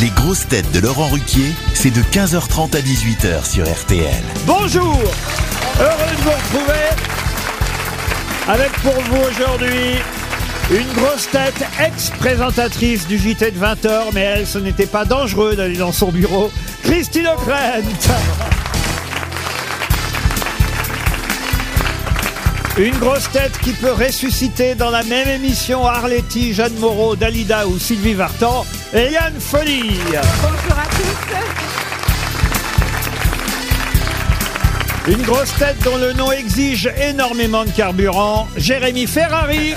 Les grosses têtes de Laurent Ruquier, c'est de 15h30 à 18h sur RTL. Bonjour Heureux de vous retrouver avec pour vous aujourd'hui une grosse tête ex-présentatrice du JT de 20h, mais elle, ce n'était pas dangereux d'aller dans son bureau, Christine O'Krent Une grosse tête qui peut ressusciter dans la même émission Arletty, Jeanne Moreau, Dalida ou Sylvie Vartan, Eliane Folie Bonjour à tous. Une grosse tête dont le nom exige énormément de carburant, Jérémy Ferrari.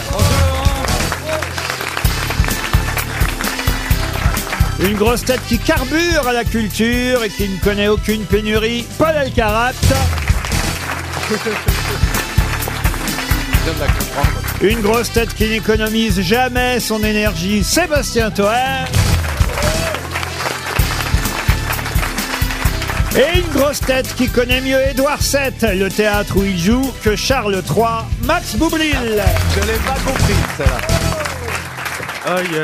Une grosse tête qui carbure à la culture et qui ne connaît aucune pénurie, Paul Alcarat. Une grosse tête qui n'économise jamais son énergie, Sébastien Toer. Et une grosse tête qui connaît mieux Édouard VII, le théâtre où il joue, que Charles III, Max Boublil. Je l'ai pas comprise, celle-là.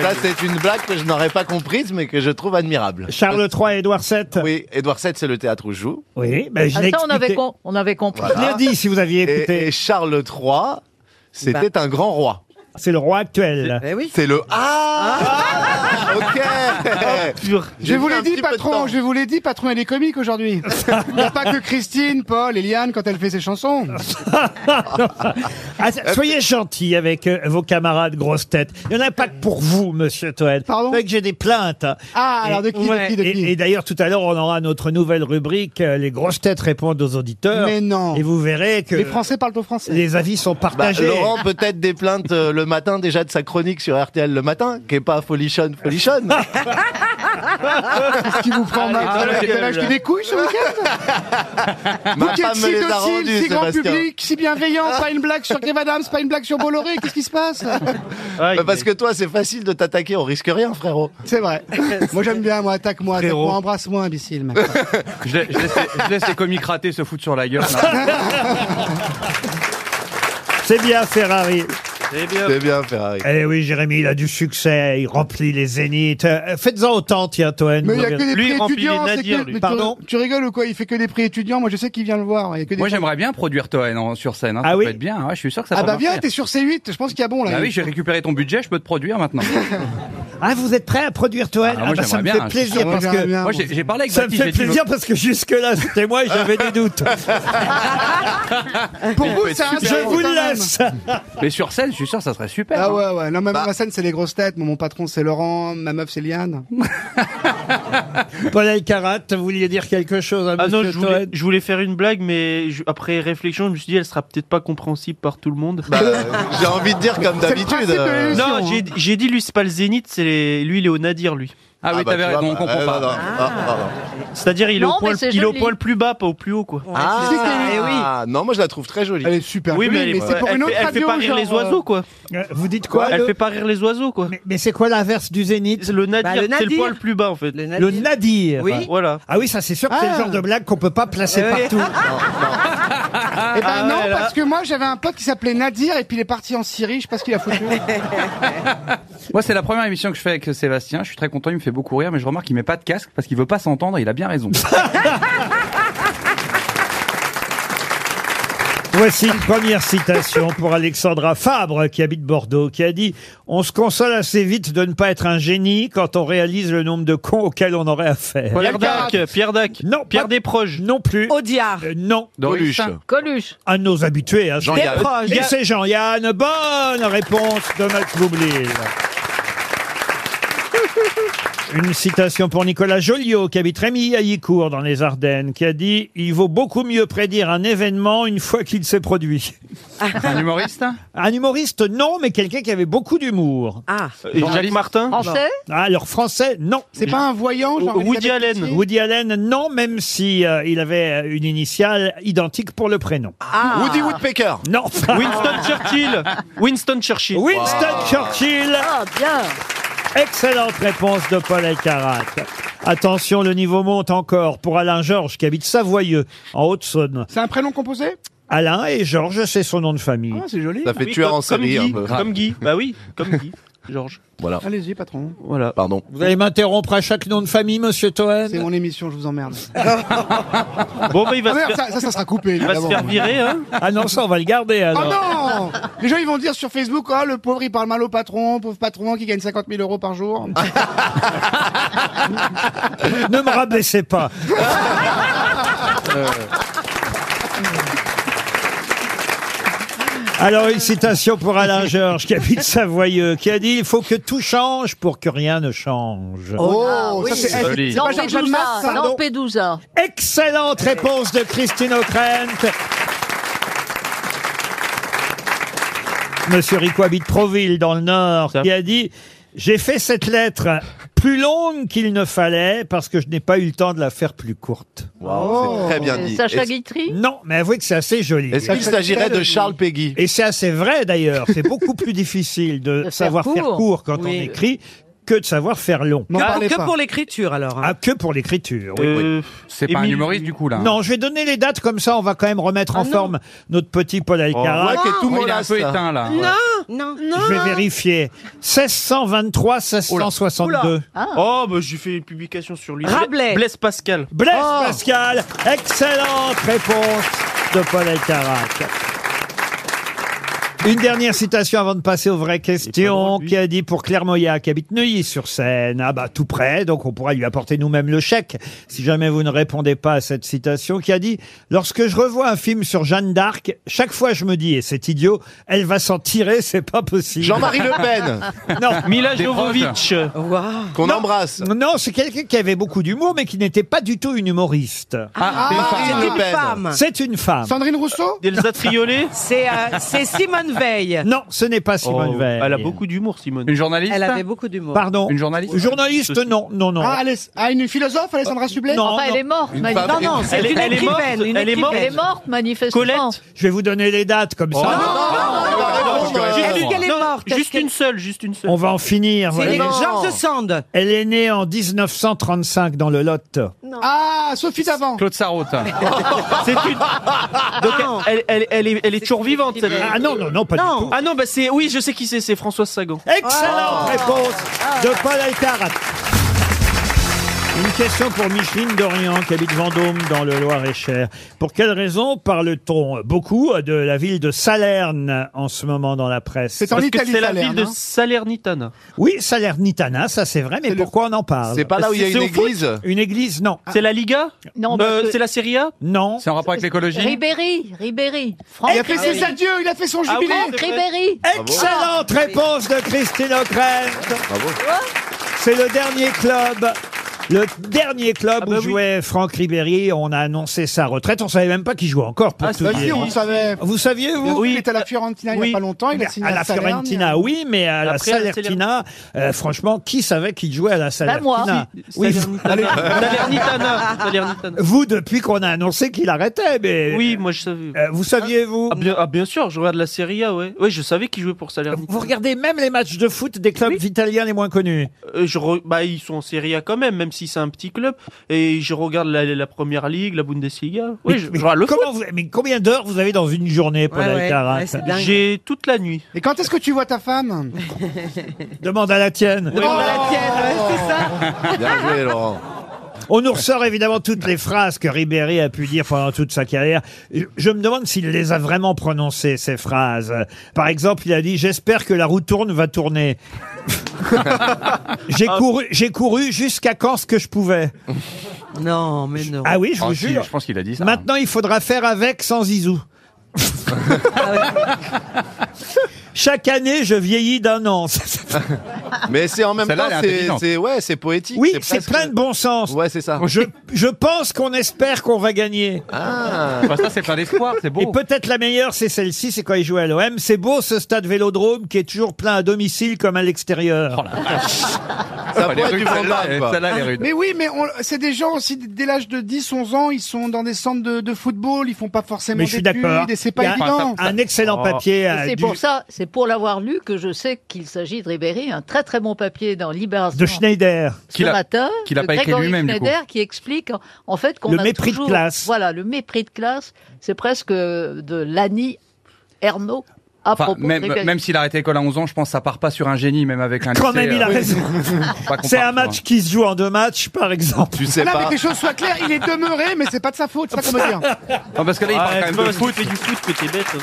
Ça, c'est une blague que je n'aurais pas comprise, mais que je trouve admirable. Charles III et Édouard VII. Oui, Édouard VII, c'est le théâtre où je joue. Oui, ben je Ah, l'ai ça, on avait, expliqué. com- on avait compris. Je l'ai dit si vous aviez écouté. Ben. Et, et Charles III, c'était un grand roi. C'est le roi actuel. Eh oui. C'est le... Ah, Ok Je vous l'ai un petit dit, peu de temps. patron, je vous l'ai dit, patron, elle est comique aujourd'hui. Il n'y a pas que Christine, Paul, Eliane quand elle fait ses chansons. Ah, ça- soyez gentil avec euh, vos camarades grosses têtes. Il n'y en a pas que pour vous, monsieur Toed. Pardon C'est vrai que j'ai des plaintes. Ah, Et- alors de qui, Ouais. de qui, de Et, qui et d'ailleurs, tout à l'heure, on aura notre nouvelle rubrique euh, Les grosses têtes répondent aux auditeurs. Mais non. Et vous verrez que Les Français parlent au français. les avis sont Bah, partagés. Laurent, peut-être des plaintes euh, le matin déjà de sa chronique sur RTL le matin, qui est pas folichonne, folichonne. Qu'est-ce qui vous prend maintenant Vous avez acheté des couilles ce week-end Vous Ma qui êtes femme me si les a docile, rendues, si grand Sébastien. public, si bienveillant, pas une blague sur Kev Adams, pas une blague sur Bolloré, qu'est-ce qui se passe Bah, Ah, parce que toi, c'est facile de t'attaquer, on risque rien, frérot. C'est vrai. Moi j'aime bien, moi attaque-moi, attaque-moi, embrasse-moi, imbécile. maintenant. Je, la- je laisse, les- je laisse les comiques ratés se foutre sur la gueule. là. C'est bien, Ferrari. C'est bien, Ferrari. Eh oui, Jérémy, il a du succès, il remplit les zéniths. Euh, Faites-en autant, tiens, Toen. Mais il vous n'y a que verrez. des Lui, il prix remplit les étudiants. c'est nadirs, que- lui. mais tu- Pardon Tu rigoles ou quoi Il fait que des prix étudiants. Moi, je sais qu'il vient le voir. Il y a que des Moi, prix- j'aimerais bien produire Toen en- sur scène. hein, Ah ça oui peut être bien. ouais, je suis sûr que ça Ah peut bah viens, marcher. t'es sur C8. Je pense qu'il y a bon là. Bah oui, j'ai récupéré ton budget, je peux te produire maintenant. Ah, vous êtes prêt à produire Toen Ah, moi, bah, Ça me j'aimerais fait bien, plaisir Ah, parce j'aimerais que bien, Moi, moi. j'ai j'ai parlé avec Ça me Baptiste, fait j'ai dit, plaisir parce que jusque-là, c'était moi et j'avais des doutes. Pour vous, c'est un Je vous quand même. laisse. Mais sur scène, je suis sûr que ça serait super. Ah hein. ouais, ouais. Non, ma, Bah. ma scène, c'est les grosses têtes. Mon, mon patron, c'est Laurent. Ma meuf, c'est Liane. Paul Elkarat, vous vouliez dire quelque chose à Ah non, Monsieur je voulais, Toen je voulais faire une blague, mais je- après réflexion, je me suis dit, elle sera peut-être pas compréhensible par tout le monde. Bah, j'ai envie de dire C'est comme le d'habitude. principe de la euh, émission, hein. non, j'ai- j'ai dit, lui, c'est pas le Zénith, c'est les- lui, il est au Nadir, lui. Ah oui, bah, t'avais tu vois, raison, on bah, comprend euh, pas. non, non, ah, pardon. C'est-à-dire, il, est Non, au mais point- c'est il est au joli. point le plus bas, pas au plus haut, quoi. Ah, c'est Eh qu'elle est- ah, non, moi je la trouve très jolie. Elle est super. oui, jolie, mais elle, est- c'est pour elle une fait- autre elle fait, radio. pas rire genre, les oiseaux, quoi. Euh, Vous dites quoi elle le- fait pas rire les oiseaux, quoi. Mais, mais c'est quoi l'inverse du zénith C'est Le Nadir, Bah, le c'est le nadir. point le plus bas, en fait. Le nadir. Oui. Voilà. Ah oui, ça c'est sûr que c'est le Ah. genre de blague qu'on peut pas placer partout. euh, Eh ben Ah ouais, non, là. parce que moi, j'avais un pote qui s'appelait Nadir et puis il est parti en Syrie. Je sais pas ce qu'il a foutu. Moi, c'est la première émission que je fais avec Sébastien. Je suis très content, il me fait beaucoup rire, mais je remarque qu'il met pas de casque parce qu'il veut pas s'entendre. et Il a bien raison. Voici une première citation pour Alexandra Fabre, qui habite Bordeaux, qui a dit « On se console assez vite de ne pas être un génie quand on réalise le nombre de cons auxquels on aurait affaire. Pierre Dac. Dac, Pierre Dac, Non, Pierre pas- Desproges. Non plus. Audiard. Euh, non. Coluche. Coluche. À nos habitués. Hein, Jean-Yann. c'est- Desproges. Et c'est Jean-Yann. Bonne réponse de Max Boublil. Une citation pour Nicolas Joliot, qui habite Rémy Haïcourt dans les Ardennes, qui a dit « Il vaut beaucoup mieux prédire un événement une fois qu'il s'est produit. Un humoriste » Un humoriste, non, mais quelqu'un qui avait beaucoup d'humour. Ah. Jacques Martin. Français. Ah, Alors français, non. C'est pas un voyant, genre. Woody Elisabeth Allen. Petit Woody Allen, non, même si euh, il avait euh, une initiale identique pour le prénom. Ah. Woody Woodpecker. Non. Winston Churchill. Winston Churchill. Winston Churchill. Ah, bien. Excellente réponse de Paul Elkarat. Attention, le niveau monte encore pour Alain Georges qui habite Savoyeux, en Haute-Saône. C'est un prénom composé Alain et Georges, c'est son nom de famille. Ah, c'est joli. Ça fait Oui, tueur comme- en série comme un Guy, peu. Ah. Comme Guy. Bah oui, comme Guy. Georges. Voilà. Allez-y, patron. Voilà. Pardon. Vous allez m'interrompre à chaque nom de famille, monsieur Toen C'est mon émission, je vous emmerde. Bon, bah, il va Ah se merde, faire, ça, ça, ça sera coupé. il va se évidemment. faire virer, hein. Ah non, ça, on va le garder Oh alors. non Les gens, ils vont dire sur Facebook, oh, le pauvre, il parle mal au patron, pauvre patron qui gagne 50 000 euros par jour. Ah, ne me rabaissez pas. Euh. Alors, une citation pour Alain Georges, qui habite Savoyeux, qui a dit Il faut que tout change pour que rien ne change. Oh, ça c'est... Joli. c'est pas Georges Almas, ça non. Lampedusa. Excellente réponse de Christine O'Krent. Monsieur Rico habite Proville, dans le Nord, Ça. qui a dit J'ai fait cette lettre plus longue qu'il ne fallait parce que je n'ai pas eu le temps de la faire plus courte. Wow, c'est très bien dit. Sacha Est-ce- Guitry. Non, mais avouez que c'est assez joli. Est-ce qu'il s'agirait de Charles Peggy Et c'est assez vrai d'ailleurs. C'est beaucoup plus difficile de, De faire savoir faire court. court quand on Oui. écrit que de savoir faire long. M'en Ah, parlez que pas. pour l'écriture alors. hein. Ah, que pour l'écriture. oui. Euh, C'est pas un Émile- humoriste du coup là. hein. Non, je vais donner les dates comme ça, on va quand même remettre en non. forme notre petit Paul On Alcarat. voit qu'il est Oh, tout il est un mollasse, peu là. éteint là. Non, Ah, non, non. Ah. Je vais vérifier. 1623, 1662. Oh, bah, j'ai fait une publication sur lui. Rabelais. Blaise Pascal. Oh. Blaise Pascal, excellente réponse de Paul Elkarat. Une dernière citation avant de passer aux vraies questions, lui. qui a dit pour Claire Moya, qui habite Neuilly-sur-Seine, ah bah tout près, donc on pourra lui apporter nous-mêmes le chèque, si jamais vous ne répondez pas à cette citation, qui a dit « Lorsque je revois un film sur Jeanne d'Arc, chaque fois je me dis, et c'est idiot, elle va s'en tirer, c'est pas possible. » Jean-Marie Le Pen, Non, Mila Des proches. Jovovich. Waouh. qu'on embrasse. non c'est quelqu'un qui avait beaucoup d'humour, mais qui n'était pas du tout une humoriste. Ah, c'est une C'est femme. Marine Le une Pen. femme. C'est une femme. Sandrine Rousseau D'Elsa Triolet. C'est euh, c'est Simone Veil. Non, ce n'est pas Simone Oh, Veil. Elle a beaucoup d'humour, Simone. Une journaliste Elle avait beaucoup d'humour. Pardon. Une journaliste Journaliste, Ceci. non, non, non. ah, Aless- ah, une philosophe, Alessandra Sublet Non. Enfin, elle est morte. Une mani- femme- Non, non, Elle est- c'est une elle est morte, écrivaine. une elle est morte. Elle est écrivaine. morte, manifestement. Colette. Je vais vous donner les dates comme Oh, non, ça. non, il va répondre, non, euh, Est-ce qu'elle est Non, morte Est-ce Juste qu'elle- une seule, juste une seule. On va en finir. C'est voyez. les non. Georges Sand. Elle est née en 1935 dans le Lot. Ah, Sophie Davant Claude Sarraute. C'est une. Donc elle, elle, elle est, elle est toujours vivante. celle-là. Ah non, non, non, pas du Non. tout. Ah non, bah c'est. Oui, je sais qui c'est, c'est Françoise Sagan. Oh. Excellente réponse de Paul Alcarat. Une question pour Micheline Dorian, qui habite Vendôme, dans le Loir-et-Cher. Pour quelle raison parle-t-on beaucoup de la ville de Salerne en ce moment dans la presse C'est en Parce que Italie, c'est la Salerne, ville de hein. Salernitana. Oui, Salernitana, ça c'est vrai, mais C'est le- pourquoi on en parle Ah, C'est pas là où il y a C'est une au foot église Une église, non. C'est la Liga Non, Euh, parce que- C'est la Serie A Non. C'est en rapport avec l'écologie Ribéry, Ribéry. Il a Franck fait ses Ribéry. adieux, il a fait son Ah oui. Ah Franck jubilé Ribéry. Excellente réponse de Christine O'Krent. Bravo. C'est le dernier club. Le dernier club Ah bah où oui. jouait Franck Ribéry, on a annoncé sa retraite. On savait même pas qu'il jouait encore. Pour Ah, tout Bah dire. hein. si, on le savait. Vous saviez vous Oui. Il était à la Fiorentina il Oui. n'y a pas longtemps, il a signé à la Salerne. Fiorentina, oui, mais à la Après, à la Bah, Salertina, euh, franchement, qui savait qu'il jouait à la moi. Salertina Oui, Salernitana. Salernitana. Salernitana. vous depuis qu'on a annoncé qu'il arrêtait, mais Oui, moi je savais. euh, vous saviez vous Ah bien, ah, bien sûr, je regarde la Serie A, ouais. Ouais, je savais qui jouait pour Salernitana. Vous regardez même les matchs de foot des clubs italiens les moins connus. Euh, je re- bah, ils sont en Serie A quand même, même si c'est un petit club. Et je regarde la, la première ligue, la Bundesliga. Oui, Mais- je, mais je regarde le foot. comment vous- mais combien d'heures vous avez dans une journée, Paul Ouais, ouais, Alcarat ouais, c'est dingue. J'ai toute la nuit. Et quand est-ce que tu vois ta femme Bah, Demande à la tienne. Dans la tienne, ouais, c'est ça. Bien joué, Laurent. On nous ressort évidemment toutes les phrases que Ribéry a pu dire pendant toute sa carrière. Je- Je me demande s'il les a vraiment prononcées, ces phrases. Par exemple, il a dit « J'espère que la roue tourne va tourner ». J'ai couru, j'ai couru jusqu'à quand ce que je pouvais. Non, mais non. Ah oui, je Ah, vous si, jure. Je pense qu'il a dit ça. Maintenant, il faudra faire avec sans Zizou. Chaque année, je vieillis d'un an. Mais c'est en même Celle-là, temps, elle est c'est intelligente. c'est- ouais, c'est poétique. Oui, c'est presque- plein de bon sens. Ouais, c'est ça. Je, je pense qu'on espère qu'on va gagner. Ah. Enfin, ça, c'est plein d'espoir, c'est Et beau. peut-être la meilleure, c'est celle-ci, c'est quand il joue à l'OM. C'est beau ce stade Vélodrome qui est toujours plein à domicile comme à Oh l'extérieur. Ça Ah, pourrait les être rues, du celle-là, vandal, elle- quoi. celle-là, les rues. Mais oui, mais on- c'est des gens aussi, dès l'âge de 10, 11 ans, ils sont dans des centres de, de football, ils font pas forcément Mais je suis d'études, d'accord. et Il c'est y pas a- évident. Ah Un excellent Oh. papier. euh, C'est du- pour ça, c'est pour l'avoir lu que je sais qu'il s'agit de Ribéry, un très très bon papier dans Libération de Schneider. ce Qu'il a- matin, qu'il a de pas écrit Grégory lui-même, du Schneider, qui explique en- en fait qu'on Le a mépris de toujours- classe. Voilà, le mépris de classe, c'est presque euh, de l'Annie Ernaux à Enfin, propos de même, Ribéry. même s'il a arrêté l'école à 11 ans, je pense que ça part pas sur un génie, même avec un Quand lycée, même, il a euh, raison. pas hein. qu'on C'est parte un sur match qui se joue en deux matchs, par exemple. Tu sais Non, pas. mais que les choses soient claires, il est demeuré, mais c'est pas de sa faute, c'est ça qu'on veut dire. Non, parce que là, il parle Ah, quand tu même de peux foot. foot et du foot que t'es bête. hein.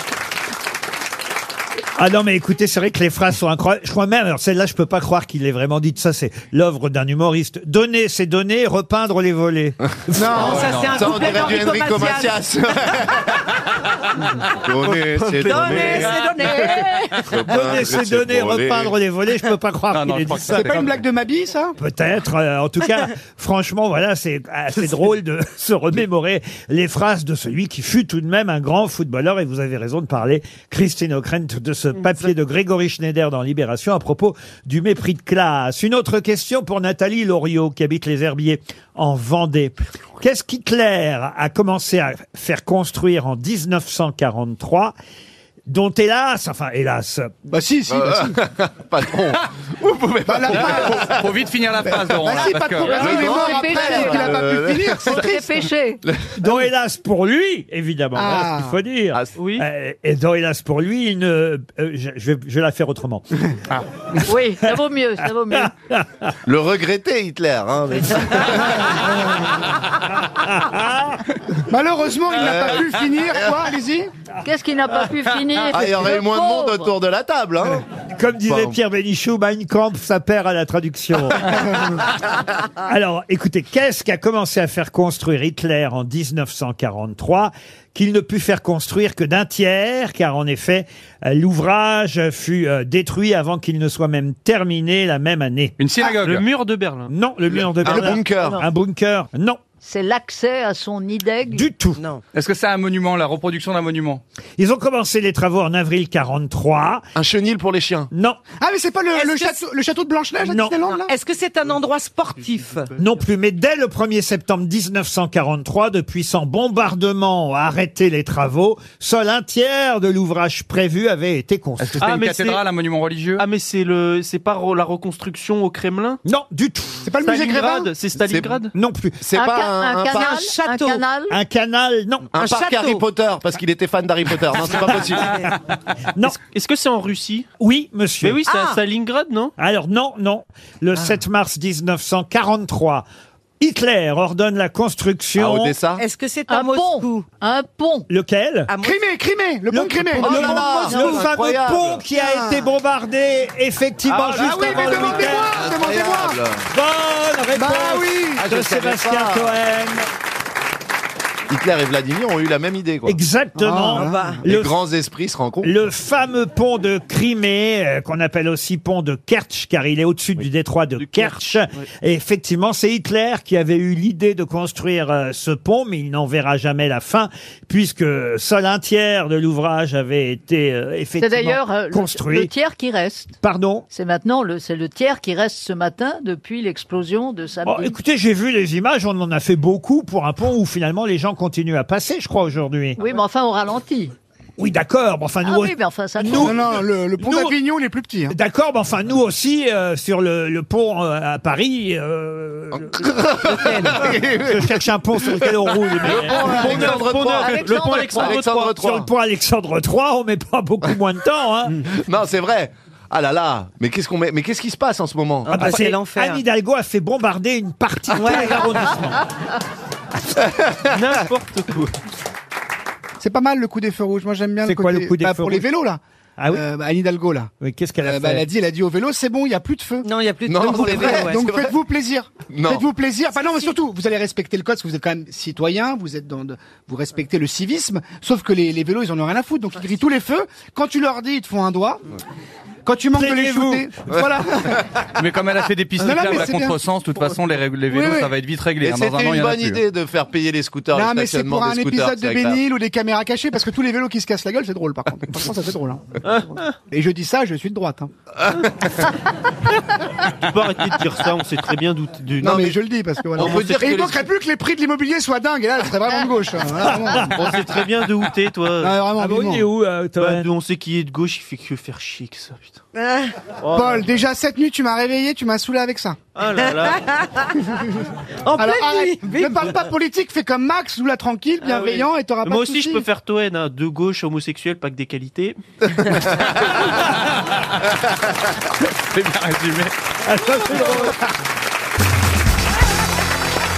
Ah non, mais écoutez, c'est vrai que les phrases sont incroyables. Je crois même, alors celle-là, je peux pas croire qu'il ait vraiment dit de ça. C'est l'œuvre d'un humoriste. Donner, c'est donner, repeindre les volets. Non, ça c'est un Ça, on couplet dirait du d'Enrico Enrico Macias. Macias. Donnez, c'est Donnez, donné. c'est donné. Donner, c'est donner, repeindre les volets. Je peux pas croire Non, Ah non, qu'il ait je crois dit que ça. C'est pas une blague de Mabi, ça Peut-être. euh, en tout cas, franchement, voilà, c'est assez drôle de se remémorer les phrases de celui qui fut tout de même un grand footballeur. Et vous avez raison de parler, Christine O'Krent, de ce papier de Grégory Schneider dans Libération à propos du mépris de classe. Une autre question pour Nathalie Loriot, qui habite les Herbiers en Vendée. Qu'est-ce qu'Hitler a commencé à faire construire en 1943 dont hélas, enfin hélas, Bah si, si, bah si. Patron, vous pouvez pas. Bah, la phrase- Faut vite finir la phrase, Laurent. bah là, si, parce pas de que- problème, il est mort après, Répétez. donc il a pas Euh, pu finir, c'est C'est triste. péché. dont hélas pour lui, évidemment, Ah. voilà ce qu'il faut dire. Ah, Oui. Euh, et dont, hélas pour lui, il ne. euh, je, je vais, je vais la faire autrement. Oui, ça vaut mieux, ça vaut mieux. Ah. Le regretter, Hitler. Hein, mais- Malheureusement, il n'a pas pu finir, quoi, allez-y. Qu'est-ce qu'il n'a pas pu finir Ah, il y aurait Le eu moins de monde pauvre. autour de la table. Hein. Comme disait Bon. Pierre Bénichou, Mein Kampf, ça perd à la traduction. Alors, écoutez, qu'est-ce qu'a commencé à faire construire Hitler en 1943 qu'il ne put faire construire que d'un tiers, car en effet, euh, l'ouvrage fut euh, détruit avant qu'il ne soit même terminé la même année. Ah, Une synagogue. Le mur de Berlin. Non, le mur de Un Berlin. bunker. Un bunker Non, C'est l'accès à son idègue. du tout. Non. Est-ce que c'est un monument, la reproduction d'un monument Ils ont commencé les travaux en avril 43. Un chenil pour les chiens. Non, Ah, mais c'est pas Est-ce le, le que château, le château de Blanche-Neige à Non. Disneyland, là Est-ce que c'est un endroit sportif Non plus, mais dès le 1er septembre 1943, de puissants bombardements ont arrêté les travaux. Seul un tiers de l'ouvrage prévu avait été Est-ce que construit. c'était Ah, une mais cathédrale, c'est- un monument religieux Ah mais c'est le c'est pas re- la reconstruction au Kremlin Non, du tout. C'est pas le musée Grévin Stalingrad, c'est Stalingrad Non plus. C'est un, pas ca- un, un un canal, parc, un château. un canal. Un canal, non. un un parc château. Harry Potter parce qu'il était fan d'Harry Potter. Non, c'est pas possible. Non. Est-ce que c'est en Russie Oui, Mais monsieur. oui, c'est à Ah. Stalingrad, non Ah. Alors non, non. Le 7 mars 1943, Hitler ordonne la Ah, construction. Odessa. Est-ce que c'est à Un pont. Moscou Un pont. Lequel À Moscou. Crimée, Crimée, le pont de Crimée. Oh là là, Le fameux incroyable. Ah. pont qui a été bombardé effectivement Ah, juste bah Ah oui, avant mais le demandez-moi, week-end. demandez-moi. Incroyable. Bonne réponse Bah oui. Ah, je de savais Sébastien pas. Cohen. Hitler et Vladimir ont eu la même idée. Quoi. Exactement. Ah, bah. Les le, grands esprits se rencontrent. le fameux pont de Crimée, euh, qu'on appelle aussi pont de Kerch, car il est au-dessus du détroit de Kerch. Et effectivement, c'est Hitler qui avait eu l'idée de construire euh, ce pont, mais il n'en verra jamais la fin, puisque seul un tiers de l'ouvrage avait été euh, C'est effectivement d'ailleurs euh, le, construit. le tiers qui reste. Pardon C'est maintenant le, c'est le tiers qui reste ce matin depuis l'explosion de samedi. Bon, Oh, écoutez, j'ai vu les images, on en a fait beaucoup pour un pont où finalement les gens continuent à passer, je crois, aujourd'hui. oui, mais enfin, on ralentit. Oui, d'accord, mais enfin, nous, Ah oui, mais enfin, ça nous- Non, non, le, le pont Nous- d'Avignon, il est plus petit. hein. D'accord, mais enfin, nous aussi, euh, sur le, le pont euh, à Paris, euh, Oh. je cherche un pont sur lequel on roule. mais, euh, Alexandre III. Alexandre Le pont Alexandre III. Alexandre sur le III. pont Alexandre III, on met pas beaucoup moins de temps. Hein. Non, c'est vrai. Ah là là. Mais qu'est-ce qu'on met Mais qu'est-ce qui se passe en ce moment Ah, bah, Parce c'est que l'enfer. Anne Hidalgo a fait bombarder une partie de l'arrondissement. N'importe quoi. C'est pas mal le coup des feux rouges. Moi, j'aime bien C'est le quoi, le coup des bah, feux Pour les rouges vélos, là. Ah oui, Euh, bah, Anne Hidalgo, là. mais qu'est-ce qu'elle a Euh, fait bah, elle a dit, elle a dit au vélo, c'est bon, il n'y a plus de feu. Non, il n'y a plus de Non, donc vous c'est pouvez, vrai. ouais. Donc c'est vrai. faites-vous plaisir. Non. Faites-vous plaisir. Enfin non, mais surtout, vous allez respecter le code parce que vous êtes quand même citoyen, vous êtes dans, de- vous respectez le civisme. Sauf que les, les vélos, ils en ont rien à foutre, donc ils grillent tous les feux. Quand tu leur dis, ils te font un doigt. Quand tu manques de les Plaignez-vous. shooter, voilà. Mais comme elle a fait des pistes Non, non, mais cyclables à c'est bien. contresens, de toute façon, les, règles- les vélos, Oui, oui. ça va être vite réglé. Et hein. Dans un c'était an, il une y en a bonne plus. idée de faire payer les scooters, non, le mais c'est stationnement pour un des scooters. épisode de c'est agréable. Bénil ou des caméras cachées parce que tous les vélos qui se cassent la gueule, c'est drôle par contre. Franchement, ça c'est drôle. hein. Et je dis ça, je suis de droite. hein. Tu peux arrêter de dire ça, on sait très bien d'où t'es- d'où- Non, Non, mais, mais- je le dis parce que voilà. On peut Et dire que il les- manquerait plus que les prix de l'immobilier soient dingues. Et là, elle serait vraiment de gauche. hein. Voilà, vraiment. On sait très bien de où t'es, Ah, toi. vraiment, Ah bon, vivement. il est où, Bah, euh, Toen d'où on sait qui est de gauche, il fait que faire chier que ça, putain. Brest. Paul, déjà cette nuit, tu m'as réveillé, tu m'as saoulé avec ça. Ah là là. En Alors pleine arrête, nuit. ne parle pas politique, fais comme Max, soula tranquille, bienveillant et t'auras pas Ah Moi de aussi, je soucis. peux faire Toen, hein, de gauche, homosexuel, pas que des qualités. C'est bien résumé. Ah, ça, c'est drôle.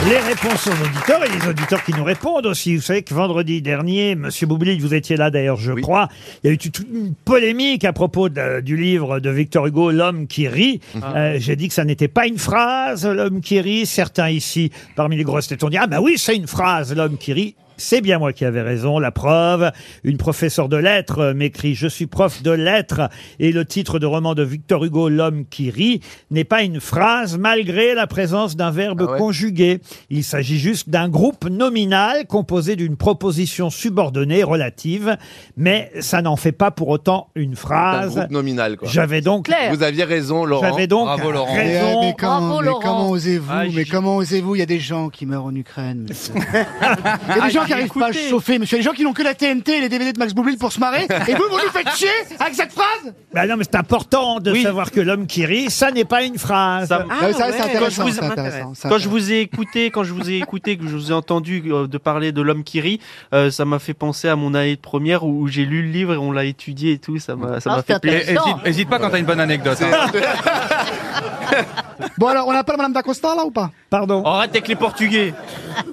Les réponses aux auditeurs et les auditeurs qui nous répondent aussi. Vous savez que vendredi dernier, Monsieur Boublil, vous étiez là d'ailleurs, je crois. Il y a eu toute une polémique à propos de- du livre de Victor Hugo, L'homme qui rit. Euh, J'ai dit que ça n'était pas une phrase, L'homme qui rit. Certains ici, parmi les grosses têtes, ont dit ah bah oui, c'est une phrase, L'homme qui rit. C'est bien moi qui avais raison, la preuve. Une professeure de lettres euh, m'écrit Je suis prof de lettres et le titre de roman de Victor Hugo, L'homme qui rit, n'est pas une phrase malgré la présence d'un verbe Ah ouais conjugué. Il s'agit juste d'un groupe nominal composé d'une proposition subordonnée relative, mais ça n'en fait pas pour autant une Un phrase. groupe nominal, quoi. J'avais donc, Claire. Vous aviez raison, Laurent. j'avais donc Bravo, Laurent. Eh, raison. mais comment, Bravo, mais Laurent. comment osez-vous Ah, Mais je- comment osez-vous Il y a des gens qui meurent en Ukraine. monsieur. Il Ah, y a des gens qui arrivent pas à se chauffer, monsieur. Il y a des gens qui n'ont que la TNT et les DVD de Max Boublil pour se marrer. Et vous, vous nous faites chier avec cette phrase Bah non, mais c'est important de Oui. savoir que l'homme qui rit, ça n'est pas une phrase. Ça- Ah, Ah oui, ça, ouais. c'est Quand je intéressant, vous- c'est intéressant, c'est Quand je intéressant. vous ai écouté, quand je vous ai écouté, que je vous ai entendu euh, de parler de l'homme qui rit, euh, ça m'a fait penser à mon année de première où j'ai lu le livre et on l'a étudié et tout. Ça m'a, ça Ah, m'a c'est fait plaisir. intéressant. Hésite, hésite pas quand t'as une bonne anecdote. hein. Bon alors, on appelle Madame Dacosta là ou pas Pardon. Arrête avec les Portugais.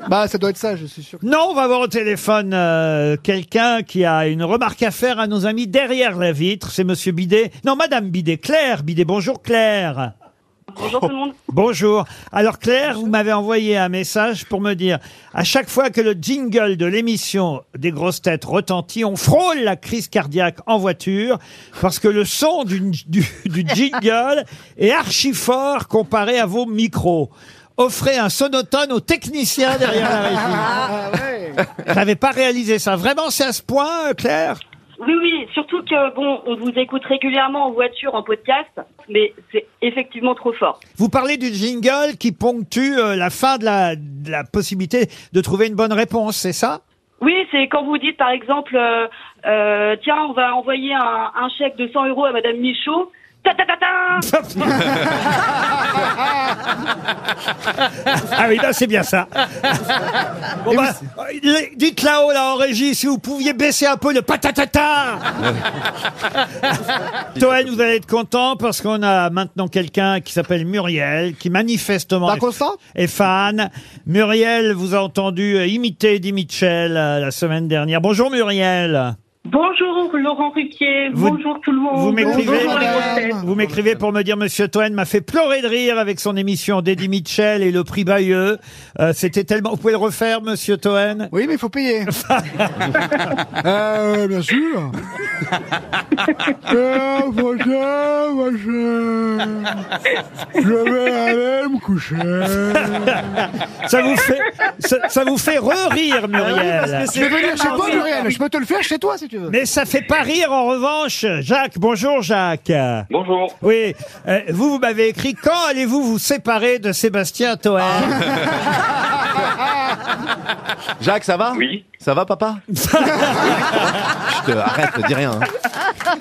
Bah, ça doit être ça, je suis sûr. Non, on va avoir au téléphone euh, quelqu'un qui a une remarque à faire à nos amis derrière la vitre. C'est Monsieur Bidet. Non, Madame Bidet. Claire Bidet. Bonjour Claire. Bonjour tout le monde. Bonjour. Alors Claire, vous m'avez envoyé un message pour me dire à chaque fois que le jingle de l'émission des grosses têtes retentit, on frôle la crise cardiaque en voiture parce que le son du, du, du jingle est archi fort comparé à vos micros. Offrez un sonotone aux techniciens derrière la régie. Ah ouais J'avais pas réalisé ça. Vraiment, c'est à ce point, euh, Claire Oui, oui, surtout que, bon, on vous écoute régulièrement en voiture, en podcast, mais c'est effectivement trop fort. Vous parlez du jingle qui ponctue euh, la fin de la, de la possibilité de trouver une bonne réponse, c'est ça Oui, c'est quand vous dites, par exemple, euh, euh, tiens, on va envoyer un, un chèque de 100 euros à Madame Michaud. Ta ta ta ta Ah oui, non, c'est bien ça. Bon, bah, euh, dites là-haut, là, en régie, si vous pouviez baisser un peu le patatata Toen, vous allez être content parce qu'on a maintenant quelqu'un qui s'appelle Muriel, qui manifestement est, Dacosta est fan. Muriel vous a entendu euh, imiter Di Mitchell euh, la semaine dernière. Bonjour Muriel Bonjour Laurent Ruquier, Vous- bonjour tout le monde. vous m'écrivez, bonjour les grosses têtes. Vous m'écrivez pour me dire Monsieur Toen m'a fait pleurer de rire avec son émission d'Eddie Mitchell et le prix Bayeux. Euh, C'était tellement... Vous pouvez le refaire, Monsieur Toen Oui, mais il faut payer. euh, bien sûr. euh, prochain, prochain. Je vais aller me coucher. Ça vous fait, ça, ça vous fait Ah re-rire, Muriel. Je vais venir chez toi, Muriel. Je peux te le faire chez toi si tu veux. Mais ça fait pas rire en revanche, Jacques. Bonjour Jacques. Bonjour. Oui, euh, vous, vous m'avez écrit quand allez-vous vous séparer de Sébastien Toen Oh. Jacques, ça va Oui. Ça va, papa Je te arrête, dis rien. hein.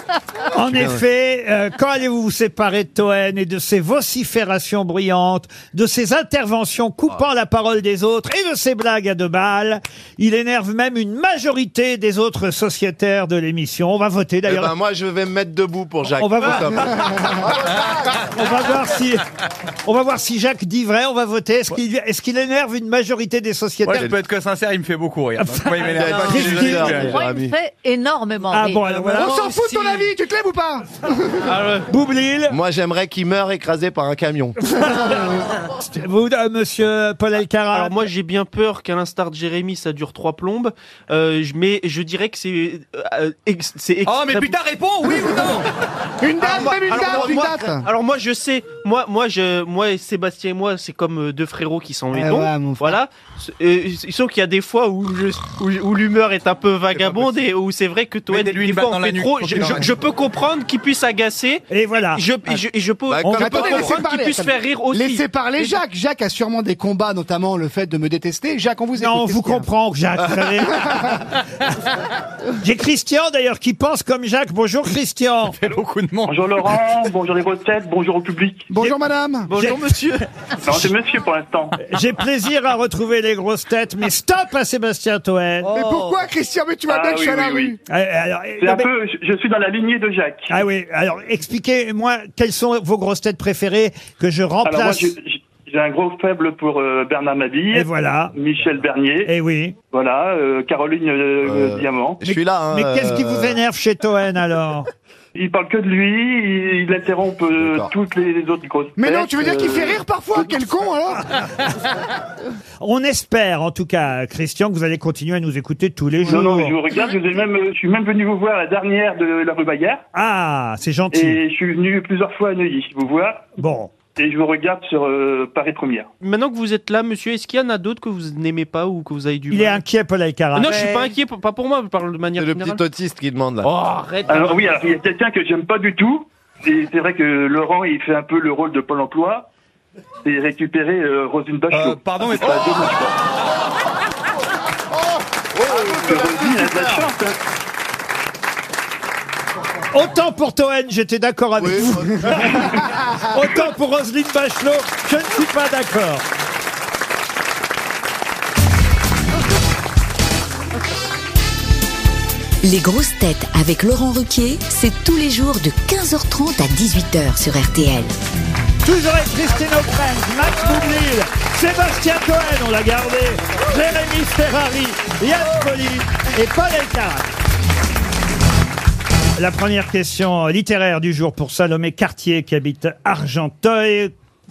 En effet, euh, quand allez-vous vous séparer de Toen et de ses vociférations bruyantes, de ses interventions coupant la parole des autres et de ses blagues à deux balles Il énerve même une majorité des autres sociétaires de l'émission. On va voter Eh d'ailleurs. ben, moi, je vais me mettre debout pour Jacques. On va Pour voir. ça. On va voir si, on va voir si Jacques dit vrai. On va voter. Est-ce qu'il est-ce qu'il énerve une majorité des Moi, sociétaires je peux être que sincère, il me fait beaucoup rire. Donc, moi, il m'énerve Non. pas si je le Christine. fais. Moi, il me Jérémy. fait énormément euh, Ah rire. bon, alors voilà. On s'en fout de ton Si. avis, tu te lèves ou pas Boublil, Moi, j'aimerais qu'il meure écrasé par un camion. vous, euh, Monsieur Paul Elkarat. Alors moi j'ai bien peur qu'à l'instar de Jérémy ça dure trois plombes, euh, je- mais je dirais que c'est euh, ex- c'est Oh, mais extrême- putain, réponds, oui ou non Une date, même une Alors, date, moi- une moi- date. Alors moi je sais, moi, moi, je, moi, et Sébastien et moi, c'est comme euh, deux frérots qui sont Eh bons. ouais, mon voilà. S- euh, sauf qu'il y a des fois où, je- où, où l'humeur est un peu vagabonde et où c'est vrai que toi, des, une balle fois, dans on la fait nuque, trop. faut Je, qu'il en je- reste. je peux comprendre qu'il puisse agacer. Et voilà. Je, et je, et je peux, Bah, je comme- peux Attendez, laissez comprendre qu'il parler, puisse attendez. faire rire aussi. Laissez parler Jacques. Jacques a sûrement des combats, notamment le fait de me détester. Jacques, on vous écoute. Non, on qu'est-ce vous qu'il y a comprend, Jacques, vous savez. J'ai Christian d'ailleurs qui pense comme Jacques. Bonjour Christian. Bonjour Laurent, bonjour les grosses têtes, bonjour au public. Bonjour madame. Bonjour monsieur. Non, c'est monsieur pour l'instant. J'ai plaisir à retrouver les grosses têtes, mais stop à Sébastien Toen. Mais Oh. pourquoi, Christian Mais tu vois bien que je suis à la rue. Ah, alors, C'est non, un mais- peu, je- je suis dans la lignée de Jacques. Ah oui, alors expliquez-moi quelles sont vos grosses têtes préférées que je Alors moi, remplace. j'ai j'ai un gros faible pour euh, Bernard Mabille. Et voilà. Michel Bernier. Et oui. Voilà, euh, Caroline euh, Diamant. Je suis là. hein, Mais qu'est-ce qui euh, vous énerve chez Toen alors Il parle que de lui, il, il interrompt euh, toutes les, les autres grosses Mais non, têtes, tu veux dire qu'il euh, fait rire parfois Quel con hein. alors On espère en tout cas, Christian, que vous allez continuer à nous écouter tous les jours. Non, non, mais je vous regarde, je, vous ai même, euh, je suis même venu vous voir la dernière de la rue Bayard. Ah, c'est gentil. Et je suis venu plusieurs fois à Neuilly vous voir. Bon. Et je vous regarde sur euh, Paris Première. Maintenant que vous êtes là, monsieur, est-ce qu'il y en a d'autres que vous n'aimez pas ou que vous avez du Il mal est inquiet, Paul Alcarat. Ah Non, je suis pas inquiet, p- pas pour moi, mais par de manière générale. autiste qui demande là. Oh, arrête. Alors oui, alors, il y a quelqu'un que j'aime pas du tout. Et c'est vrai que Laurent, il fait un peu le rôle de Pôle Emploi. C'est récupérer euh, Rosine Bachelot. pardon, mais- C'est pas dommage, quoi. Parce que Rosine a de la chance. hein. Autant pour Toen, j'étais d'accord avec vous. Autant pour Roselyne Bachelot, je ne suis pas d'accord. Les grosses têtes avec Laurent Ruquier, c'est tous les jours de 15h30 à 18h sur RTL. Toujours avec Christine O'Krent, Max Boublil, Sébastien Cohen, on l'a gardé, Jérémy Ferrari, Yann Poli et Paul Elkarat. La première question littéraire du jour pour Salomé Cartier qui habite Argenteuil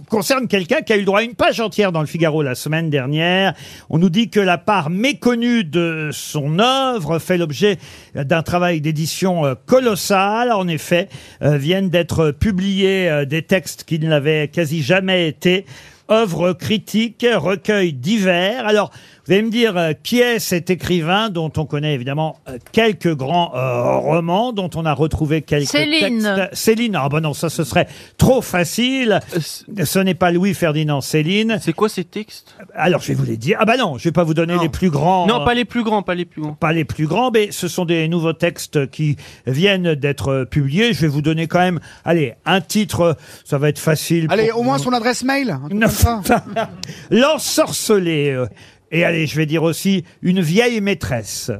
concerne quelqu'un qui a eu droit à une page entière dans le Figaro la semaine dernière. On nous dit que la part méconnue de son œuvre fait l'objet d'un travail d'édition euh, colossal. En effet, euh, viennent d'être publiés euh, des textes qui ne l'avaient quasi jamais été. Œuvres critiques, recueils divers. Alors, vous allez me dire euh, qui est cet écrivain dont on connaît évidemment euh, quelques grands euh, romans, dont on a retrouvé quelques Céline. textes. Céline. Ah ben non, ça ce serait trop facile. Ce n'est pas Louis Ferdinand Céline. Euh, C'est quoi ces textes Alors je vais vous les dire. Ah ben non, je vais pas vous donner les plus grands. euh, Non, pas les plus grands, pas les plus grands. Pas les plus grands, mais ce sont des nouveaux textes qui viennent d'être euh, publiés. Je vais vous donner quand même, allez, un titre, euh, ça va être facile. Allez, pour- au moins son adresse mail. un truc comme ça. L'ensorcelé. euh, Et allez, je vais dire aussi une vieille maîtresse.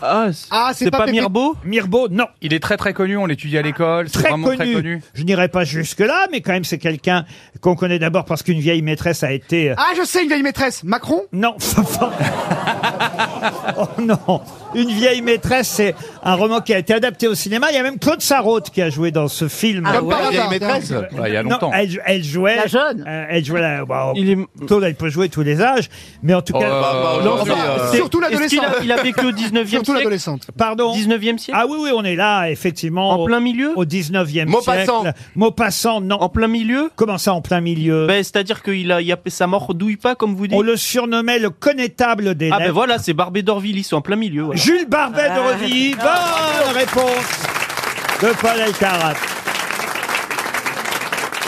Ah, Ah, c'est c'est pas pas Pépé- Mirbeau Mirbeau, non. Il est très très connu, on l'étudie à l'école, c'est Très vraiment connu. très connu. Je n'irai pas jusque-là, mais quand même, c'est quelqu'un qu'on connaît d'abord parce qu'une vieille maîtresse a été. euh, Ah, je sais une vieille maîtresse. Macron Non. oh non. Une vieille maîtresse, c'est un roman qui a été adapté au cinéma. Il y a même Claude Sarraute qui a joué dans ce film. Ah Euh, Comme par La vieille hasard, maîtresse. tiens. Ouais, il y a longtemps. Non, elle, elle jouait. La jeune. euh, elle jouait la. bah, Il est. Claude, elle peut jouer tous les âges. Mais en tout cas. Bah, bah, Non, aujourd'hui, non, euh, c'est- Surtout est-ce l'adolescent. qu'il a- Il a vécu au 19e Surtout siècle. l'adolescente. Pardon. 19e siècle Ah oui, oui, on est là, effectivement. En au- plein milieu Au 19e Maupassant. siècle. Maupassant, non. En plein milieu Comment ça, en plein milieu Ben, C'est-à-dire qu'il a, il a, sa mort douille pas, comme vous dites. On le surnommait le connétable des Ah ben lettres. voilà, c'est Barbé d'Orville, ils sont en plein milieu. voilà. Ah. Jules Barbet de Revilly. Bonne réponse de Paul Alcarat.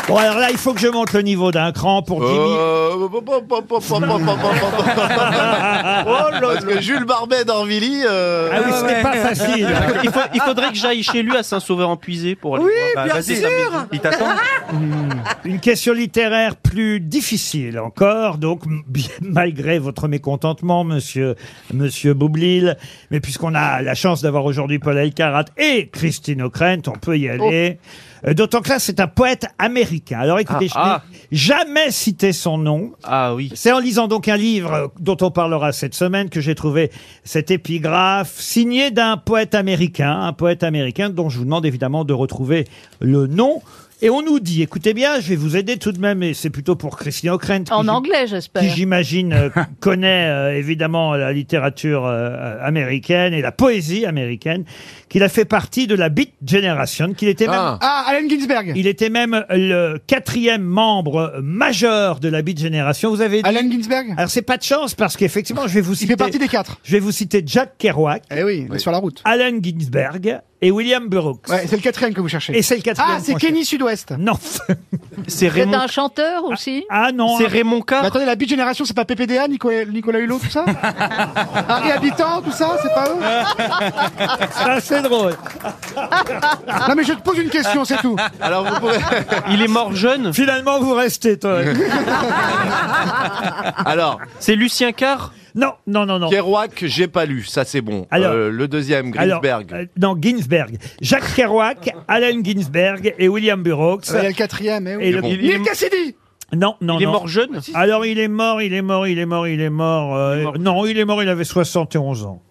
Bon, alors là, il faut que je monte le niveau d'un cran pour Jimmy. Oh, euh, pop, pop, pop, pop, pop, pop, pop, pop, pop. Parce que Jules Barbet d'Orvilly. euh, Ah oui, ce n'est pas facile. Il, faut- il faudrait que j'aille chez lui à Saint-Sauveur-en-Puisé pour aller. voir. Bah, vas-y, non, mais Il t'attend. Hmm. Une question littéraire plus difficile encore, donc m- bien- malgré votre mécontentement, monsieur, monsieur Boublil. Mais puisqu'on a la chance d'avoir aujourd'hui Paul Elkarat et Christine O'Krent, on Oh. peut y aller. Euh, D'autant que là, c'est un poète américain. Alors écoutez, Ah, je n'ai jamais cité son nom. Ah oui. C'est en lisant donc un livre euh, dont on parlera cette semaine que j'ai trouvé cet épigraphe signé d'un poète américain, un poète américain dont je vous demande évidemment de retrouver le nom. Et on nous dit, écoutez bien, je vais vous aider tout de même, et c'est plutôt pour Christian O'Krent. En anglais, j'espère. qui j'imagine euh, connaît euh, évidemment la littérature euh, américaine et la poésie américaine, qu'il a fait partie de la Beat Generation, qu'il était même... Ah. Ah, Allen Ginsberg Il était même le quatrième membre majeur de la Beat Generation. Vous avez dit... Allen Ginsberg Alors c'est pas de chance, parce qu'effectivement, je vais vous citer... Il fait partie des quatre. Je vais vous citer Jack Kerouac. Eh oui, il est sur la route. Allen Ginsberg et William Burroughs. Ouais, c'est le quatrième que vous cherchez. Et c'est le quatrième. Ah, c'est mon Kenny Sud-Ouest. Non. C'est Vous êtes un chanteur aussi Ah non. C'est Raymond Carr. Mais Bah, attendez, la Beat Génération, c'est pas PPDA, Nicolas, Nicolas Hulot, tout ça Harry Habitant, tout ça, c'est pas eux Ça, c'est drôle. Non, mais je te pose une question, c'est tout. Alors vous pouvez. Il est mort jeune. Finalement, vous restez, toi. Alors. C'est Lucien Carr Non, non, non, non. Kerouac, j'ai pas lu, ça c'est bon. Alors- Euh, le deuxième, Alors, Grisberg. euh, non, Ginsberg. Jacques Kerouac, Allen Ginsberg et William Burroughs. Il y a le quatrième, eh oui. Et le- il est- Neil Cassidy Non, non, Il est non. mort jeune Alors, il est mort, il est mort, il est mort, il est mort. euh, Non, il est mort, il avait 71 ans.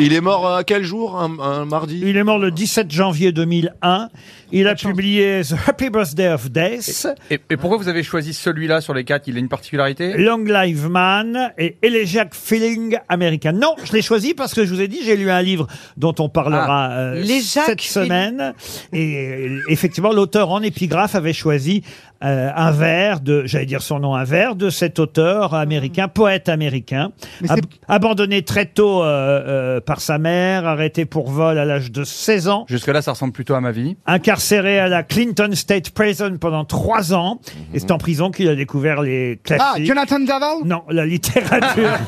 Il est mort euh, quel jour un, un mardi Il est mort le 17 janvier 2001. Il a publié The Happy Birthday of Death, Et, et pourquoi vous avez choisi celui-là sur les quatre Il a une particularité Long Live Man et Elegiac Feeling American. Non, je l'ai choisi parce que je vous ai dit, j'ai lu un livre dont on parlera Ah. euh, Elegiac cette Feeling. semaine. Et euh, effectivement, l'auteur en épigraphe avait choisi euh, un vers de, j'allais dire son nom, un vers de cet auteur Mhm. américain, poète américain, ab- abandonné très tôt euh, euh, par sa mère, arrêté pour vol à l'âge de 16 ans. Jusque-là, ça ressemble plutôt à ma vie. Incarcéré à la Clinton State Prison pendant trois ans, Mhm. et c'est en prison qu'il a découvert les classiques. Ah, Jonathan Daval Non, la littérature.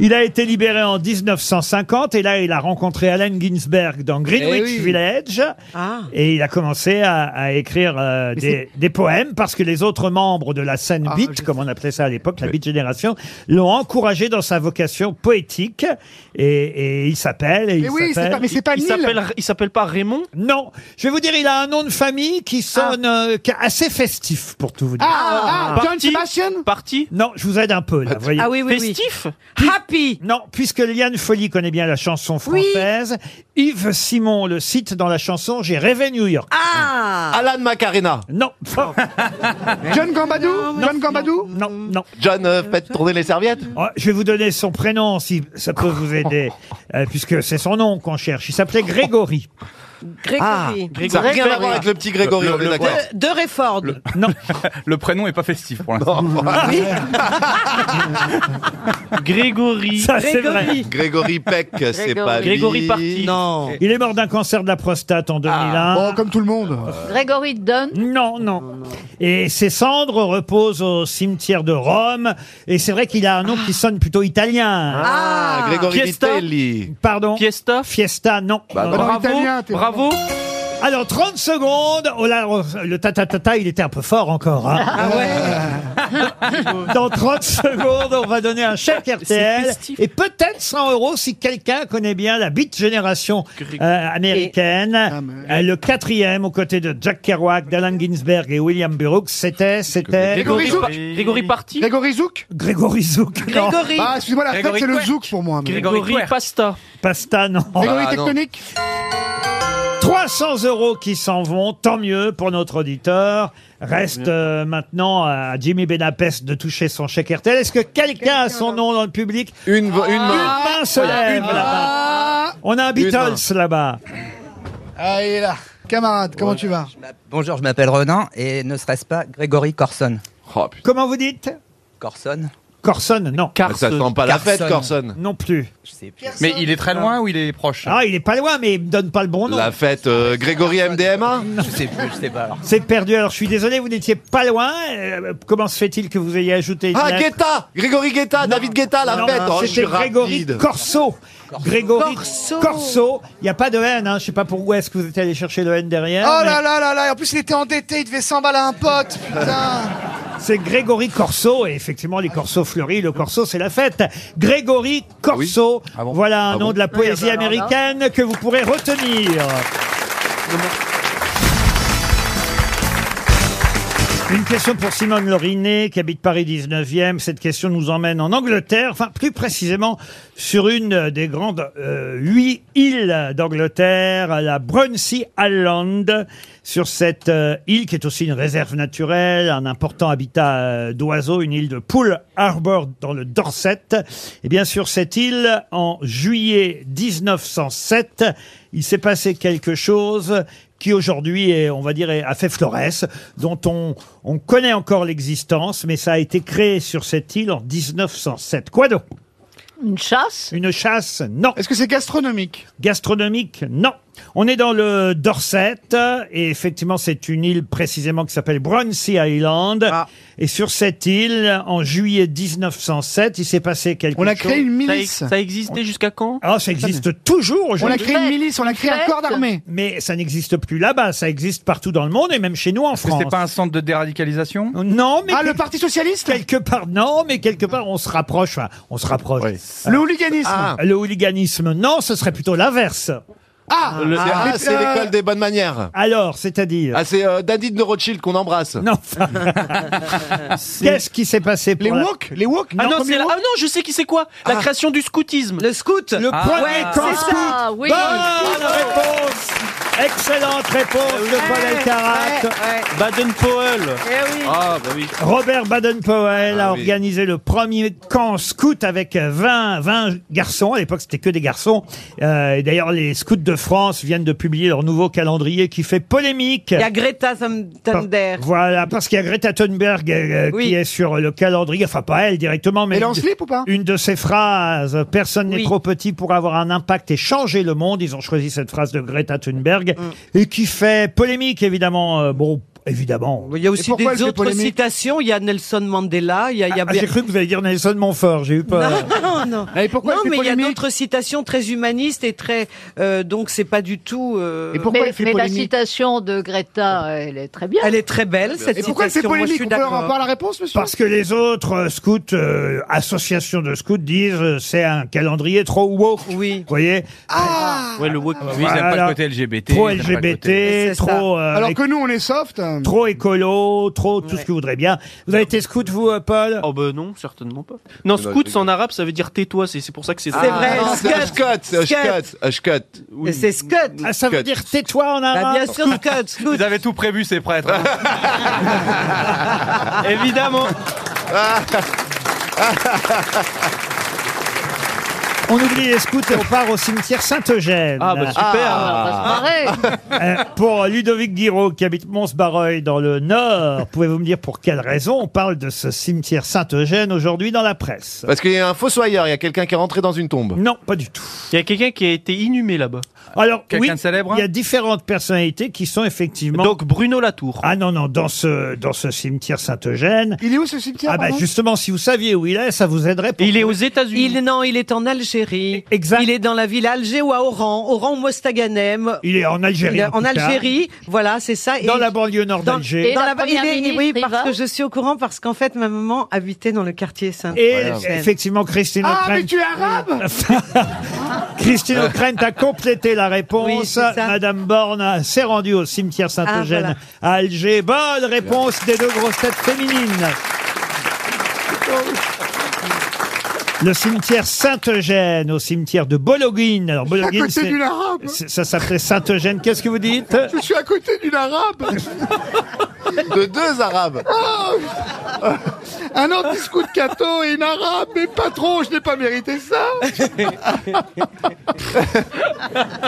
Il a été libéré en 1950 et là il a rencontré Allen Ginsberg dans Greenwich Eh oui. Village Ah. et il a commencé à, à écrire euh, des, des poèmes parce que les autres membres de la scène Ah, beat, comme on appelait ça à l'époque, la beat génération, l'ont encouragé dans sa vocation poétique et, et il s'appelle. et il Mais oui, c'est s'appelle- pas- mais c'est pas Il s'appelle, il s'appelle pas Raymond Non, je vais vous dire, il a un nom de famille qui sonne euh, qui est assez festif pour tout vous dire. Ah, ah, John Parti. Sebastian Parti Non, je vous aide un peu là, vous Ah voyez. Festif Happy Non, puisque Liane Folly connaît bien la chanson française, Yves Simon le cite dans la chanson J'ai rêvé New York. Ah Alan Macarena. Non. John Gambadou John Gambadou Non, non. John, euh, faites tourner les serviettes. Oh, Je vais vous donner son prénom si ça peut vous aider, euh, puisque c'est son nom qu'on cherche. Il s'appelait Grégory. Grégory. Ah, Ça n'a rien à voir avec le petit Grégory, on est d'accord. De, de Rayford. Non. le prénom est pas festif pour l'instant. Grégory. Ça, c'est vrai. Grégory Peck, c'est pas lui. Ah. Grégory Parti. Non. Il est mort d'un cancer de la prostate en 2001. Oh, comme tout le monde. Grégory Dunn Oh, Oh, Non, non. Et ses cendres reposent au cimetière de Rome. Et c'est vrai qu'il a un nom qui sonne plutôt italien. Ah, Grégory Fiesta. Vitelli. Pardon Fiesta. Fiesta, non. Bah, Non, bah, non. Bravo. Italien, t'es Bravo. Alors, 30 secondes. Oh là, oh, le ta-ta-ta-ta, il était un peu fort encore. hein. Ah Dans 30 secondes, on va donner un chèque RTL. festif. Et peut-être 100 euros si quelqu'un connaît bien la Beat Génération Greg- euh, américaine. Euh, le quatrième, aux côtés de Jack Kerouac, d'Alan Ginsberg et William Burroughs, c'était, c'était... Grégory Zouk Par- Grégory Parti. Grégory Zouk Euh, Grégory Zouk. non. Grégory. Bah, excusez-moi, la fête, Grégory c'est le Couette. Zouk pour moi. mais- Grégory Grégory Quer. Pasta. Pasta, non. Grégory Ah, non. Tectonique 300 euros qui s'en vont, tant mieux pour notre auditeur. Reste euh, maintenant à Jimmy Benapest de toucher son chèque RTL. Est-ce que quelqu'un a son nom dans le public Une, vo- une Une main. main Oh, se lève là-bas. Ah, On a un Beatles là-bas. ah, il est là. Camarade, comment tu vas Bonjour, je m'appelle Renan et ne serait-ce pas Grégory Corson. Oh, putain. Comment vous dites Corson Corson, non. Ça Carson. sent pas la fête, Carson. Corson. Non plus. Je sais plus. Mais il est très loin ou il est proche Ah, il est pas loin, mais il me donne pas le bon nom. La fête euh, Grégory MDMA Je sais plus, je sais pas alors. C'est perdu, alors je suis désolé, vous n'étiez pas loin. Euh, comment se fait-il que vous ayez ajouté une Ah, lettre Guetta Grégory Guetta, David Guetta, la Non, fête oh, je suis C'était Grégory rapide. Corso. Grégory Corso. Corso. Il n'y a pas de N, hein. je sais pas pourquoi est-ce que vous êtes allé chercher le N derrière. Oh mais là là là là, et en plus il était endetté, il devait 100 balles à un pote, putain. C'est Grégory Corso, et effectivement, les Corso fleuris, le Corso, c'est la fête. Grégory Corso, Ah bon voilà un nom de la poésie alors là. américaine que vous pourrez retenir. Une question pour Simone Lorinet, qui habite Paris 19e. Cette question nous emmène en Angleterre, enfin plus précisément sur une des grandes euh, huit îles d'Angleterre, la Brunsey Island. Sur cette euh, île, qui est aussi une réserve naturelle, un important habitat euh, d'oiseaux, une île de Poole Harbour dans le Dorset. Et bien sur cette île, en juillet 1907, il s'est passé quelque chose qui aujourd'hui, est, on va dire, est- a fait Flores, dont on, on connaît encore l'existence, mais ça a été créé sur cette île en 1907. Quoi donc Une chasse Une chasse, non. Est-ce que c'est gastronomique Gastronomique, non. On est dans le Dorset, euh, et effectivement, c'est une île précisément qui s'appelle Brunsey Island. Ah. Et sur cette île, en juillet 1907, il s'est passé quelque chose. On a créé une milice. Ça ex- ça a existé jusqu'à quand Ah, ça existe toujours On a aujourd'hui. créé une milice, on a créé un corps d'armée. Mais ça n'existe plus là-bas, ça existe partout dans le monde et même chez nous en que France. c'est pas un centre de déradicalisation Non, mais ah, le Parti socialiste quelque part. Non, mais quelque part, on se rapproche. enfin, on se rapproche. Euh, Le hooliganisme. Ah. Le hooliganisme. Non, ce serait plutôt l'inverse. Ah, Le- Ah, les- c'est euh, l'école des bonnes manières. Alors, c'est-à-dire Ah, c'est euh, Daddy de Rothschild qu'on embrasse. Non. Qu'est-ce qui s'est passé pour Les la- woke Les woke Ah non, comme c'est les la- woke. ah non, je sais qui c'est quoi La Ah. création du scoutisme. Le scout Le Ah, premier camp scout. Bonne réponse. Excellente réponse de Paul Elkarat. Baden-Powell. Ah, bah oui. Robert Baden-Powell Ah a organisé le premier camp scout avec 20, 20 garçons. À l'époque, c'était que des garçons. Euh, et d'ailleurs, les scouts de France viennent de publier leur nouveau calendrier qui fait polémique. Il y a Greta Thun- Thunder. Voilà, parce qu'il y a Greta Thunberg euh, qui est sur le calendrier, enfin pas elle directement, mais Elle est en une- slip ou pas une de ces phrases, euh, personne n'est Oui. trop petit pour avoir un impact et changer le monde, ils ont choisi cette phrase de Greta Thunberg, Mm. et qui fait polémique évidemment, Euh, bon, évidemment. Il y a aussi des autres citations. Il y a Nelson Mandela. Il y a, il y a Ah, J'ai cru que vous alliez dire Nelson Montfort, j'ai eu peur. Non, non. pourquoi non, elle fait mais il y a polémique d'autres citations très humanistes et très. euh, donc, c'est pas du tout. euh, mais, mais la citation de Greta, elle est très bien. Elle est très belle, cette Et pourquoi elle fait citation. Moi, je polémique suis On peut d'accord. leur avoir la réponse, monsieur Parce que les autres euh, scouts, euh, associations de scouts disent euh, c'est un calendrier trop woke. Oui. Vous voyez Ouais, le woke. Voilà. Ah ils aiment pas le côté LGBT. Trop ils aiment pas le côté- LGBT, trop. euh, Alors éc- que nous, on est soft. hein. Trop écolo, trop tout ce que vous voudrez bien. Vous avez été scout, vous, euh, Paul Oh ben non, certainement pas. Eh Non, scouts en arabe, ça veut dire tais-toi, c'est c'est pour ça que c'est ben, Ah, non, c'est Ashkot, c'est Ashkot, Ashkot. C'est Scott. Ah, ça veut dire tais-toi en arabe. bien sûr, Scott. Vous avez tout prévu, ces prêtres. Évidemment. Ah. On oublie les scouts et on part au cimetière Saint-Eugène. Ah, bah, super. Ah, on va Euh, Pour Ludovic Guiraud, qui habite Mons-Barreuil dans le Nord, pouvez-vous me dire pour quelle raison on parle de ce cimetière Saint-Eugène aujourd'hui dans la presse Parce qu'il y a un fossoyeur, il y a quelqu'un qui est rentré dans une tombe. Non, pas du tout. Il y a quelqu'un qui a été inhumé là-bas. Alors, Quelqu'un oui, de célèbre, hein il y a différentes personnalités qui sont effectivement... Donc Bruno Latour. Ah non, non, dans ce, dans ce cimetière Saint-Eugène. Il est où ce cimetière Ah bah pardon justement, si vous saviez où il est, ça vous aiderait. Pour Il est aux États-Unis. Il, non, il est en Algérie. Exact. Il est dans la ville Alger ou à Oran. Oran ou Mostaganem. Il est en Algérie, Il est en en tout cas. Algérie. Voilà, c'est ça. Dans la banlieue nord dans- d'Alger. dans Et la la- première il est- ministre, oui, il parce va que je suis au courant parce qu'en fait, ma maman habitait dans le quartier saint Et effectivement, Christine Ah, O'Krent- mais tu es arabe Christine O'Krent a complété la réponse. Madame Borne a- s'est rendue au cimetière Saint-Eugène à Alger. Bonne réponse des deux grosses têtes féminines. Le cimetière Saint-Eugène, au cimetière de Bologuine. Alors, Bologuine, côté c'est- d'une arabe. c'est- Ça s'appelait Saint-Eugène. Qu'est-ce que vous dites Je suis à côté d'une arabe De deux arabes. Ah Un anti-scout cato et une arabe, mais pas trop, je n'ai pas mérité ça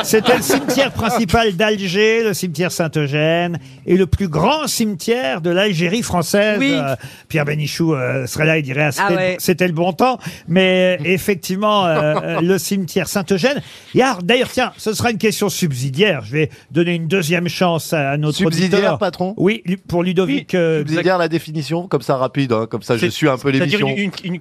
C'était le cimetière principal d'Alger, le cimetière Saint-Eugène, et le plus grand cimetière de l'Algérie française. Oui. Euh, Pierre Bénichou euh, serait là, il dirait, ah, c'était Ah ouais. c'était le bon temps. Mais euh, effectivement, euh, euh, le cimetière Saint-Eugène. Et alors, D'ailleurs, tiens, ce sera une question subsidiaire. Je vais donner une deuxième chance à notre Subsidiaire, auditeur. patron Oui, lu- pour Ludovic. euh, Subsidiaire la définition, comme ça rapide, hein, comme ça ça, je suis un peu l'émission.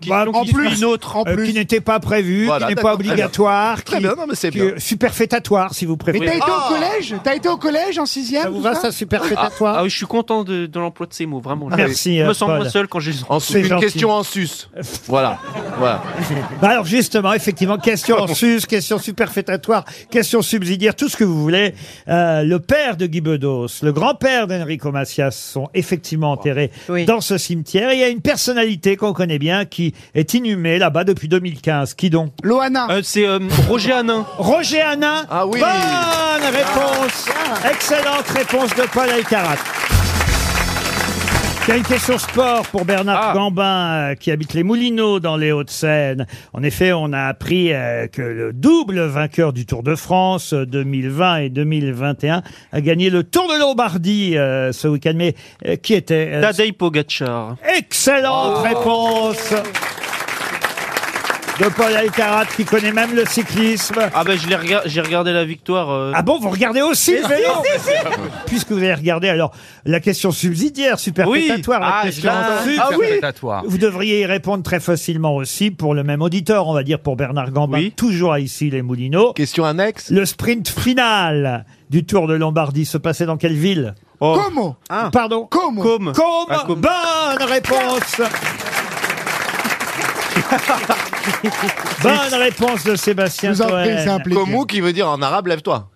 Bah, en plus, en plus. qui n'était pas prévue, Voilà, qui n'est pas d'accord, très bien. obligatoire, Très qui- bien, non, mais c'est qui- bien. Ah superfétatoire si vous Mais préférez. t'as été au collège T'as été au collège en sixième vous tout va, ça, superfétatoire ah, ah oui, je suis content de, de l'emploi de ces mots, vraiment. Merci, Je euh, me sens Paul. moins seul quand j'ai En C'est Une gentil. question en sus. Voilà. voilà. Bah alors justement, effectivement, question en sus, question superfétatoire, question subsidiaire, tout ce que vous voulez. Euh, le père de Guy Bedos, le grand-père d'Enrico Macias sont effectivement enterrés dans ce cimetière. Et il y a une personnalité qu'on connaît bien qui est inhumée là-bas depuis 2015. Qui donc Loana. c'est euh, Roger Hanin. Roger Hanin Ah oui Bonne réponse Excellente réponse de Paul Alcarat. Il y a une question sport pour Ah. Bernard Gambin euh, qui habite les Moulineaux dans les Hauts-de-Seine. En effet, on a appris euh, que le double vainqueur du Tour de France euh, 2020 et 2021 a gagné le Tour de Lombardie euh, ce week-end. Mais euh, qui était euh, Tadej Pogacar. Oh. Excellente réponse de Paul Alcarat qui connaît même le cyclisme. Ah ben je l'ai rega- j'ai regardé la victoire. euh, Ah bon, vous regardez Si, aussi le vélo si, si, si. Puisque vous avez regardé alors la question subsidiaire, superfétatoire, la Ah, je question l'ai en entendu, sus. superfétatoire. Vous devriez y répondre très facilement aussi pour le même auditeur, on va dire pour Bernard Gambin, toujours à ici les Moulineaux. Question annexe. Le sprint final du Tour de Lombardie se passait dans quelle ville Como Pardon Como Comme. Ah, Côme. Bonne réponse Bonne réponse de Sébastien Toen. Komu qui veut dire en arabe, lève-toi.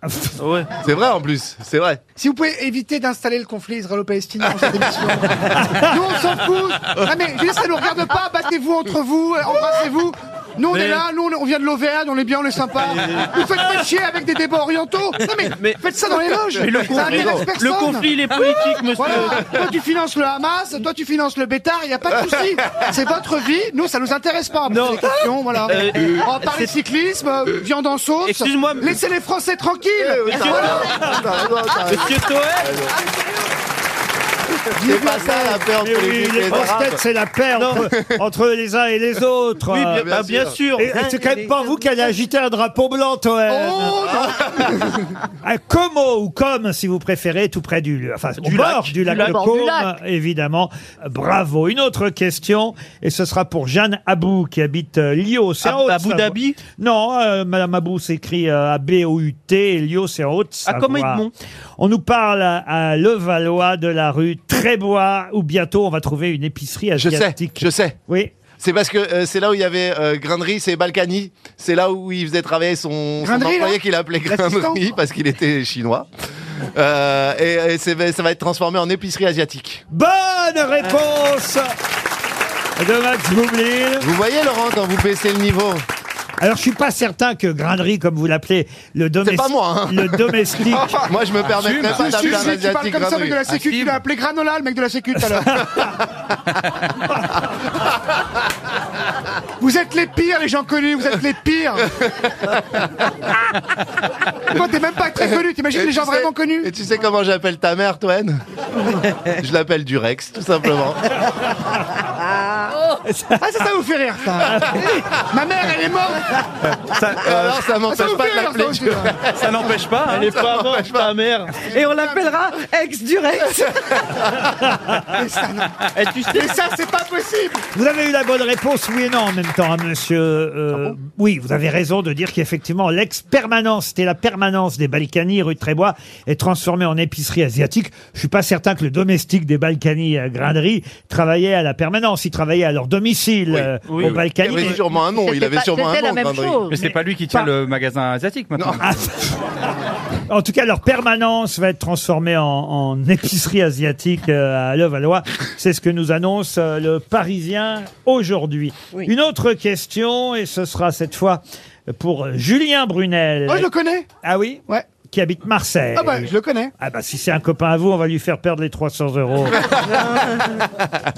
C'est vrai en plus, c'est vrai. Si vous pouvez éviter d'installer le conflit israélo-palestinien dans cette émission. nous, on s'en fout. Ah, mais je veux dire, ça nous regarde pas. Battez-vous entre vous, euh, embrassez-vous. Nous, on Mais- est là, nous, on est- on vient de l'Auvergne, on est bien, on est sympa. Vous faites pas chier avec des débats orientaux. Non, mais, faites ça dans les loges. Mais le ça conflit- intéresse le personne. conflit, il est politique, monsieur. Voilà. Toi, tu finances le Hamas, toi, tu finances le Bétard, il n'y a pas de souci. C'est votre vie. Nous, ça nous intéresse pas. Non. Questions, voilà. Euh, on parle c'est- cyclisme, euh, viande en sauce. Excuse-moi, mais- Eh Laissez les Français tranquilles. Monsieur- Monsieur Toer C'est pas ça la peur Mais oui, politique les des grosses Arabes. têtes, c'est la paix entre, entre les uns et les autres. Oui, bien- Euh, bah, bien sûr. Et, et c'est quand même pas vous qui allez agiter un drapeau blanc, Toen. Oh, Un Como ou Comme, si vous préférez, tout près du, enfin, au Du lac. bord du lac, Du lac. de Au bord du Côme, lac. évidemment. Bravo. Une autre question, et ce sera pour Jeanne Abou, qui habite euh, Lio. C'est en Ab- Abou Haute-Savoie. Dhabi Non, euh, Madame Abou s'écrit euh, A-B-O-U-T, et Lio, c'est en Haute-Savoie. Ah, comme Edmond. On nous parle à, à Levallois de la rue Trébois, où bientôt on va trouver une épicerie Je sais, asiatique. je sais. Oui. C'est parce que euh, c'est là où il y avait euh, Grindry, c'est Balkany. C'est là où il faisait travailler son, son Grindry, là employé qu'il appelait L'assistant Grindry parce qu'il était chinois. Euh, et et c'est- ça va être transformé en épicerie asiatique. Bonne réponse de Max Boublil. Vous voyez, Laurent, quand vous baissez le niveau. Alors, je suis pas certain que Grinderie, comme vous l'appelez, le C'est domestique. pas moi, hein. Le domestique. Moi, je me permettrais pas Si, d'appeler si, un si, tu parles asiatique comme ça, mec Grindry. de la sécu, tu l'as appelé granola, le mec de la sécu tout à l'heure. vous êtes les pires, les gens connus, vous êtes les pires. Toi, t'es même pas très connu, t'imagines Et les gens tu sais- vraiment connus. Et tu sais comment j'appelle ta mère, Toen Je l'appelle Durex, tout simplement. Ah, ça, ça vous fait rire, ça. Ma mère, elle est morte. euh, Ça, alors, ça m'empêche vous pas fait de rire, l'appeler ça aussi, Durex. Ça n'empêche pas. hein. Elle est pas morte, ta mère. Et on l'appellera ex-durex. Et tu sais, Mais ça, c'est pas possible. Vous avez eu la bonne réponse, oui et non, en même temps, hein, monsieur. Ah euh, oui, vous avez raison de dire qu'effectivement, l'ex-permanence, c'était la permanence des Balkany, rue de Trébois, est transformée en épicerie asiatique. Je suis pas certain que le domestique des Balkany à Grinderie travaillait à la permanence. Il travaillait à leur domicile, euh, oui, aux oui. Balkany. Il avait sûrement un nom, il C'était avait pas- sûrement un c'était la nom, même Grindery. chose. Mais c'est pas lui qui tient le magasin asiatique maintenant. En tout cas, leur permanence va être transformée en, en épicerie asiatique euh, à Levallois. C'est ce que nous annonce euh, le Parisien aujourd'hui. Une autre question, et ce sera cette fois pour Julien Brunel. Oh, je le connais. Ah oui Ouais. Qui habite Marseille. Ah bah, je le connais. Ah bah si c'est un copain à vous, on va lui faire perdre les 300 euros.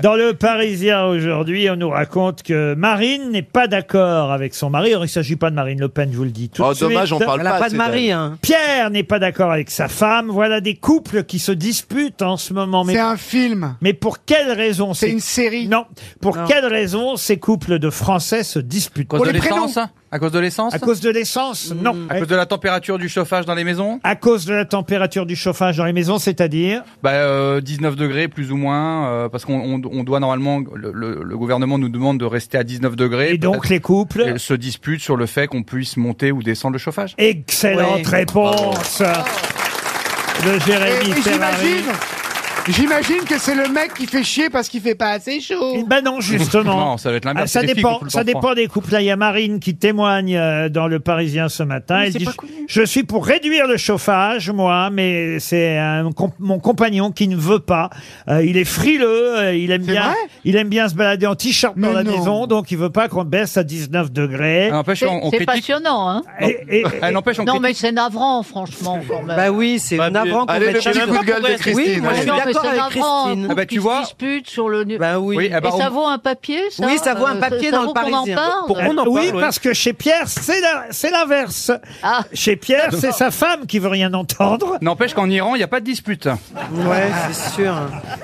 Dans le Parisien aujourd'hui, on nous raconte que Marine n'est pas d'accord avec son mari. Alors il s'agit pas de Marine Le Pen, je vous le dis tout Oh, de suite. dommage, on parle Elle a pas pas de assez mari, d'elle. hein. Pierre n'est pas d'accord avec sa femme. Voilà des couples qui se disputent en ce moment. Mais, C'est un film. mais pour quelle raison C'est une série. Non. Pour Non. quelle raison ces couples de Français se disputent Pour les prénoms. À cause de l'essence Mmh. À cause de l'essence Non. À cause de la température du chauffage dans les maisons À cause de la température du chauffage dans les maisons, c'est-à-dire bah, euh, 19 degrés plus ou moins, euh, parce qu'on on- on doit normalement, le, le- le gouvernement nous demande de rester à 19 degrés. Et donc les couples se disputent sur le fait qu'on puisse monter ou descendre le chauffage. Excellente Ouais. réponse de Et, Jérémy et Ferrari. j'imagine, j'imagine que c'est le mec qui fait chier parce qu'il fait pas assez chaud. Ben non, justement. Non, ça doit être l'inverse, Ah, Ça c'est les filles qui ont dépend, tout le ça temps froid. dépend des couples. Là, il y a Marine qui témoigne euh, dans Le Parisien ce matin. Mais Elle c'est dit, pas je- je suis pour réduire le chauffage, moi, mais c'est un com- mon compagnon qui ne veut pas. Euh, il est frileux, euh, il aime bien, vrai il aime bien se balader en t-shirt dans Mais la non. maison, donc il veut pas qu'on baisse à 19 degrés. Ah, n'empêche, on- on C'est passionnant, hein Et- et- Ah, n'empêche, on Non, critique. mais c'est navrant, franchement, quand même. Bah oui, c'est navrant qu'on mette ça. Oui, moi je suis Non, mais d'accord c'est avec navrant, Christine. Ah, Bah, bah, qu'on puisse dispute sur le... Bah oui. eh Et ben, ça vaut un papier, ça Oui, ça vaut un Euh, papier ça dans le vaut qu'on en Parisien. parle oui, parce que chez Pierre, c'est la- c'est l'inverse. Ah. Chez Pierre, c'est sa femme qui veut rien entendre. N'empêche qu'en Iran, il n'y a pas de dispute. Ouais, Ah. c'est sûr.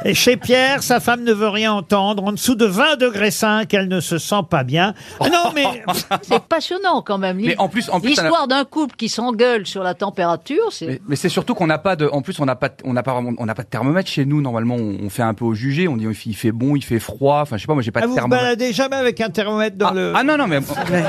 Et chez Pierre, sa femme ne veut rien entendre. En dessous de 20 degrés 5, elle ne se sent pas bien. Ah non, mais C'est passionnant quand même. Mais en plus- en plus, l'histoire d'un couple qui s'engueule sur la température, Mais, c'est mais c'est surtout qu'on n'a pas de, en plus on n'a pas, de- on n'a pas, vraiment- on n'a pas de thermomètre chez nous. Normalement, on, on fait un peu au jugé. On dit il fait bon, il fait froid. Enfin, je sais pas, moi j'ai pas Ah, de vous vous thermomètre. baladez jamais avec un thermomètre dans le... Ah non non mais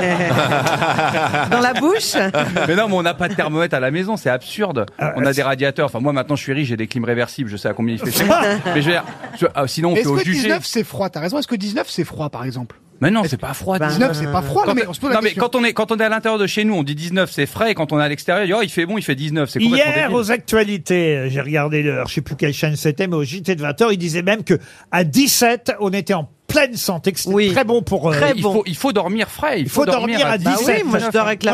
dans la bouche. Mais non, mais on n'a pas de thermomètre à la maison, c'est absurde. Ah, On a des radiateurs. Enfin, moi maintenant je suis riche, j'ai des clims réversibles. Je sais à combien il fait chez moi. Mais je veux dire, je- ah, sinon on fait Est-ce au que jugé. 19 c'est froid T'as raison. Est-ce que 19 c'est froid par exemple Mais non, c'est pas froid. 19, c'est pas froid, non, Quand- mais on se pose la non, mais question. quand on est quand on est à l'intérieur de chez nous, on dit 19, c'est frais. Et quand on est à l'extérieur, on dit, oh, il fait bon, il fait 19. C'est complètement Hier, débile. aux actualités, euh, j'ai regardé l'heure, je sais plus quelle chaîne c'était, mais au JT de 20h, il disait même que à 17, on était en pleine santé, que c'était très bon pour... euh, il, faut, il faut dormir frais. Il, Il faut dormir à 17. Moi, je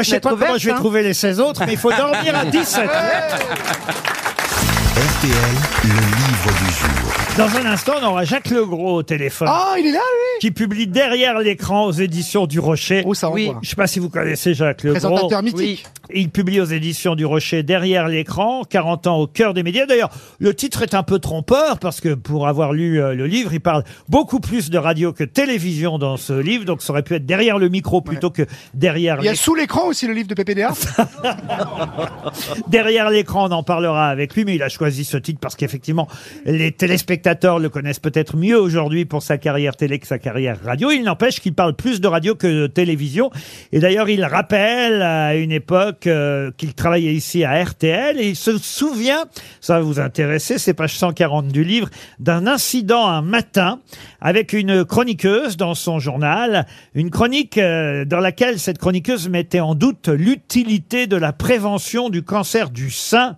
sais pas comment je vais trouver les 16 autres, mais il faut dormir à 17. RTL, le livre du jour. Dans un instant, on aura Jacques Legros au téléphone. Ah, il est là, lui Qui publie derrière l'écran aux éditions du Rocher. Oh, ça envoie. Oui. Je sais pas si vous connaissez Jacques Legros. Présentateur mythique. Il publie aux éditions du Rocher derrière l'écran, 40 ans au cœur des médias. D'ailleurs, le titre est un peu trompeur parce que pour avoir lu euh, le livre, il parle beaucoup plus de radio que télévision dans ce livre, donc ça aurait pu être derrière le micro plutôt que derrière. Il y a l'écran. sous l'écran aussi le livre de PPDA. Derrière l'écran, on en parlera avec lui, mais il a choisi ce titre parce qu'effectivement, les téléspectateurs le connaissent peut-être mieux aujourd'hui pour sa carrière télé que sa carrière radio. Il n'empêche qu'il parle plus de radio que de télévision. Et d'ailleurs, il rappelle à une époque euh, qu'il travaillait ici à RTL et il se souvient, ça va vous intéresser, c'est page 140 du livre, d'un incident un matin avec une chroniqueuse dans son journal, une chronique euh, dans laquelle cette chroniqueuse mettait en doute l'utilité de la prévention du cancer du sein.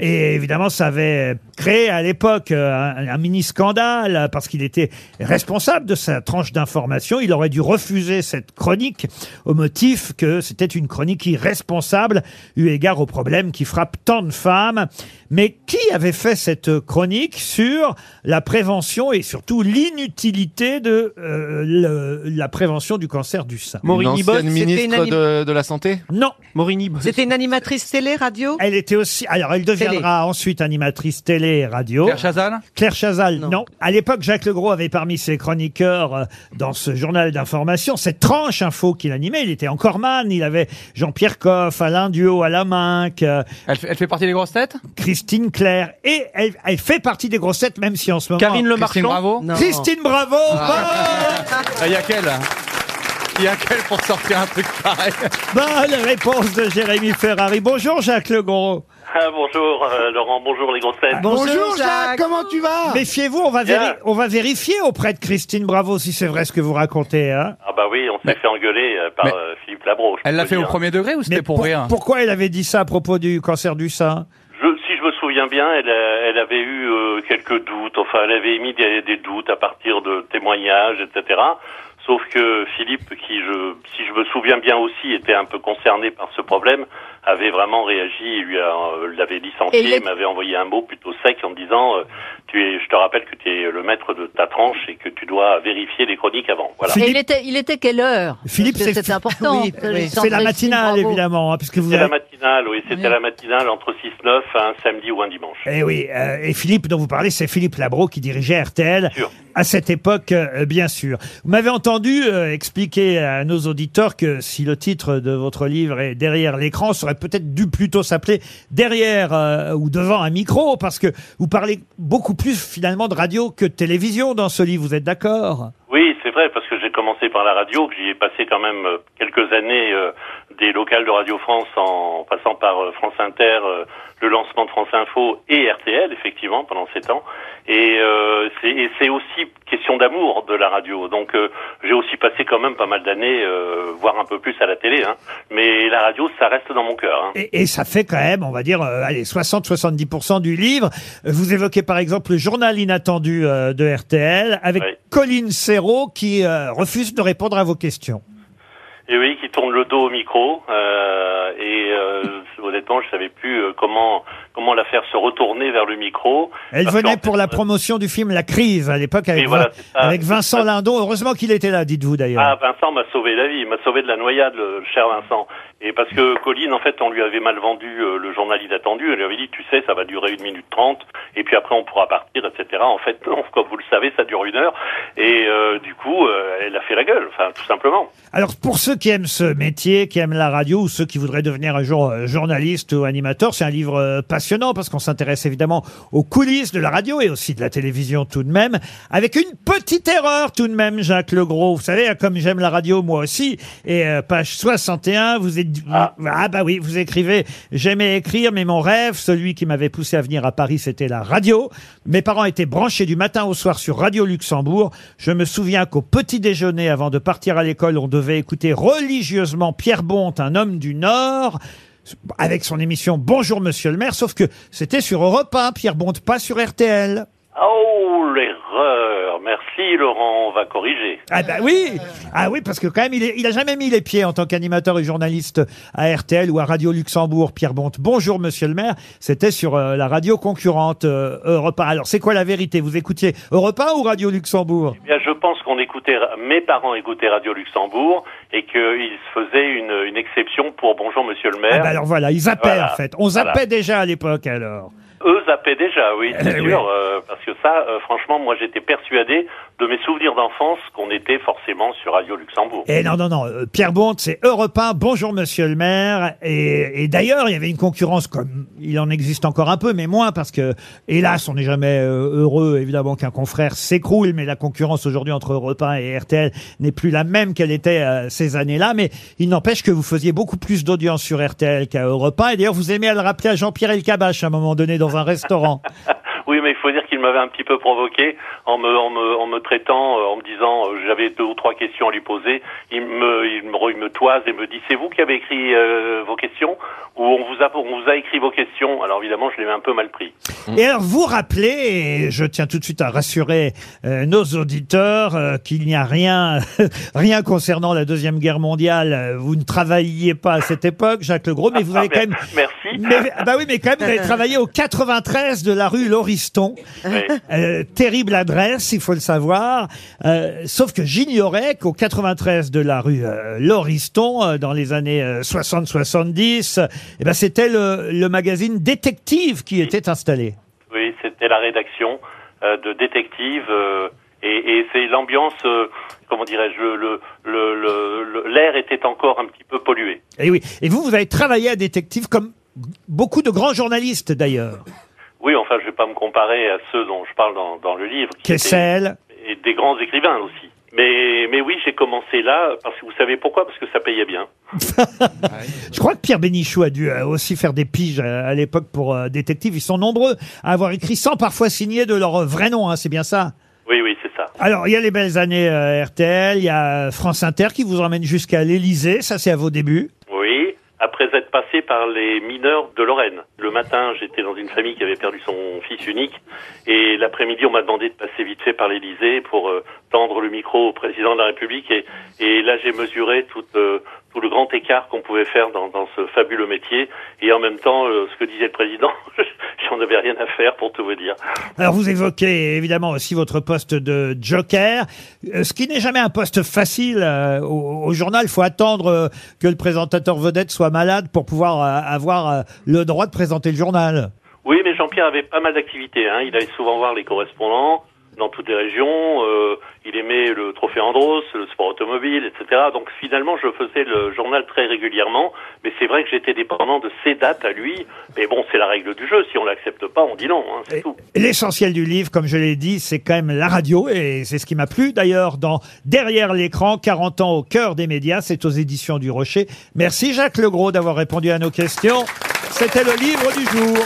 Et évidemment, ça avait créé à l'époque euh, un, un mini-scandale euh, parce qu'il était responsable de sa tranche d'information. Il aurait dû refuser cette chronique au motif que c'était une chronique irresponsable eu égard aux problèmes qui frappent tant de femmes. Mais qui avait fait cette chronique sur la prévention et surtout l'inutilité de euh, le- la prévention du cancer du sein Une ancienne ministre de, de la Santé Non. Morini C'était une animatrice télé, radio Elle était aussi. Alors, elle deviendra ensuite animatrice télé et radio. Claire Chazal Claire Chazal, non. À l'époque, Jacques Legros avait parmi ses chroniqueurs euh, dans ce journal d'information cette tranche info qu'il animait. Il était encore man, il avait Jean-Pierre Coff, Alain Duo, Alain Minc, euh, Elle fait, elle fait partie des grosses têtes. Christine Claire. Et elle, elle fait partie des grosses têtes, même si en ce moment. Karine Le Christine Marchand Bravo Non. Christine Bravo Ah. Ah, Il y a quelle Il y a quelle pour sortir un truc pareil Bonne bonne réponse de Jérémy Ferrari. Bonjour, Jacques Legros. Ah, bonjour euh, Laurent, bonjour les grosses têtes. comment tu vas Méfiez-vous, on, va Bien. véri- on va vérifier auprès de Christine Bravo si c'est vrai ce que vous racontez. hein. Ah bah oui, on s'est fait engueuler euh, par euh, Philippe Labro. je Elle l'a peux fait au dire. premier degré ou c'était pour, rire Pourquoi elle avait dit ça à propos du cancer du sein Je- si je me souviens bien, elle, a- elle avait eu euh, quelques doutes, enfin elle avait émis des, des doutes à partir de témoignages, etc. Sauf que Philippe, qui je, si je me souviens bien aussi, était un peu concerné par ce problème, avait vraiment réagi, il lui a, euh, l'avait licencié, Et il est- m'avait envoyé un mot plutôt sec en disant euh, tu es, je te rappelle que tu es le maître de ta tranche et que tu dois vérifier les chroniques avant. Voilà. Et il était, il était quelle heure Philippe, Parce que c'est- c'est important. Oui, Ça, oui. je C'est sens la Christine, matinale, bravo. évidemment, hein, puisque vous C'était la avez- matinale, oui, c'était la matinale entre 6-9, un samedi ou un dimanche. Eh oui, euh, et Philippe dont vous parlez, c'est Philippe Labro qui dirigeait RTL à cette époque, euh, bien sûr. Vous m'avez entendu euh, expliquer à nos auditeurs que si le titre de votre livre est Derrière l'écran, ça aurait peut-être dû plutôt s'appeler Derrière euh, ou devant un micro, parce que vous parlez beaucoup plus finalement de radio que de télévision dans ce livre, vous êtes d'accord Oui, c'est vrai, parce que j'ai commencé par la radio, que j'y ai passé quand même euh, quelques années euh, des locales de Radio France en passant par euh, France Inter, euh, le lancement de France Info et RTL, effectivement, pendant ces temps. Et euh, c'est et c'est aussi question d'amour de la radio. Donc euh, j'ai aussi passé quand même pas mal d'années, euh, voire un peu plus à la télé. hein. Mais la radio, ça reste dans mon cœur. hein. Et, et ça fait quand même, on va dire, euh, allez, 60-70% du livre. Euh, Vous évoquez par exemple le journal inattendu euh, de RTL avec Colline Serrault qui euh, refuse de répondre à vos questions. Et oui, qui tourne le dos au micro. euh, et euh, honnêtement, je savais plus euh, comment comment la faire se retourner vers le micro. Elle Parce venait qu'en euh, pour la promotion du film La Crise à l'époque avec, Oui, voilà, Vin- c'est ça. avec Vincent Lindon. Heureusement qu'il était là, dites-vous d'ailleurs. Ah, Vincent m'a sauvé la vie, il m'a sauvé de la noyade, le cher Vincent. Et parce que Colline, en fait, on lui avait mal vendu euh, le journal inattendu. Elle lui avait dit, tu sais, ça va durer une minute trente, et puis après on pourra partir, etc. En fait, non, comme vous le savez, ça dure une heure. Et euh, du coup, euh, elle a fait la gueule, enfin, tout simplement. Alors pour ceux qui aiment ce métier, qui aiment la radio ou ceux qui voudraient devenir un jour euh, journaliste ou animateur, c'est un livre euh, passionnant parce qu'on s'intéresse évidemment aux coulisses de la radio et aussi de la télévision tout de même, avec une petite erreur tout de même, Jacques Legros. Vous savez, comme j'aime la radio moi aussi, et euh, page 61, vous êtes... Ah. bah oui, vous écrivez « J'aimais écrire, mais mon rêve, celui qui m'avait poussé à venir à Paris, c'était la radio. Mes parents étaient branchés du matin au soir sur Radio Luxembourg. Je me souviens qu'au petit déjeuner, avant de partir à l'école, on devait écouter religieusement Pierre Bonte, un homme du Nord, avec son émission Bonjour Monsieur le Maire, sauf que c'était sur Europe 1, Pierre Bonte, pas sur RTL. Oh, l'erreur Merci Laurent, on va corriger. Eh Ah bah oui, ah oui parce que quand même il, est- il a jamais mis les pieds en tant qu'animateur et journaliste à RTL ou à Radio Luxembourg. Pierre Bonte, bonjour Monsieur le Maire. C'était sur euh, la radio concurrente euh, Europe 1. Alors c'est quoi la vérité Vous écoutiez Europe 1 ou Radio Luxembourg Eh Bien, je pense qu'on écoutait, mes parents écoutaient Radio Luxembourg et qu'ils se faisaient une, une exception pour Bonjour Monsieur le Maire. Ah bah alors voilà, ils zappaient Voilà, en fait. On zappait voilà. déjà à l'époque alors. Eux zappaient déjà, oui, c'est Eh oui. sûr, euh, parce que ça, euh, franchement, moi j'étais persuadé de mes souvenirs d'enfance qu'on était forcément sur Radio Luxembourg. Et non, non, non. euh, Pierre Bonte, c'est Europe 1, bonjour monsieur le maire. Et, et d'ailleurs, il y avait une concurrence, comme il en existe encore un peu, mais moins, parce que, hélas, on n'est jamais euh, heureux, évidemment, qu'un confrère s'écroule, mais la concurrence aujourd'hui entre Europe 1 et RTL n'est plus la même qu'elle était euh, ces années-là. Mais il n'empêche que vous faisiez beaucoup plus d'audience sur RTL qu'à Europe 1. Et d'ailleurs, vous aimez à le rappeler à Jean-Pierre Elkabach à un moment donné dans un restaurant. Oui, mais il faut dire qu'il m'avait un petit peu provoqué en me, en me, en me traitant, euh, en me disant, euh, j'avais deux ou trois questions à lui poser. Il me, il me, re- il me toise et me dit, c'est vous qui avez écrit euh, vos questions ou on vous a, on vous a écrit vos questions. Alors évidemment, je l'ai un peu mal pris. Et alors, vous rappelez, et je tiens tout de suite à rassurer euh, nos auditeurs euh, qu'il n'y a rien, rien concernant la Deuxième Guerre mondiale. Euh, Vous ne travailliez pas à cette époque, Jacques Legros, mais vous avez quand même... Ah, Merci. Mais, ah bah oui, mais quand même, vous avez travaillé au 93 de la rue Lauriston. Oui. Euh, terrible adresse, il faut le savoir. Euh, sauf que j'ignorais qu'au 93 de la rue euh, Lauriston, euh, dans les années euh, 60-70, eh ben c'était le, le magazine Détective qui était installé. Oui, c'était la rédaction euh, de Détective. euh, et et c'est l'ambiance, euh, comment dirais-je, le- le- le- le- l'air était encore un petit peu pollué. Et Eh oui. Et vous, vous avez travaillé à Détective comme beaucoup de grands journalistes d'ailleurs. Oui, enfin, je vais pas me comparer à ceux dont je parle dans, dans le livre. qui Kessel. étaient- Et des grands écrivains aussi. Mais, mais oui, j'ai commencé là, parce que vous savez pourquoi Parce que ça payait bien. Je crois que Pierre Bénichou a dû euh, aussi faire des piges euh, à l'époque pour euh, Détective. Ils sont nombreux à avoir écrit sans parfois signer de leur euh, vrai nom, hein, c'est bien ça Oui, oui, c'est ça. Alors, il y a les belles années euh, RTL, il y a France Inter qui vous emmène jusqu'à l'Elysée, ça c'est à vos débuts. Oui, après être passé par les mineurs de Lorraine. Le matin, j'étais dans une famille qui avait perdu son fils unique, et l'après-midi, on m'a demandé de passer vite fait par l'Élysée pour euh, tendre le micro au président de la République, et, et là, j'ai mesuré toute, euh, tout le grand écart qu'on pouvait faire dans, dans ce fabuleux métier. Et en même temps, euh, ce que disait le président, j'en avais rien à faire pour tout vous dire. Alors vous évoquez évidemment aussi votre poste de joker, euh, ce qui n'est jamais un poste facile euh, au, au journal. Il faut attendre euh, que le présentateur vedette soit malade pour pouvoir euh, avoir euh, le droit de présenter le journal. Oui, mais Jean-Pierre avait pas mal d'activités. Hein. Il allait souvent voir les correspondants dans toutes les régions. euh, il aimait le trophée Andros, le sport automobile, etc. Donc finalement, je faisais le journal très régulièrement. Mais c'est vrai que j'étais dépendant de ses dates à lui. Mais bon, c'est la règle du jeu. Si on l'accepte pas, on dit non. hein, c'est tout. L'essentiel du livre, comme je l'ai dit, c'est quand même la radio et c'est ce qui m'a plu d'ailleurs dans Derrière l'écran, 40 ans au cœur des médias, c'est aux éditions du Rocher. Merci Jacques Legros d'avoir répondu à nos questions. C'était le livre du jour.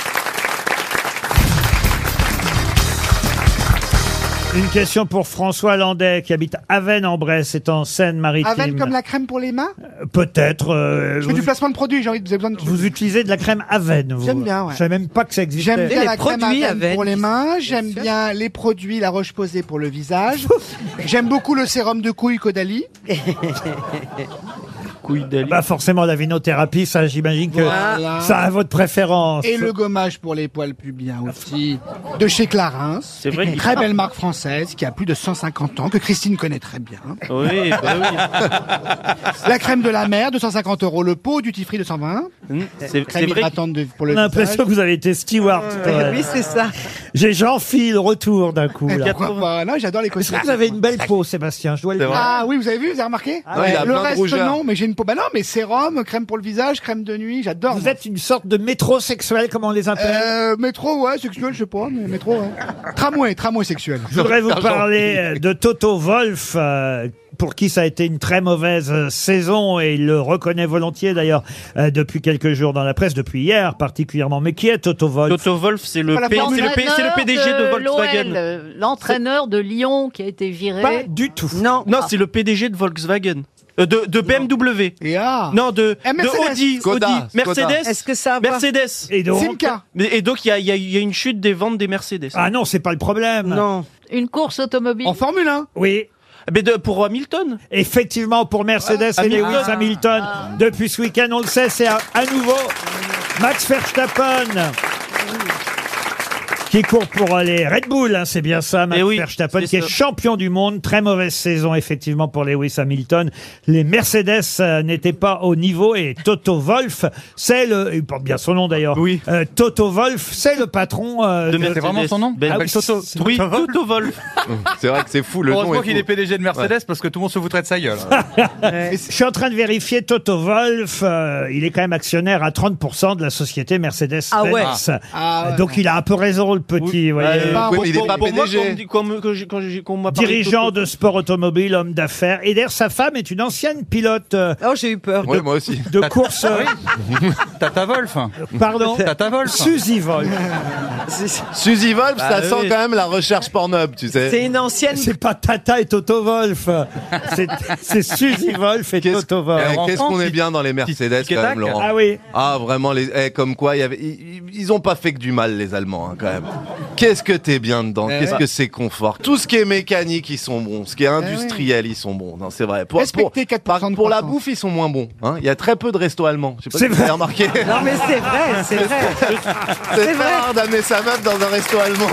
Une question pour François Landais qui habite Avennes-en-Bresse, c'est en Aven Seine-Maritime. comme la crème pour les mains Peut-être. euh, Je fais vous, du placement de produits, j'ai envie de... vous avez besoin de... vous utilisez de la crème Aven. vous. J'aime bien, ouais. Je savais même pas que ça existait. J'aime bien la crème Aven pour les mains, j'aime bien les produits La Roche-Posay pour le visage, j'aime beaucoup le sérum de couille Caudalie. Bah forcément la vinothérapie, ça j'imagine que Voilà. ça a votre préférence. Et le gommage pour les poils pubiens aussi, de chez Clarins. C'est vrai qu'il- Très belle marque française qui a plus de 150 ans, que Christine connaît très bien. Oui, bah oui. La crème de la mer, 250 euros le pot, du free 220. Hmm, C'est- Crème c'est vrai hydratante de- pour le J'ai l'impression que visage. vous avez été steward. Euh, oui, c'est ça. J'ai Jean-Phil retour d'un coup. là. Pourquoi pas Non, j'adore les Parce costumes. que vous avez une belle peau, Sébastien. Je dois le dire. Ah oui, vous avez vu, vous avez remarqué Ah ouais, il a Le plein de reste, rougeurs. non, mais j'ai une peau. Bah non, mais sérum, crème pour le visage, crème de nuit, j'adore. Vous êtes une sorte de métro sexuel, comment on les appelle euh, Métro, ouais, sexuel, je sais pas, mais métro, ouais. Tramway, tramway sexuel. Je voudrais vous parler euh, de Toto Wolf, euh, pour qui ça a été une très mauvaise euh, saison, et il le reconnaît volontiers d'ailleurs euh, depuis quelques jours dans la presse, depuis hier particulièrement. Mais qui est Toto Wolf Toto Wolf, c'est le, P- c'est le P- c'est le L'entraîneur PDG de l'OL, Volkswagen. euh, L'entraîneur de Lyon qui a été viré. Pas du tout. Non. Non, c'est le PDG de Volkswagen. Euh, de, de BMW. Ah. Non, de, Eh, de Mercedes. Audi, Skoda, Audi, Skoda. Mercedes. Est-ce que ça va Mercedes. Et donc Simca. Mais- Et donc, il y a, il y a- il y a une chute des ventes des Mercedes. Ah non, c'est pas le problème. Non. Une course automobile. Formule 1 Oui. Mais de- pour Hamilton Effectivement, pour Mercedes Ah, et Hamilton. Lewis Hamilton, depuis ce week-end, on le sait, c'est à, à nouveau Max Verstappen. Qui court pour euh, les Red Bull, hein, c'est bien ça, Max Verstappen, qui est champion du monde. Très mauvaise saison, effectivement, pour Lewis Hamilton. Les Mercedes euh, n'étaient pas au niveau et Toto Wolf, c'est le, il porte bien son nom d'ailleurs. Oui. Toto Wolf, c'est le patron euh, De Mercedes. C'est vraiment son nom Ah oui, Ben- Toto. c'est Oui, Wolff. Toto Wolf. C'est vrai que c'est fou, le nom Heureusement est qu'il fou. est PDG de Mercedes Ouais. parce que tout le monde se foutrait de sa gueule. Je suis en train de vérifier Toto Wolf. euh, il est quand même actionnaire à 30% de la société Mercedes-Benz. euh, Ah ouais. Ah ouais. Donc il a un peu raison, le petit. Euh, vous voyez. euh, Pour- pour moi, quand on me dit- quand me- que j'ai- quand j'ai- qu'on m'a parlé Dirigeant Toto- de sport automobile, homme d'affaires. Et d'ailleurs, sa femme est une ancienne pilote. euh, oh, j'ai eu peur. De, moi aussi. De course. Ah euh, Tata Wolf. Pardon. Tata Wolf. Suzy Wolf. Suzy Wolf, Bah ça oui. sent quand même la recherche Pornhub, tu sais. une ancienne. C'est pas Tata et Toto Wolf. C'est- C'est Suzy Wolf et Toto Eh, Wolf. Qu'est-ce qu'on est bien dans les Mercedes quand tic-tac. même, Laurent. Ah oui. Ah vraiment, les... eh, comme quoi, il y avait... ils, ils- ils ont pas fait que du mal les Allemands hein, quand même. Qu'est-ce que t'es bien dedans Eh Qu'est-ce ouais. Eh que c'est confort Tout ce qui est mécanique, ils sont bons. Ce qui est industriel, ils sont bons. Non, c'est vrai. Pour, pour- Respectez 4% par- pour la bouffe, ils sont moins bons. hein. Il y a très peu de restos allemands. Je sais pas C'est si vous vrai. avez remarqué. Non, mais c'est vrai, c'est vrai. C'est très rare d'amener sa meuf dans un resto allemand.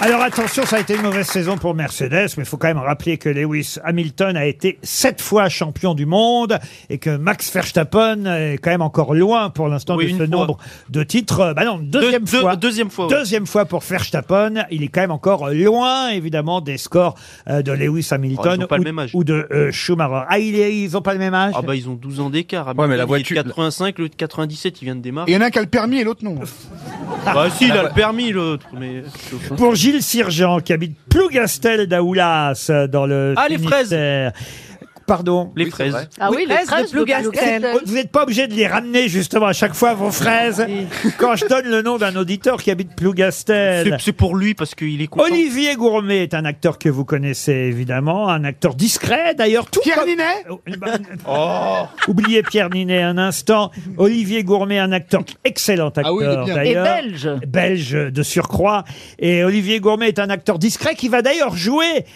Alors attention, ça a été une mauvaise saison pour Mercedes, mais il faut quand même rappeler que Lewis Hamilton a été sept fois champion du monde et que Max Verstappen est quand même encore loin pour l'instant Oui, de une ce fois. nombre de titres. Euh, Bah non, deuxième deux- fois. deuxième fois, ouais. Deuxième fois pour Verstappen. Il est quand même encore loin, évidemment, des scores euh, de Lewis Oh, ils Hamilton ont pas ou, le même âge. ou de euh, Schumacher. Ah, il est- ils ont pas le même âge Ah bah ils ont 12 ans d'écart. Ouais, mais la Il est voiture- de 85, le de 97, il vient de démarrer. Il y en a un qui a le permis et l'autre non. Bah si, il a le permis l'autre, mais... Pour Gilles Sirgent, qui habite Plougastel d'Aoulas, euh, dans le Ah, les fraises. Finistère. Pardon Les fraises. Ah oui, les fraises de Plougastel. Vous n'êtes pas obligé de les ramener justement à chaque fois vos fraises quand je donne le nom d'un auditeur qui habite Plougastel. C'est- C'est pour lui parce qu'il est content. Olivier Gourmet est un acteur que vous connaissez évidemment, un acteur discret d'ailleurs. Tout Pierre comme- Ninet Oh. Oubliez Pierre Ninet un instant. Olivier Gourmet, un acteur, excellent acteur Ah oui, il est bien. d'ailleurs. Et belge. Belge de surcroît. Et Olivier Gourmet est un acteur discret qui va d'ailleurs jouer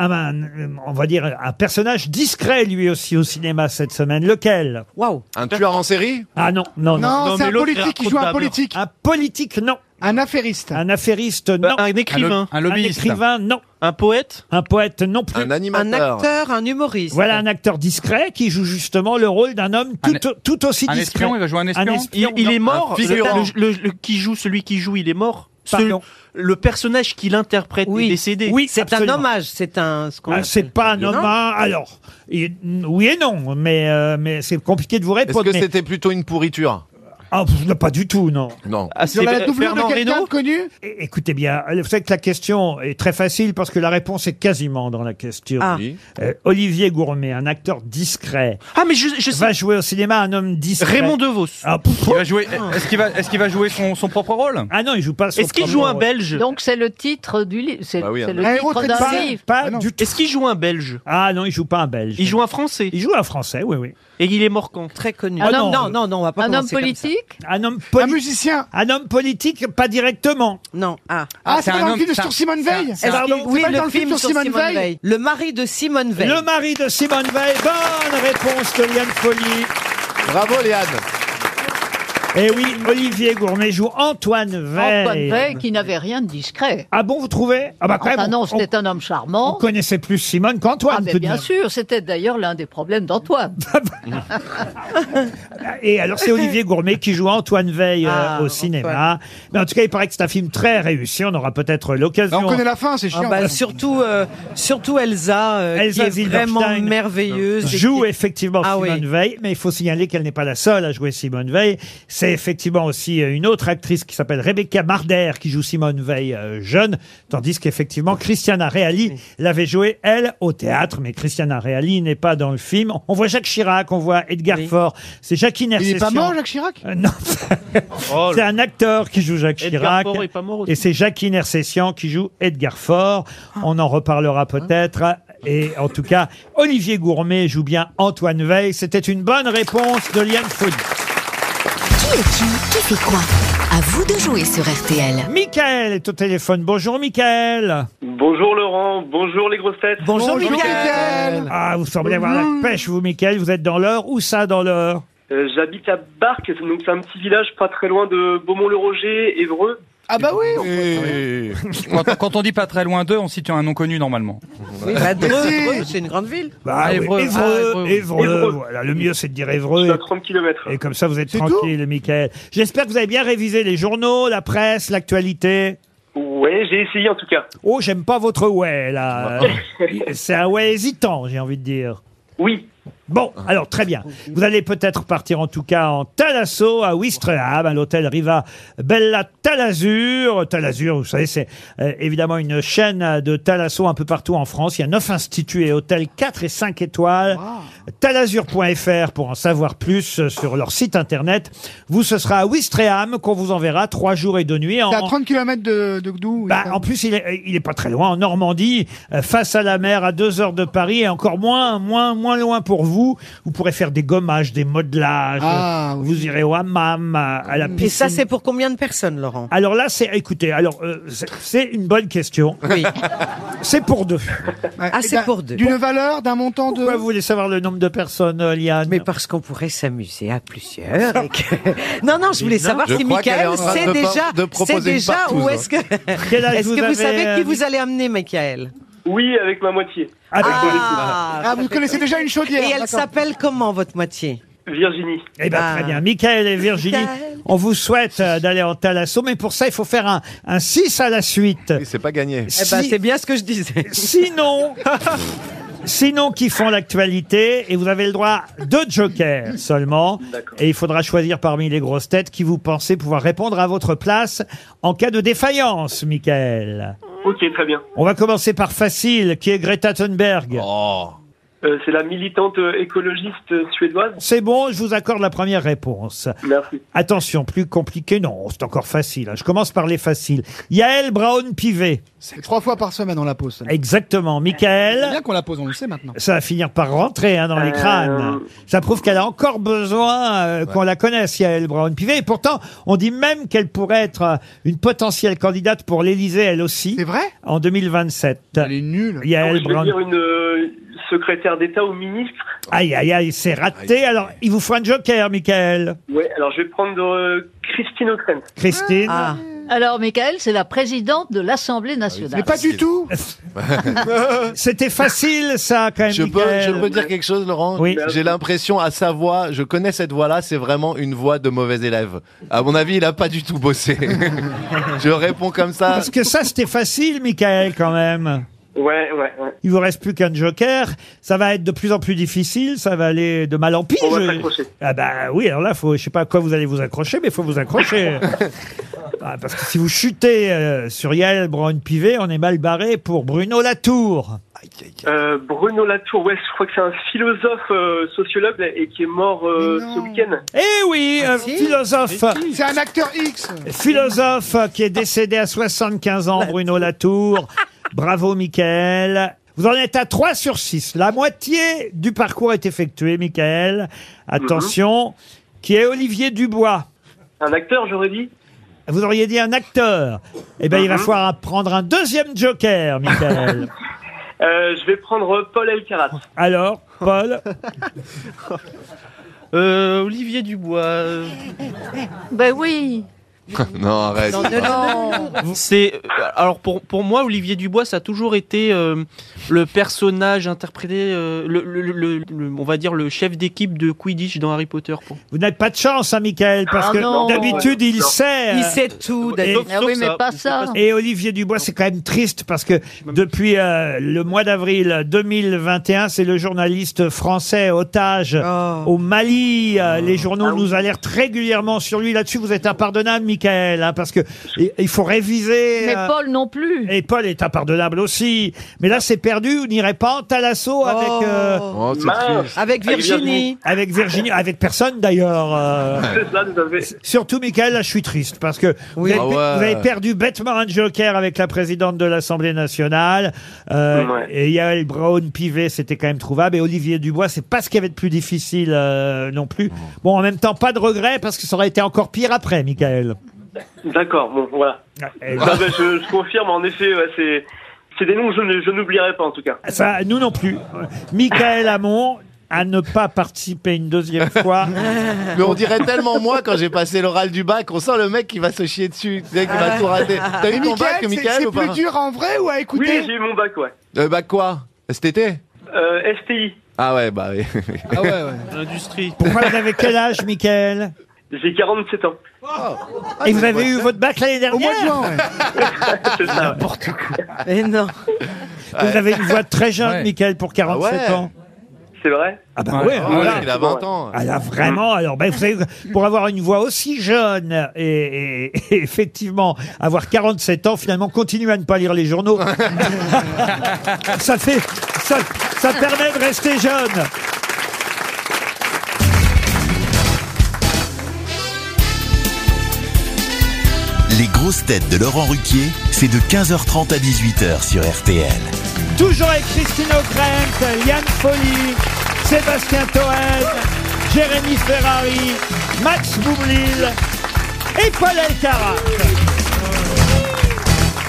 un, un- on va dire, un personnage discret lui aussi au cinéma cette semaine. Lequel Waouh Un tueur en série Ah non, non, non. Oh. Non, c'est un politique qui joue un politique. Un politique, non. Un affairiste. Un affairiste, non. un écrivain. Un lobbyiste. écrivain, non. Un poète Un poète, non plus. Un Un acteur, un humoriste. Voilà un acteur discret qui joue justement le rôle d'un homme tout, tout aussi un discret. espion, il va jouer un espion espion, il, il non. est mort. Le, le- le- qui joue, celui qui joue, il est mort. Ce- Pardon. le personnage qu'il interprète est décédé. Oui, absolument. c'est un. ce qu'on Ah, c'est appelle- pas un Non. hommage. Alors, il- oui et non, mais, euh, mais c'est compliqué de vous Est-ce répondre. que mais- c'était plutôt une pourriture Ah, pff, non, pas du tout, non. Non. Ah, Sur la doublure de quelqu'un de connu É- Écoutez bien, euh, vous savez que la question est très facile parce que la réponse est quasiment dans la question. Ah. Euh, Olivier Gourmet, un acteur discret, Ah, mais je, je sais. va jouer au cinéma un homme discret. Raymond Devos. Ah, pff, Il va jouer. Est-ce qu'il va, est-ce qu'il va jouer son, son propre rôle ah non, il joue Eh, pas son propre rôle. Donc c'est le titre du livre. C'est Bah oui, c'est un le Belge. titre Pas- d'un livre. pas du tout. Est-ce qu'il joue un Belge Ah non, il joue pas un Belge. Il joue un Français. Il joue un Français, oui, oui. Et il est mort quand Très connu. Ah non, non. non, non, non, on va pas Un homme commencer comme ça. politique Un homme politique. Un musicien. Un homme politique, pas directement. Non. Ah, Ah, c'est dans le film sur Simone Veil Est-ce qu'il- Oui, le film sur Simone Veil. Le mari de Simone Veil. Le mari de Simone Veil. Bonne réponse de Liane Folly. Bravo Léane. Et oui, Olivier Gourmet joue Antoine Veil. Antoine Veil qui n'avait rien de discret. Ah bon, vous trouvez Ah bah quand Enfin, même, non, on- c'était un homme on, charmant. connaissait plus Simone qu'Antoine. Ah, mais tout de bien même. sûr, c'était d'ailleurs l'un des problèmes d'Antoine. Ah bah. Et alors c'est Olivier Gourmet qui joue Antoine Veil euh, Ah, au cinéma. Mais en tout cas, il paraît que c'est un film très réussi. On aura peut-être l'occasion. Bah, On connaît la fin, c'est chiant. Ah bah, surtout, euh, surtout Elsa, euh, Elsa qui est vraiment Zilberstein merveilleuse. et qui- Joue effectivement Ah oui. Simone Veil, mais il faut signaler qu'elle n'est pas la seule à jouer Simone Veil. C'est effectivement aussi euh, une autre actrice qui s'appelle Rebecca Marder qui joue Simone Veil euh, jeune, tandis qu'effectivement Christiana Reali l'avait jouée elle au théâtre, mais Christiana Reali n'est pas dans le film. On voit Jacques Chirac, on voit Edgar Faure, c'est Jacqueline Il est Hersessian. pas mort, Jacques Chirac Euh, non. c'est un acteur qui joue Jacques Oh Edgar Chirac. Faure est pas mort aussi. et c'est Jacqueline Hersessian qui joue Edgar Faure. On en reparlera peut-être. Et en tout cas, Olivier Gourmet joue bien Antoine Veil. C'était une bonne réponse de Liane Folie. Qui est qui Qui fait quoi À vous de jouer sur RTL. Michael est au téléphone. Bonjour Michael. Bonjour Laurent, bonjour les grosses têtes. Bonjour, Mickaël. Ah, vous semblez avoir la pêche, vous Michael. Vous êtes dans l'heure. Où ça dans l'heure Euh, J'habite à Barques, donc c'est un petit village pas très loin de Beaumont-le-Roger, Évreux. euh, Ah bah oui quand, quand on dit pas très loin d'eux, on situe un nom connu normalement. Oui, bah, Dreux, Dreux, c'est une grande ville. Bah oui, Évreux. Évreux, Ah, Évreux. Évreux, Évreux. voilà, le mieux c'est de dire Évreux. à 30 km. Et comme ça vous êtes tranquille, Michael. J'espère que vous avez bien révisé les journaux, la presse, l'actualité. Ouais, j'ai essayé en tout cas. Oh, j'aime pas votre ouais, là. C'est un ouais hésitant, j'ai envie de dire. Oui. Bon, alors très bien. Vous allez peut-être partir en tout cas en Talasso à Ouistreham, à l'hôtel Riva Bella Talazur. Talazur, vous savez, c'est euh, évidemment une chaîne de Talasso un peu partout en France. Il y a neuf instituts et hôtels 4 et 5 étoiles. Talazur.fr pour en savoir plus euh, sur leur site internet. Vous, ce sera à Ouistreham qu'on vous enverra trois jours et deux nuits. en- C'est à 30 km de, de d'où bah, en plus, il est, il est pas très loin, en Normandie, euh, face à la mer, à deux heures de Paris, et encore moins, moins, moins loin pour vous. Vous pourrez faire des gommages, des modelages. Euh, Ah, Vous irez au hammam, à, à la piscine. Et ça, c'est pour combien de personnes, Laurent Alors là, c'est, écoutez, alors euh, c'est- c'est une bonne question. Oui. c'est pour deux. Ah, c'est pour deux. eh ben, D'une valeur, d'un montant de... Pourquoi vous voulez savoir le nombre de personnes, euh, Liane Mais parce qu'on pourrait s'amuser à plusieurs. et que- Ah non, non, je voulais savoir Je si crois qu'elle est en Michael train sait de par- déjà, de proposer sait une déjà partouze, où hein. est-ce que. Quel âge Est-ce vous que vous avez, savez euh, qui vous allez amener, Michael Oui, avec ma moitié. Avec mon Ah, vous connaissez déjà une chaudière. Et elle d'accord. Ah. s'appelle comment, votre moitié Bah. Virginie. Eh ben, très bien. Michael et Virginie, Michael. on vous souhaite euh, d'aller en Thalasso, mais pour ça, il faut faire un, un 6 à la suite. C'est pas gagné. Eh ben, c'est bien ce que je disais. Sinon, sinon qui font l'actualité, et vous avez le droit à deux jokers seulement, et il faudra choisir parmi les grosses têtes qui vous pensez pouvoir répondre à votre place en cas de défaillance, Michael. Ok, très bien. Oh. On va commencer par facile, qui est Greta Thunberg. Euh, c'est la militante euh, écologiste euh, suédoise. C'est bon, je vous accorde la première réponse. Merci. Attention, plus compliqué, non, c'est encore facile. hein. Je commence par les faciles. Yael Braun-Pivet. C'est trois fois par semaine on la pose. celle-là. Exactement. C'est Michael, bien qu'on la pose, on le sait maintenant. ça va finir par rentrer hein, dans les Euh, crânes. Ça prouve qu'elle a encore besoin euh, qu'on la connaisse, Yael Braun-Pivet. Et pourtant, on dit même qu'elle pourrait être euh, une potentielle candidate pour l'Élysée, elle aussi. C'est vrai En 2027. Elle est nulle. Yael Ah Je veux Braun. dire une euh, secrétaire d'État ou ministre. Aïe, aïe, aïe, c'est raté. Alors, il vous faut un joker, Michael. Ouais, alors je vais prendre euh, Christine O'Krent. Christine. Ah. Alors, Michael, c'est la présidente de l'Assemblée nationale. tout. C'était facile, ça, quand même. Je peux, Michael. je peux dire quelque chose, Laurent Oui. J'ai l'impression à sa voix, je connais cette voix-là, c'est vraiment une voix de mauvais élève. À mon avis, il a pas du tout bossé. je réponds comme ça. Parce que ça, c'était facile, Michael, quand même. Ouais, ouais, ouais. Il vous reste plus qu'un joker. Ça va être de plus en plus difficile. Ça va aller de mal en pire. On va je- s'accrocher. Ah bah oui, alors là, faut, je sais pas à quoi vous allez vous accrocher, mais il faut vous accrocher. Ah, parce que si vous chutez euh, sur Yael Braun-Pivet, on est mal barré pour Bruno Latour. Euh, Bruno Latour, ouais, je crois que c'est un philosophe euh, sociologue là, et qui est mort euh, ce week-end. Eh oui, Ah, un philosophe. C'est un acteur X. Philosophe qui est décédé à 75 ans, Bruno Latour. Bravo, Michael. Vous en êtes à 3 sur 6. La moitié du parcours est effectué, Mhm. Michael. Attention. Qui est Olivier Dubois Un acteur, j'aurais dit. Vous auriez dit un acteur. Eh bien, il va Mhm. falloir prendre un deuxième joker, Michael. Euh, je vais prendre euh, Paul Elkarat. Alors, Paul Euh, Olivier Dubois. euh, Ben oui. non, arrête. Non, non, non, non. C'est euh, alors pour pour moi Olivier Dubois ça a toujours été euh, le personnage interprété euh, le, le- le- le- on va dire le chef d'équipe de Quidditch dans Harry Potter pour. Vous n'avez pas de chance, hein, Michael, parce Ah que non. d'habitude, il Non. sait. Il euh, sait tout, et- David. Ah oui, mais pas ça. Et Olivier Dubois, c'est quand même triste parce que depuis euh, le mois d'avril 2021, c'est le journaliste français otage Oh. au Mali. Euh, Les journaux nous alertent régulièrement sur lui. Là-dessus, vous êtes impardonnable, Michael, hein, parce que il- il faut réviser. Mais euh, Paul non plus. Et Paul est impardonnable aussi. Mais là, c'est perdu. On n'irait pas en Talasso avec, euh, Oh, c'est Mince. triste. Avec Virginie. Avec Virginie. Avec personne d'ailleurs. euh. C'est ça, vous avez. Surtout, Michael, là, je suis triste parce que Oui. vous, avez, Ah ouais. vous avez perdu bêtement un joker avec la présidente de l'Assemblée nationale. Euh, Ouais. Et Yael Brown-Pivet, c'était quand même trouvable. Et Olivier Dubois, c'est pas ce qu'il y avait de plus difficile euh, non plus. Bon, en même temps, pas de regret parce que ça aurait été encore pire après, Michael. D'accord, bon, voilà. eh Ah, ben, je, je confirme, en effet, ouais, c'est c'est des noms que je, ne- je n'oublierai pas en tout cas. Ça, nous non plus. Michael Hamon à ne pas participer une deuxième fois. Mais on dirait tellement moi quand j'ai passé l'oral du bac, on sent le mec qui va se chier dessus, qui va tout rater. Ah. T'as eu Mais ton bac, Ah. Michael, c'est- Michael ou C'est pas plus hein. dur en vrai ou à Oui, écouter j'ai eu mon bac, ouais. Le bac quoi Cet été Euh, STI. Ah ouais, bah oui. Ah Ah L'industrie. Pourquoi vous avez quel âge, Michael J'ai 47 ans. Ah, Et vous avez eu votre bac l'année dernière C'est ça. Mais non. Vous avez une voix très jeune, Ouais. Michael, pour 47 Ah ouais. ans. C'est vrai Ah bah Ouais. ouais, Ah voilà. ouais, il a 20 ans. Ah là, vraiment, alors, ben, vous savez, pour avoir une voix aussi jeune et, et- et effectivement avoir 47 ans, finalement, continuer à ne pas lire les journaux, ça fait, ça, ça permet de rester jeune. Les grosses têtes de Laurent Ruquier, c'est de 15h30 à 18h sur RTL. Toujours avec Christine O'Krent, Yann Folly, Sébastien Toen, Jérémy Ferrari, Max Boublil et Paul Elkarat.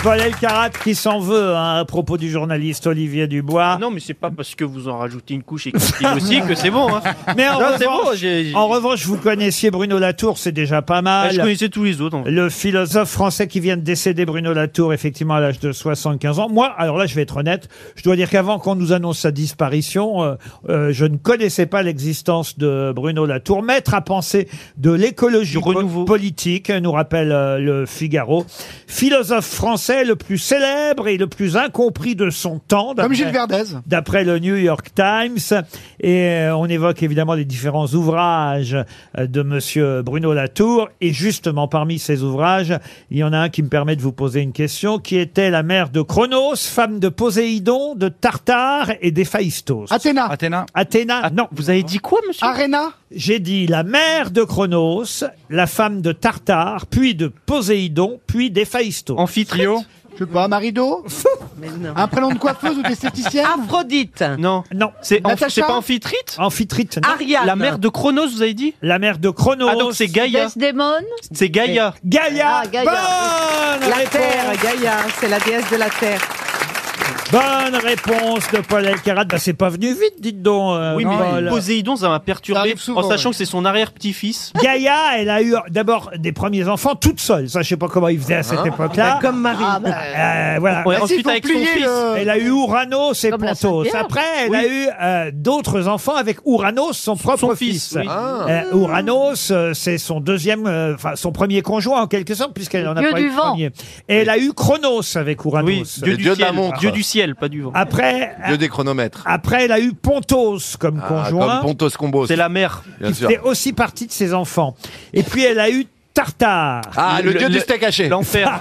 Paul Elkarat qui s'en veut hein, à propos du journaliste Olivier Dubois. Non mais c'est pas parce que vous en rajoutez une couche et Christine aussi que c'est bon hein. Mais en, Non, c'est revanche, Oh bon, j'ai- j'ai- en revanche, vous connaissiez Bruno Latour, c'est déjà pas mal. Ah, je connaissais tous les autres. en fait. Le philosophe français qui vient de décéder, Bruno Latour, effectivement à l'âge de 75 ans. Moi, alors là, je vais être honnête, je dois dire qu'avant qu'on nous annonce sa disparition, euh, euh, je ne connaissais pas l'existence de Bruno Latour, maître à penser de l'écologie po- politique, nous rappelle euh, le Figaro. Philosophe français français le plus célèbre et le plus incompris de son temps. d'après- Gilles Verdez. D'après le New York Times. Et euh, on évoque évidemment les différents ouvrages euh, de monsieur Bruno Latour. Et justement, parmi ces ouvrages, il y en a un qui me permet de vous poser une question, qui était la mère de Chronos, femme de Poséidon, de Tartare et d'Héphaïstos. Athéna. Athéna. Athéna, non. Vous avez dit quoi, monsieur Arena J'ai dit la mère de Chronos, la femme de Tartare, puis de Poséidon, puis d'Héphaïstos. Amphitrio Je sais pas, Marido Un prénom de coiffeuse ou d'esthéticienne Aphrodite Non. Non. C'est amphi- Natacha c'est pas Amphitrite Amphitrite, non. Ariane. La mère de Chronos, vous avez dit La mère de Chronos. Ah, donc c'est Gaïa. Desdémone C'est Gaïa. Gaïa. Ah, Gaïa. Bonne La réponse. Terre, Gaïa, c'est la déesse de la Terre. Bonne réponse de Paul Elkarat. Bah, c'est pas venu vite, dites donc. euh, Oui, mais Paul. Poséidon, ça m'a Ça perturbé arrive souvent, en sachant ouais. que c'est son arrière-petit-fils. Gaïa, elle a eu d'abord des premiers enfants toute seule. Ça, je sais pas comment ils faisaient à Ah. cette Bah, époque-là. Comme Marie. Euh, voilà. Ouais, Bah, ensuite, s'il faut avec son plier fils. le- Elle a eu Ouranos et la Pontos. Sainte-Pierre. Après, elle a eu euh, d'autres enfants avec Ouranos, son propre fils, fils. oui. Ah. Euh, Ouranos, euh, c'est son deuxième, euh, enfin son premier conjoint en quelque sorte, puisqu'elle en a Dieu pas du eu de vent. premier. Et elle a eu Chronos avec Ouranos. Oui, Dieu Le du dieu de la ciel. montre. euh, Dieu du ciel, pas du vent. Après, Dieu des chronomètres. après, elle a eu Pontos comme Ah, conjoint. Comme Pontos Combos. C'est la mère. Bien qui sûr. fait aussi partie de ses enfants. Et puis elle a eu Tartare. Ah, le, Le- dieu le- du steak haché. L'enfer.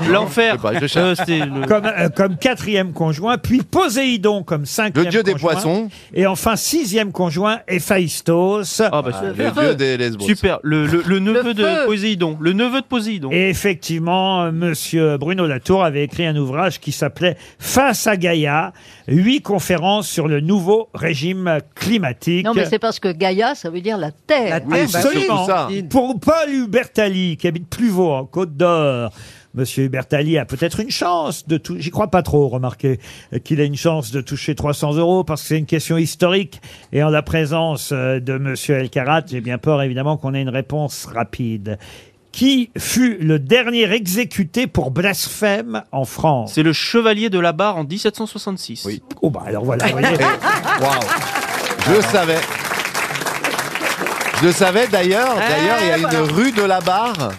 Je L'enfer. sais pas, je cherche. Euh, c'est le- Comme, euh, comme quatrième conjoint, puis Poséidon comme cinquième Le dieu des conjoint, poissons. Et enfin sixième conjoint, Héphaïstos. Ah, bah, Ah, super. le dieu des lesbos. Super. Le, le- le neveu de feu. Poséidon. Le neveu de Poséidon. Et effectivement, euh, monsieur Bruno Latour avait écrit un ouvrage qui s'appelait Face à Gaïa, huit conférences sur le nouveau régime climatique. Non, mais c'est parce que Gaïa, ça veut dire la Terre. La Oui, Terre, c'est bah oui. surtout ça. Pour Paul Hubertali, qui habite Pluvaux, en Côte d'Or, Monsieur Hubertali a peut-être une chance de tout. J'y crois pas trop, remarquez, euh, qu'il a une chance de toucher 300 euros parce que c'est une question historique. Et en la présence euh, de Monsieur Elkarat, j'ai bien peur évidemment qu'on ait une réponse rapide. Qui fut le dernier exécuté pour blasphème en France C'est le chevalier de la barre en 1766. Oui. Oh bah alors voilà. vous voyez. Eh, Je savais. Je savais d'ailleurs, Eh, d'ailleurs, il y a une rue de la Barre.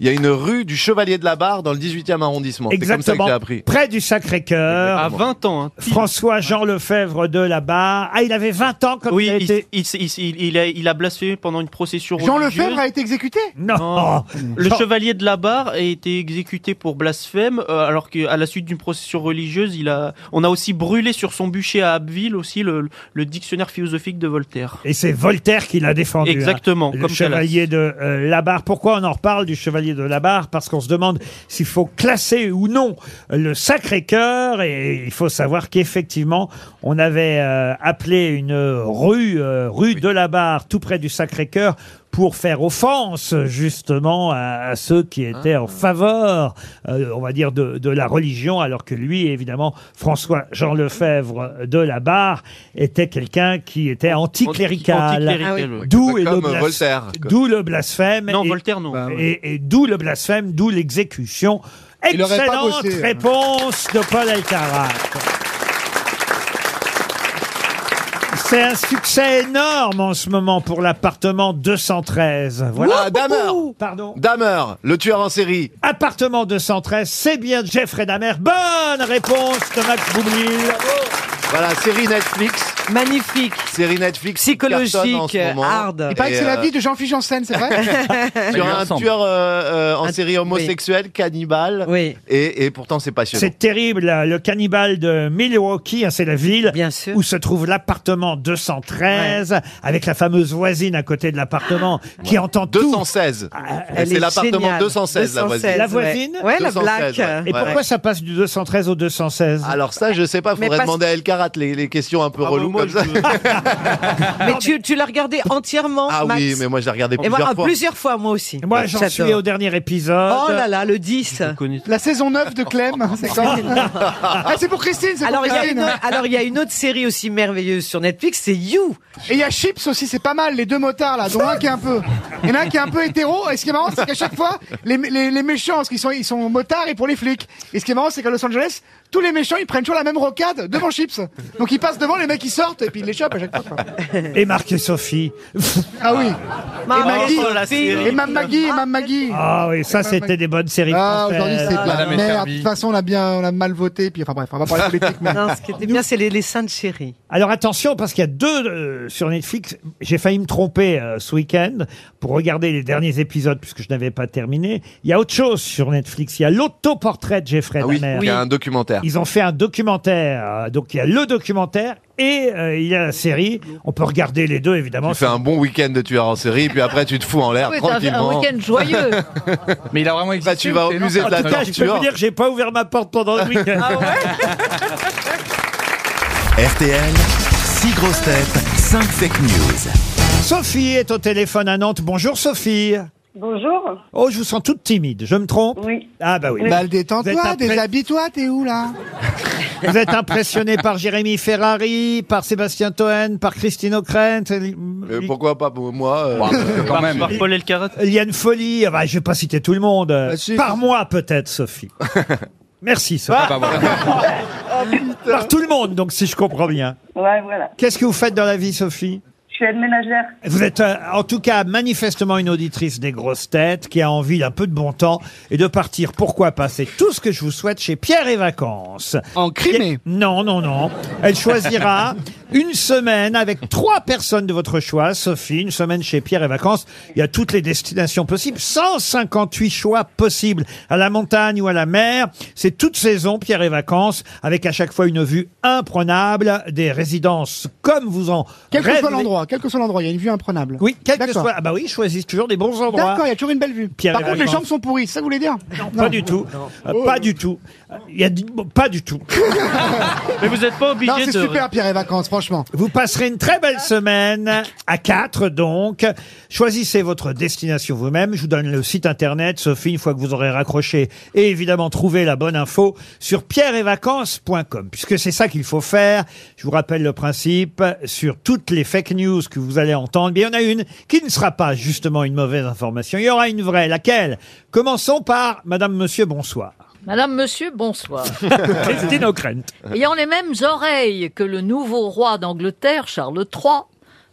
Il y a une rue du Chevalier de la Barre dans le 18e arrondissement. C'est comme ça que Exactement. j'ai appris. Près du Sacré-Cœur. À 20 ans. hein. François-Jean Lefebvre de la Barre. Ah, il avait 20 ans quand Oui, il a il, été... il s'est- il s'est- il- il a, il a blasphémé pendant une procession Jean religieuse. Lefebvre a été exécuté Non. Non. Le Jean- chevalier de la barre a été exécuté pour blasphème, euh, alors qu'à la suite d'une procession religieuse, il a, on a aussi brûlé sur son bûcher à Abbeville aussi le, le dictionnaire philosophique de Voltaire. Et c'est Voltaire qui l'a défendu. hein. Exactement, Le comme chevalier de euh, la Barre. Pourquoi on en reparle du chevalier de la Barre Parce qu'on se demande s'il faut classer ou non le Sacré-Cœur. Et il faut savoir qu'effectivement, on avait euh, appelé une rue, euh, rue de la Barre, tout près du Sacré-Cœur, pour faire offense justement à, à ceux qui étaient en faveur, euh, on va dire, de, de la religion, alors que lui, évidemment, François-Jean Lefebvre de la Barre, était quelqu'un qui était anticlérical. Anticlérical, oui. D'où est le, Comme blas- Voltaire. d'où le blasphème. Non, et, Voltaire non. Bah, et- et d'où le blasphème, d'où l'exécution. Il aurait pas Excellente bossé, hein. réponse de Paul Alcarat. C'est un succès énorme en ce moment pour l'appartement 213. Voilà. Ah, Dahmer. Pardon. Damer, le tueur en série. Appartement 213, c'est bien Jeffrey Dahmer. Bonne réponse de Max Boublil. Voilà, série Netflix. Magnifique, Série Netflix. qui cartonne en psychologique, ce moment. hard. Il paraît que Et, c'est la euh, vie de Jean-Philippe Janssen, c'est vrai Sur un ensemble. tueur euh, euh, en Un- série homosexuel, cannibale. Oui, Et, et pourtant, c'est passionnant. C'est terrible, là, le cannibale de Milwaukee, hein, c'est la ville bien sûr. où se trouve l'appartement 213, avec la fameuse voisine à côté de l'appartement qui entend tout. Ah, 216. Elle c'est est l'appartement géniale. 216, la voisine. La voisine Ouais, ouais la 216, blague. ouais. Et pourquoi ça passe du 213 au 216 Alors ça, je sais pas, Mais faudrait parce- demander à El Karat les, les questions un peu Ah, reloues moi, comme je ça. veux- Ah, Mais tu, tu l'as regardé entièrement, Ah Max oui, mais moi j'ai regardé Et plusieurs moi, ah, fois. plusieurs fois, moi aussi. Moi, j'en J'adore. suis au dernier épisode. Oh là là, le 10. Je connais- La saison 9 de Clem, c'est quand Ah, c'est pour Christine, c'est pour Alors il, y a Christine. une autre, alors, il y a une autre série aussi merveilleuse sur Netflix, c'est You. Et il y a Chips aussi, c'est pas mal, les deux motards là, dont un qui est un peu. Il y en a un qui est un peu hétéro, et ce qui est marrant, c'est qu'à chaque fois, les, les, les méchants, parce qu'ils sont, ils sont motards et pour les flics. Et ce qui est marrant, c'est qu'à Los Angeles, tous les méchants, ils prennent toujours la même rocade devant Chips. Donc ils passent devant, les mecs ils sortent et puis ils l'échappent à chaque fois. Et Marc et Sophie. Ah oui. Maman, et Maggie. sur la série. Et Mme Maggie, et Mme Maggie. Ah oui, ça Et Mme c'était Maggie. des bonnes séries Ah, aujourd'hui, françaises. c'est de la merde. De toute façon, on a bien, on a mal voté. Puis, enfin bref, on va parler politique. Mais... Non, ce qui était bien, c'est les, les saintes chéries. Alors attention, parce qu'il y a deux euh, sur Netflix. J'ai failli me tromper euh, ce week-end pour regarder les derniers épisodes puisque je n'avais pas terminé. Il y a autre chose sur Netflix. Il y a l'autoportrait de Jeffrey Ah oui, Dahmer. il y a un documentaire. Ils ont fait un documentaire. euh, Donc il y a le documentaire et euh, il y a la série. On peut regarder les deux évidemment. Tu fais un bon week-end de tueur en série, puis après tu te fous en l'air Oui, t'as un tranquillement. week-end joyeux. Mais il a vraiment existé. Bah, tu vas au musée de En la tout cas, je peux vous torture. dire que j'ai pas ouvert ma porte pendant le week-end. Ah RTL, 6 grosses têtes, 5 fake news. Sophie est au téléphone à Nantes. Bonjour Sophie. Bonjour. Oh, je vous sens toute timide. Je me trompe Oui. Ah bah oui. Bah, Vous êtes détends-toi, impré- déshabille-toi, t'es où là Vous êtes impressionné par Jérémy Ferrari, par Sébastien Toen, par Christine O'Krent. euh, Euh, pourquoi pas pour moi Bah, euh, euh, quand même. Par Paul Elkarat. Il y a une folie. Ah bah, je vais pas citer tout le monde. Bah, par moi peut-être, Sophie. Merci Sophie. Ah, bah, par tout le monde, donc si je comprends bien. Oh, Ouais, voilà. Qu'est-ce que vous faites dans la vie, Sophie Je suis aide ménagère. Vous êtes euh, en tout cas manifestement une auditrice des grosses têtes qui a envie d'un peu de bon temps et de partir, pourquoi pas C'est tout ce que je vous souhaite chez Pierre et Vacances. En Crimée Non, non, non. Elle choisira une semaine avec trois personnes de votre choix, Sophie, une semaine chez Pierre et Vacances. Il y a toutes les destinations possibles, 158 choix possibles, à la montagne ou à la mer. C'est toute saison, Pierre et Vacances, avec à chaque fois une vue imprenable des résidences comme vous en Quel que soit rêvez. l'endroit, quel que soit l'endroit, il y a une vue imprenable. Oui, quel que D'accord. soit. Ah bah oui, ils choisissent toujours des bons endroits. D'accord, il y a toujours une belle vue. Pierre Par et contre, les vacances. chambres sont pourries, c'est ça que vous voulez dire Pas du tout. Euh, Pas du tout. Euh, Il y a du- bon, pas du tout. Mais vous n'êtes pas obligé Non, c'est super, Pierre et Vacances, franchement. Vous passerez une très belle semaine à 4 donc. Choisissez votre destination vous-même. Je vous donne le site internet, Sophie, une fois que vous aurez raccroché et évidemment trouvé la bonne info sur pierreetvacances.com puisque c'est ça qu'il faut faire. Je vous rappelle le principe sur toutes les fake news que vous allez entendre. Bien, il y en a une qui ne sera pas justement une mauvaise information. Il y aura une vraie. Laquelle? Commençons par Madame, Monsieur, bonsoir. Madame, monsieur, bonsoir. Christine O'Krent. Ayant les mêmes oreilles que le nouveau roi d'Angleterre, Charles III,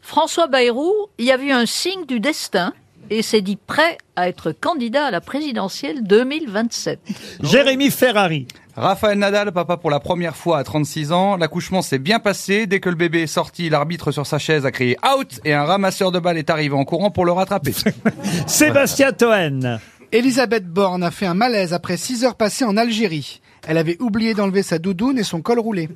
François Bayrou y a vu un signe du destin et s'est dit prêt à être candidat à la présidentielle 2027. Jérémy Ferrari. Raphaël Nadal, papa pour la première fois à 36 ans. L'accouchement s'est bien passé. Dès que le bébé est sorti, l'arbitre sur sa chaise a crié out et un ramasseur de balles est arrivé en courant pour le rattraper. Sébastien Toen. Elisabeth Borne a fait un malaise après 6 heures passées en Algérie. Elle avait oublié d'enlever sa doudoune et son col roulé.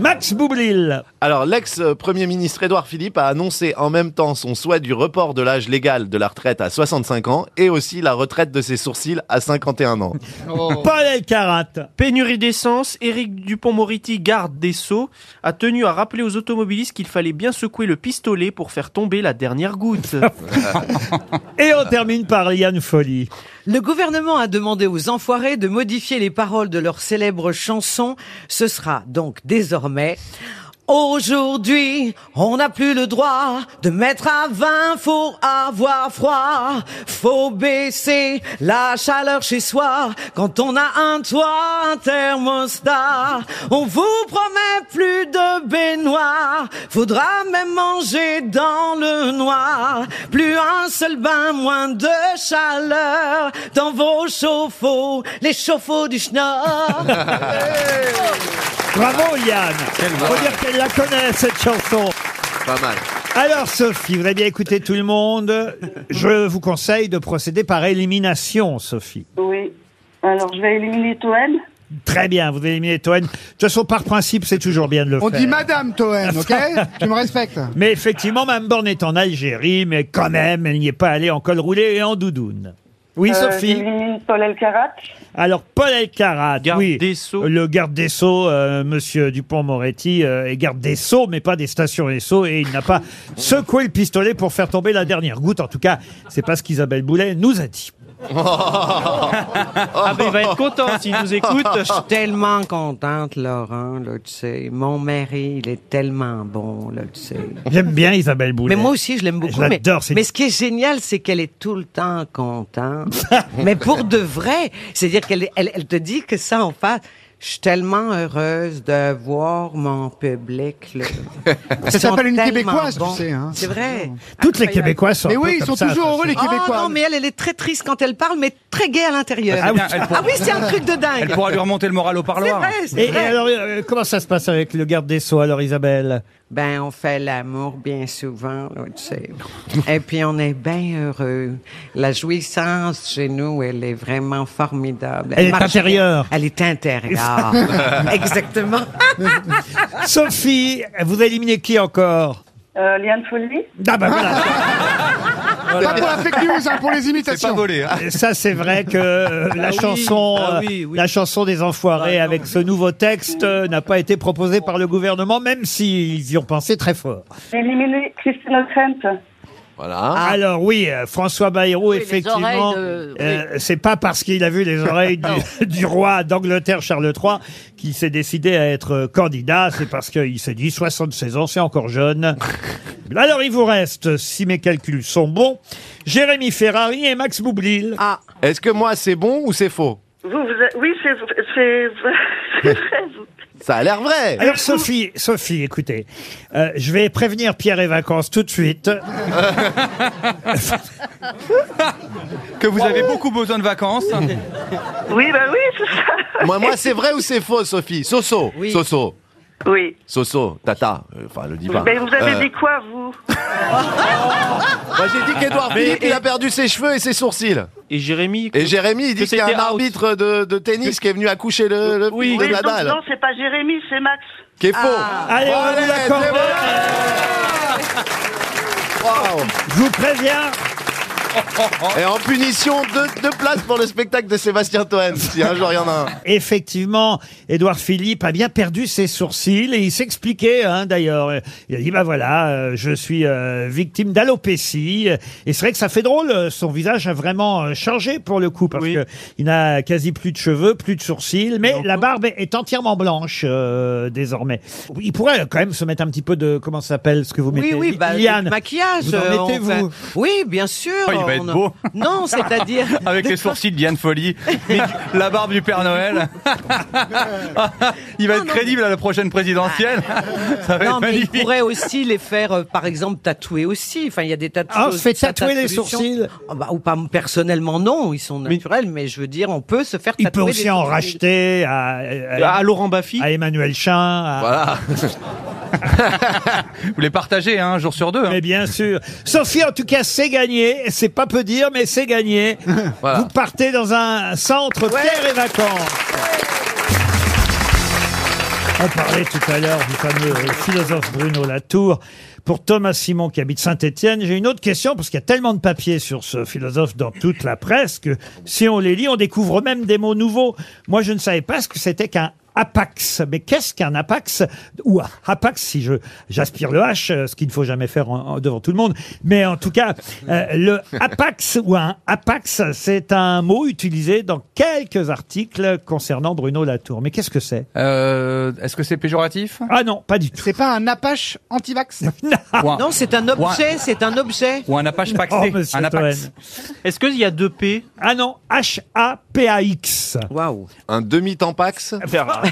Max Boublil. Alors, l'ex-premier ministre Édouard Philippe a annoncé en même temps son souhait du report de l'âge légal de la retraite à 65 ans et aussi la retraite de ses sourcils à 51 ans. Oh. Paul Elkarat. Pénurie d'essence, Éric Dupont-Moretti, garde des Sceaux, a tenu à rappeler aux automobilistes qu'il fallait bien secouer le pistolet pour faire tomber la dernière goutte. Et on termine par Liane Folly. Le gouvernement a demandé aux enfoirés de modifier les paroles de leur célèbre chanson. Ce sera donc désormais Aujourd'hui, on n'a plus le droit de mettre à 20, faut avoir froid, faut baisser la chaleur chez soi quand on a un toit, un thermostat. On vous promet plus de baignoire, faudra même manger dans le noir. Plus un seul bain, moins de chaleur dans vos chauffe-eau, les chauffe-eau du schnorr. Bravo Liane. Faut dire qu'elle la connaît cette chanson. Pas mal. Alors Sophie, vous avez bien écouté tout le monde. Je vous conseille de procéder par élimination, Sophie. Oui. Alors, je vais éliminer Toen. Très bien, vous éliminez Toen. De toute façon, par principe, c'est toujours bien de le On faire. dit Madame Toen, ok Tu me respectes. Mais effectivement, Mme Borne est en Algérie, mais quand même, elle n'y est pas allée en col roulé et en doudoune. Oui, Euh, Sophie J'élimine Paul Elkarat. Alors, Paul Elkarat, oui, des Sceaux. le garde des Sceaux, euh, monsieur Dupont-Moretti, euh, est garde des Sceaux, mais pas des stations des Sceaux, et il n'a pas secoué le pistolet pour faire tomber la dernière goutte. En tout cas, c'est pas ce qu'Isabelle Boulet nous a dit. Ah ben il va être content s'il nous écoute. Je suis tellement contente, Laurent, là, tu sais. Mon mari, il est tellement bon, là, tu sais. J'aime bien Isabelle Boulet. Mais moi aussi, je l'aime beaucoup. Je mais, l'adore, c'est- mais ce qui est génial, c'est qu'elle est tout le temps contente. mais pour de vrai. C'est-à-dire qu'elle elle, elle te dit que ça en face. Je suis tellement heureuse de voir mon public. là. Ils Ça sont s'appelle une tellement Québécoise, tu bons. sais, hein. C'est vrai. Toutes les Incroyable. Québécoises sont un peu comme ça, attention. Oh non, mais elle, elle est très triste quand elle parle, mais très gaie à l'intérieur. Ah oui. Elle pourra- Ah oui, c'est un truc de dingue. Elle pourra lui remonter le moral au parloir. Et, et alors, euh, comment ça se passe avec le garde des Sceaux, alors Isabelle Ben, on fait l'amour bien souvent, là, tu sais. Et puis, on est bien heureux. La jouissance chez nous, elle est vraiment formidable. Elle est marche bien. intérieure. Elle est intérieure. Exactement. Sophie, vous éliminez qui encore Euh, Liane Folie Ah bah voilà Pas pour la fake news, hein, pour les imitations. Ça, c'est vrai que euh, hein. Ah la oui, chanson, ah euh, oui, oui. la chanson des enfoirés avec ce nouveau texte euh, n'a pas été proposée par le gouvernement, même s'ils y ont pensé très fort. J'ai éliminé Christine O'Krent. Voilà. Alors oui, euh, François Bayrou, Ah. Oui, les effectivement, oreilles de- euh, c'est pas parce qu'il a vu les oreilles du, du roi d'Angleterre Charles III qu'il s'est décidé à être euh, candidat. C'est parce qu'il s'est dit 76 ans, c'est encore jeune. Alors il vous reste, si mes calculs sont bons, Jérémy Ferrari et Max Boublil. Ah. Est-ce que moi, c'est bon ou c'est faux Vous, vous êtes- oui, c'est c'est- c'est vrai. Ça a l'air vrai. Alors Sophie, Sophie, écoutez, euh, je vais prévenir Pierre et Vacances tout de suite. Que vous avez beaucoup besoin de vacances. Oui, bah oui, c'est ça. moi, moi c'est vrai ou c'est faux, Sophie Soso. Soso. Oui. Soso, tata. Euh, Enfin, le dis pas. Mais vous avez Euh, dit quoi, vous Moi, j'ai dit qu'Edouard Ah, Mais- Philippe, il a perdu ses cheveux et ses sourcils. Et Jérémy. Et Jérémy, il dit qu'il y a c'était un arbitre de, de tennis qui est venu accoucher le, le Oui, de la donc, dalle. non, c'est pas Jérémy, c'est Max. Qui est faux. Ah. Allez, on va vous l'accorder. Je vous préviens. Et en punition, deux, deux places pour le spectacle de Sébastien Toen, si un jour il y en a un. Effectivement, Édouard Philippe a bien perdu ses sourcils et il s'expliquait hein, d'ailleurs. Il a dit bah voilà, euh, je suis euh, victime d'alopécie et c'est vrai que ça fait drôle. euh, Son visage a vraiment euh, changé pour le coup parce que il n'a quasi plus de cheveux, plus de sourcils, mais la barbe est entièrement blanche euh, désormais. Il pourrait euh, quand même se mettre un petit peu de comment ça s'appelle ce que vous Oui, mettez oui, bah, Liane, du maquillage. vous en euh, on mettez, fait- vous Oui, bien sûr. Oh, il va être on a- beau. Non, c'est-à-dire. Avec les sourcils de Diane Folie, et la barbe du Père Noël. il va être crédible à la prochaine présidentielle. Ça va non, être mais il magnifique. pourrait aussi les faire, euh, par exemple, tatouer aussi. Enfin, il y a des tatouages. Ah, on se fait tatouer les sourcils Ah, bah, Ou pas personnellement, non. Ils sont naturels, mais je veux dire, on peut se faire tatouer. il peut les aussi en sourcils. racheter à, Euh, À Laurent Baffy, à Emmanuel Chin. à- Voilà. Vous les partagez un jour sur deux. hein. Mais bien sûr. Sophie, en tout cas, c'est gagné. C'est pas peu dire, mais c'est gagné. Vous partez dans un centre Pierre et Vacances. On parlait tout à l'heure du fameux euh, philosophe Bruno Latour. Pour Thomas Simon qui habite Saint-Étienne, j'ai une autre question parce qu'il y a tellement de papiers sur ce philosophe dans toute la presse que si on les lit, on découvre même des mots nouveaux. Moi, je ne savais pas ce que c'était qu'un apax. Mais qu'est-ce qu'un apax ou un apax si je j'aspire le h, euh, ce qu'il ne faut jamais faire en- en- devant tout le monde. Mais en tout cas, euh, le apax ou un apax, c'est un mot utilisé dans quelques articles concernant Bruno Latour. Mais qu'est-ce que c'est Euh, Est-ce que c'est péjoratif Ah non, pas du tout. C'est pas un apache anti-vax Non, c'est un objet, c'est un objet. Ou un apache paxé. Oh, monsieur un apax. Toen. Est-ce qu'il y a deux P Ah non, H-A-P-A-X. Waouh. Un demi-temps Pax Ah,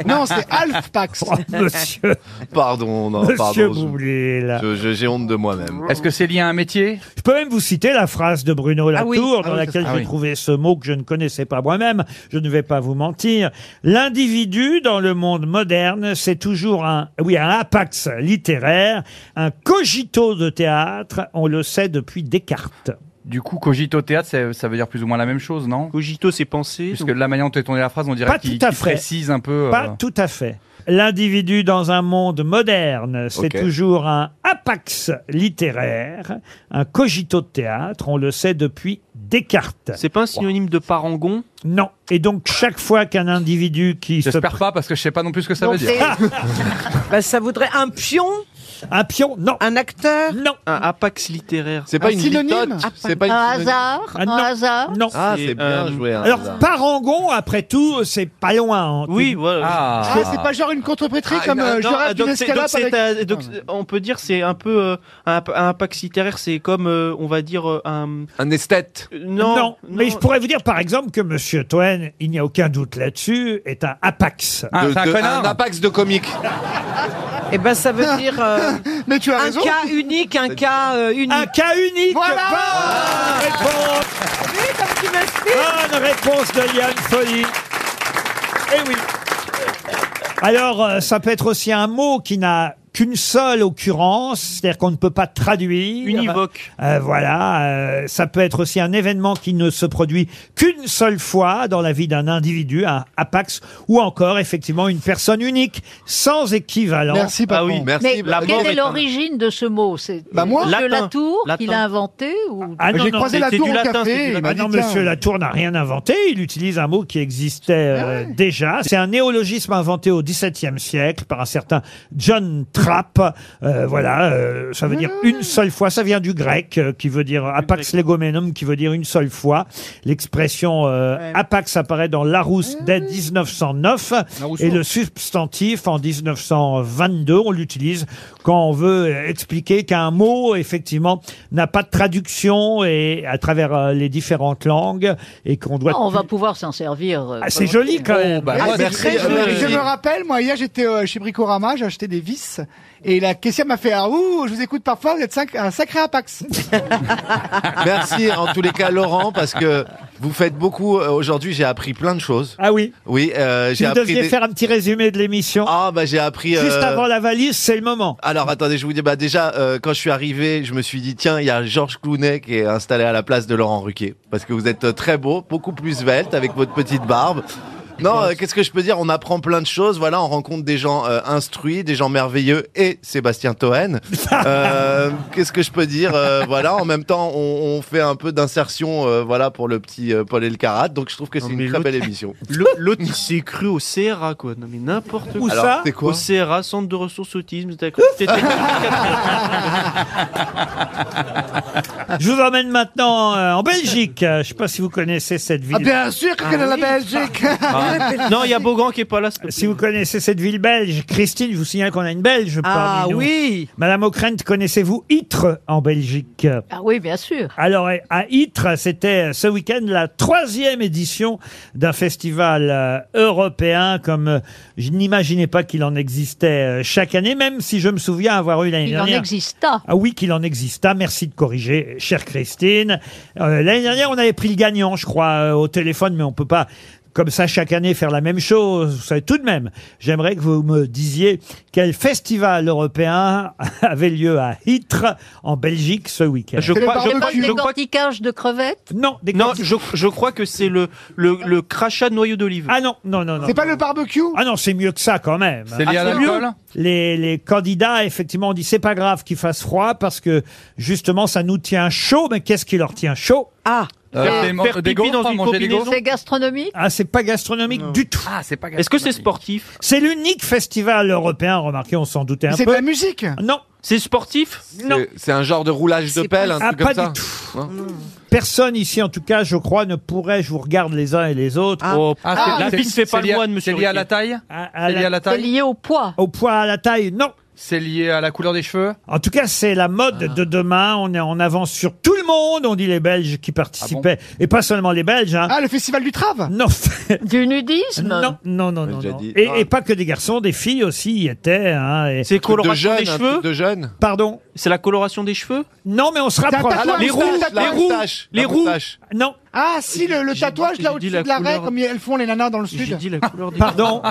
Non, c'est Alf Pax. Oh, monsieur. Pardon, non, Monsieur pardon. je- Boublil. je- je- J'ai honte de moi-même. Est-ce que c'est lié à un métier Je peux même vous citer la phrase de Bruno Ah Latour oui, ah dans oui, laquelle ça- ah j'ai oui. trouvé ce mot que je ne connaissais pas moi-même. Je ne vais pas vous mentir. L'individu dans le monde moderne, c'est toujours un, oui, un apax littéraire, un cogito de théâtre. On le sait depuis Descartes. Du coup, cogito théâtre, ça, ça veut dire plus ou moins la même chose, non Cogito, c'est penser. Puisque de la manière dont est tournée la phrase, on dirait Pas qu'il tout à qu'il fait. précise un peu. euh, Pas tout à fait. L'individu dans un monde moderne, c'est Ok. toujours un apax littéraire, un cogito de théâtre, on le sait depuis Descartes. C'est pas un synonyme de parangon Non. Et donc, chaque fois qu'un individu qui se... J'espère pas parce que je sais pas non plus ce que ça Non, veut dire. Bah, ça voudrait un pion Un pion, non. Un acteur Non. Un apax littéraire. C'est pas Un une synonyme Ah, litote, c'est pas une Un synonyme. hasard Ah, non. Un hasard Non. euh, Ah, c'est bien joué. hein, Alors, Lazare. parangon, après tout, c'est pas loin. hein. Oui, voilà. Ah, c'est pas genre une contreprétrie Ah, comme non, euh, je non, rêve donc d'une c'est- escalade donc c'est avec... un- donc c'est- on peut dire c'est un peu euh, un, un pax littéraire, c'est comme euh, on va dire euh, un Euh, un esthète. Non, Mais je pourrais vous dire, par exemple, que Monsieur Toen, il n'y a aucun doute là-dessus, est un apax. Ah, De- de- apax de comique. Eh ben, ça veut dire euh, Mais tu as un raison. cas unique, un cas euh, unique. Un cas unique. Voilà. réponse. Bonne réponse de Yann Folly. Eh oui. Alors, euh, ça peut être aussi un mot qui n'a qu'une seule occurrence, c'est-à-dire qu'on ne peut pas traduire. Univoque. Euh, voilà, euh, ça peut être aussi un événement qui ne se produit qu'une seule fois dans la vie d'un individu, un apax, ou encore effectivement une personne unique, sans équivalent. Merci, pas patron. Ah oui, merci. Mais La mort quelle est est un- l'origine de ce mot C'est Bah, moi, de latin. Latour qu'il Latin. a inventé ou... Ah non, J'ai non, croisé mais la c'est tour du au latin, c'est café. du il m'a latin. dit, non, tiens, monsieur Latour n'a rien inventé. Il utilise un mot qui existait Ah euh, déjà. C'est un néologisme inventé au XVIIe siècle par un certain John Trapp. Euh, voilà, euh, ça veut dire Ah. une seule fois. Ça vient du grec, euh, qui veut dire apax legomenum, qui veut dire une seule fois. L'expression euh, apax apparaît dans Ah Larousse dès 1909 Larousse. et le substantif en 1922. On l'utilise quand on veut euh, expliquer qu'un mot, effectivement, n'a pas de traduction et à travers euh, les différentes langues et qu'on doit. Ah, on va pouvoir s'en servir. euh, Ah, c'est joli quand même. Ah, c'est très joli. Je me rappelle, moi, hier, j'étais euh, chez Bricorama, j'ai acheté des vis, et la caissière m'a fait, ah, ouh, je vous écoute parfois, vous êtes cinq- un sacré apax. Merci en tous les cas Laurent parce que vous faites beaucoup Euh, aujourd'hui. J'ai appris plein de choses. Ah oui. Oui, euh, Si j'ai vous appris. deviez des- faire un petit résumé de l'émission. Ah bah j'ai appris. Juste euh, avant la valise, c'est le moment. Alors attendez, je vous dis bah déjà euh, quand je suis arrivé, je me suis dit tiens, il y a Georges Clounet qui est installé à la place de Laurent Ruquier parce que vous êtes euh, très beau, beaucoup plus svelte avec votre petite barbe. Non, euh, qu'est-ce que je peux dire On apprend plein de choses. Voilà, on rencontre des gens euh, instruits, des gens merveilleux et Sébastien Toen. Euh, qu'est-ce que je peux dire Euh, Voilà, en même temps, on, on fait un peu d'insertion, euh, voilà, pour le petit euh, Paul Elkarat. Donc je trouve que c'est une très belle émission. Le- L'autre, il s'est cru au CRA, quoi. Non, mais n'importe Où quoi. Alors, ça c'est quoi Au CRA, Centre de ressources autisme. c'était à côté- c'était- Je vous emmène maintenant euh, en Belgique. Euh, Je ne sais pas si vous connaissez cette ville. Ah Ah, bien sûr qu'elle est la Belgique. Ah. Non, il y a Beaugrand qui est pas là. s'il te plaît. Si vous connaissez cette ville belge, Christine, je vous signale qu'on a une belge Ah parmi nous. oui. Madame O'Krent, connaissez-vous Ytre en Belgique Ah oui, bien sûr. Alors, eh, à Ytre, c'était euh, ce week-end la troisième édition d'un festival euh, européen, comme euh, je n'imaginais pas qu'il en existait euh, chaque année, même si je me souviens avoir eu l'année Il en dernière. exista. Ah oui, qu'il en exista. Merci de corriger, chère Christine. Euh, L'année dernière, on avait pris le gagnant, je crois, euh, au téléphone, mais on peut pas. Comme ça, chaque année, faire la même chose. Vous savez, tout de même, j'aimerais que vous me disiez quel festival européen avait lieu à Ytre, en Belgique, ce week-end. Je crois, je C'est crois- pas des je crois- corticages de crevettes Non, des non, je, je crois que c'est le, le, le crachat de noyau d'olive. Ah non, non, non, non. C'est pas le barbecue Ah non, c'est mieux que ça quand même. C'est lié à Ah, c'est l'alcool mieux. les, les candidats, effectivement, ont dit c'est pas grave qu'il fasse froid parce que justement ça nous tient chaud. Mais qu'est-ce qui leur tient chaud Euh, Ah Faire Euh, des- faire des pipi dans gaufres, hein, une manger des combinaison. gaufres. C'est gastronomique Ah, c'est pas gastronomique du tout. Ah, c'est pas grave. Est-ce que c'est sportif C'est l'unique festival européen, remarquez, on s'en doutait un C'est de peu. la musique. Non, C'est sportif non. C'est- C'est un genre de roulage de pelle, un Ah, truc comme pas ça. du tout. Non Personne ici, en tout cas, je crois, ne pourrait, je vous regarde les uns et les autres, Oh, Ah, la c'est- vie ne fait c'est pas lié le à- moine, monsieur. C'est lié à la Ruquier. taille à- à C'est lié la- à la C'est taille lié au poids. au poids, à la taille, non. C'est lié à la couleur des cheveux En tout cas, c'est la mode Ah. de demain. On est en avance sur tout le monde, on dit les Belges qui participaient. Ah Et pas seulement les Belges. Hein. Ah, le festival du Trave. Non. Du nudisme Non, non, non, non. déjà non. dit. Et, Ah. et pas que des garçons, des filles aussi y étaient. hein, et- C'est Truc de coloration jeune, des un truc cheveux de jeune. Pardon C'est la coloration des cheveux Non, mais on se T'as un rapproche. tatouage, Ah, les t'as roues, un tatouage. les roues. les roues. Non, Ah, si, le, le J'ai- tatouage j'ai là dit au-dessus la de la raie, couleur. comme elles font les nanas dans le J'ai sud. dit la couleur des pardon.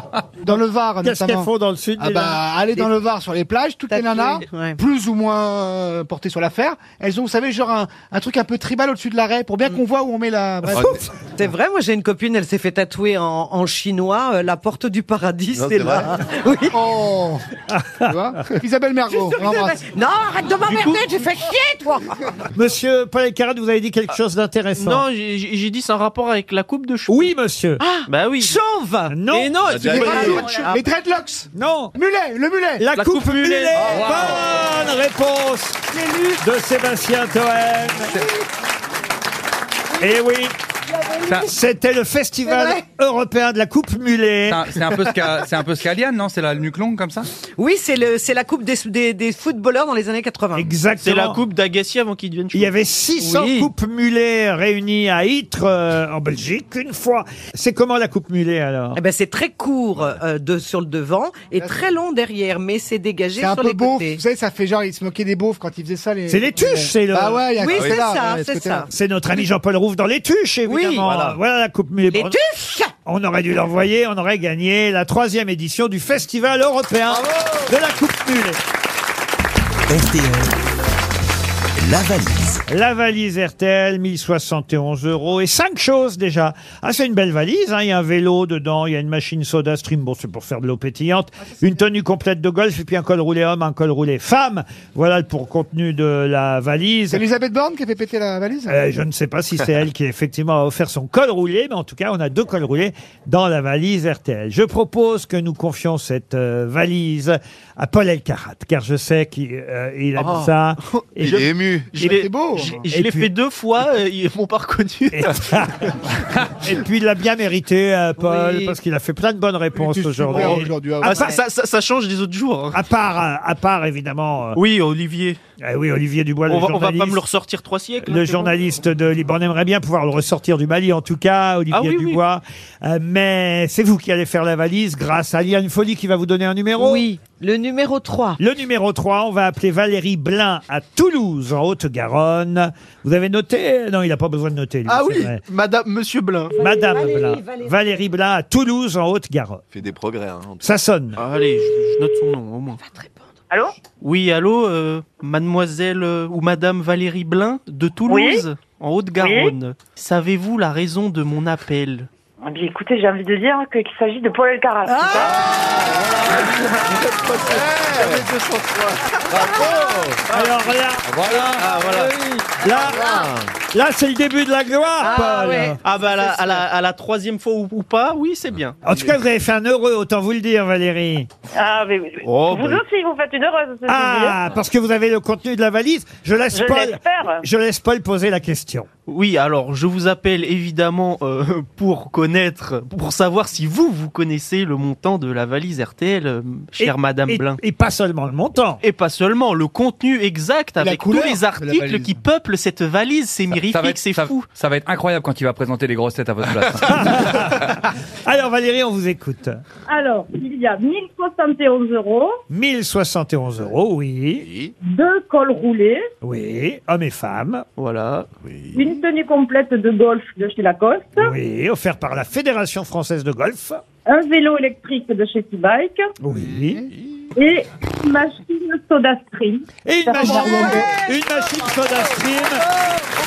Dans le Var, Qu'est-ce qu'elles notamment. font dans le sud Ah les bah, allez dans le Var sur les plages, toutes les Tatouées, nanas, ouais. plus ou moins euh, portées sur l'affaire, elles ont, vous savez, genre un, un truc un peu tribal au-dessus de la raie pour bien Mm. qu'on voit où on met la... Ah, Bref. C'est vrai, moi j'ai une copine, elle s'est fait tatouer en, en chinois, euh, la porte du paradis, Non, c'est c'est là. Oh Tu vois Isabelle Mergo, on l'embrasse. Non, arrête de m'emmerder, tu fais chier, toi Monsieur Paul Elkarat, vous avez dit quelque chose d'intéressant. Non, j'ai- j'ai j'ai dit c'est un rapport avec la coupe de cheveux. Oui, monsieur. bah oui. Chauve Non. Et non, Ah, c'est pas d'accord. la coupe de cheveux. Les dreadlocks Non Mulet, le mulet La, coupe, mulet. Ah, Oh, Bonne réponse de Sébastien Toen. Et oui. Ça- C'était le festival européen de la coupe mulet. C'est un- C'est un peu ce qu'a- c'est un peu ce qu'a Liane, non C'est la nuque longue comme ça Oui, c'est le, euh, c'est la coupe des, des, des footballeurs dans les années 80. Exactement. C'est la coupe d'Agassi avant qu'il devienne cheveux. Il y avait 600 coupes mulets réunies à Ytre, euh, en Belgique, une fois. C'est comment la coupe mulet, alors Eh ben, c'est très court euh, de, sur le devant et très long derrière, mais c'est dégagé C'est un sur peu les beauf, côtés. vous savez, ça fait genre, ils se moquaient des beaufs quand ils faisaient ça. Les... C'est les tuches, c'est le. Bah ouais, il y a un Oui, côté c'est là, ça, ouais, il y a ce c'est côté-là. ça. C'est notre ami Jean-Paul Rouve dans les tuches, évidemment. Oui, voilà. voilà. la coupe mulet. Les Bon, tuches On aurait dû l'envoyer, on aurait gagné la troisième édition du Festival européen de la coupe mulet. La valise. La valise RTL, 1071 euros et cinq choses déjà. Ah, c'est une belle valise, hein. il y a un vélo dedans, il y a une machine soda stream, bon, c'est pour faire de l'eau pétillante, Ah, une tenue complète de golf et puis un col roulé homme, un col roulé femme. Voilà le pour contenu de la valise. C'est Elisabeth Borne qui a fait péter la valise Euh, je ne sais pas si c'est elle qui effectivement a offert son col roulé, mais en tout cas, on a deux cols roulés dans la valise RTL. Je propose que nous confions cette euh, valise à Paul Elkarat, car je sais qu'il euh, Ah. il aime Oh. ça. Ah. Il est ému. Je l'ai- C'est beau. je- Et Je l'ai puis- fait deux fois, euh, ils m'ont pas reconnu. Et puis, il l'a bien mérité, euh, Paul, Oui. parce qu'il a fait plein de bonnes réponses aujourd'hui. super aujourd'hui, ah À Ah, ça, part- ça- ça- ça change des autres jours. hein. À part, euh, à part évidemment. euh, Oui, Olivier. eh oui, Olivier Dubois, on, le va, on va journaliste. pas me le ressortir trois siècles. Le hein, c'est bon. journaliste de Libre, on aimerait bien pouvoir le ressortir du Mali, en tout cas, Olivier Ah oui, oui. Dubois. Euh, mais c'est vous qui allez faire la valise grâce à Liane Folie qui va vous donner un numéro. Oui, le numéro 3. Le numéro 3, on va appeler Valérie Blin à Toulouse, en Haute-Garonne. Vous avez noté Non, il n'a pas besoin de noter. lui, Ah c'est oui, vrai. madame, monsieur Blin. Madame Blin. Valérie. Blin à Toulouse, en Haute-Garonne. Fait des progrès. Hein. Ça sonne. Ah, allez, je, je note son nom au moins. Allô Oui, allô, euh, mademoiselle euh, ou madame Valérie Blin de Toulouse, en Haute-Garonne. Savez-vous la raison de mon appel Eh bien, Écoutez, j'ai envie de dire que- qu'il s'agit de Paul Elkarat. Ah. Alors là, Ah, Voilà. là, là c'est le début de la gloire, Paul. Ah bah à la, à la- à la troisième fois ou, ou pas, oui, c'est bien. En tout cas, vous avez fait un heureux, autant vous le dire, Valérie. Ah, mais, mais- Oh, vous ben. bah. aussi, vous faites une heureuse. ceci Ah, parce que vous avez le contenu de la valise. Je laisse Je Paul. l'espère. Je laisse Paul poser la question. Oui, alors je vous appelle évidemment euh, pour connaître, pour savoir si vous, vous connaissez le montant de la valise RTL, euh, chère Et- Madame et- Blin. Et pas seulement le montant. Et pas seulement, le contenu exact avec couleur tous de les la articles valise. qui peuplent cette valise, c'est Ça va mirifique, être- c'est ça- fou. Ça va être incroyable quand il va présenter les grosses têtes à votre place. Alors, Valérie, on vous écoute. Alors, il y a 1071 euros, 1071 euros, oui. deux cols roulés, Oui. Hommes et femmes. Voilà. une tenue complète de golf de chez Lacoste, Oui. Offert par la Fédération française de golf. un vélo électrique de chez T-Bike Oui. et une machine soda stream. Et une machine, une machine soda stream.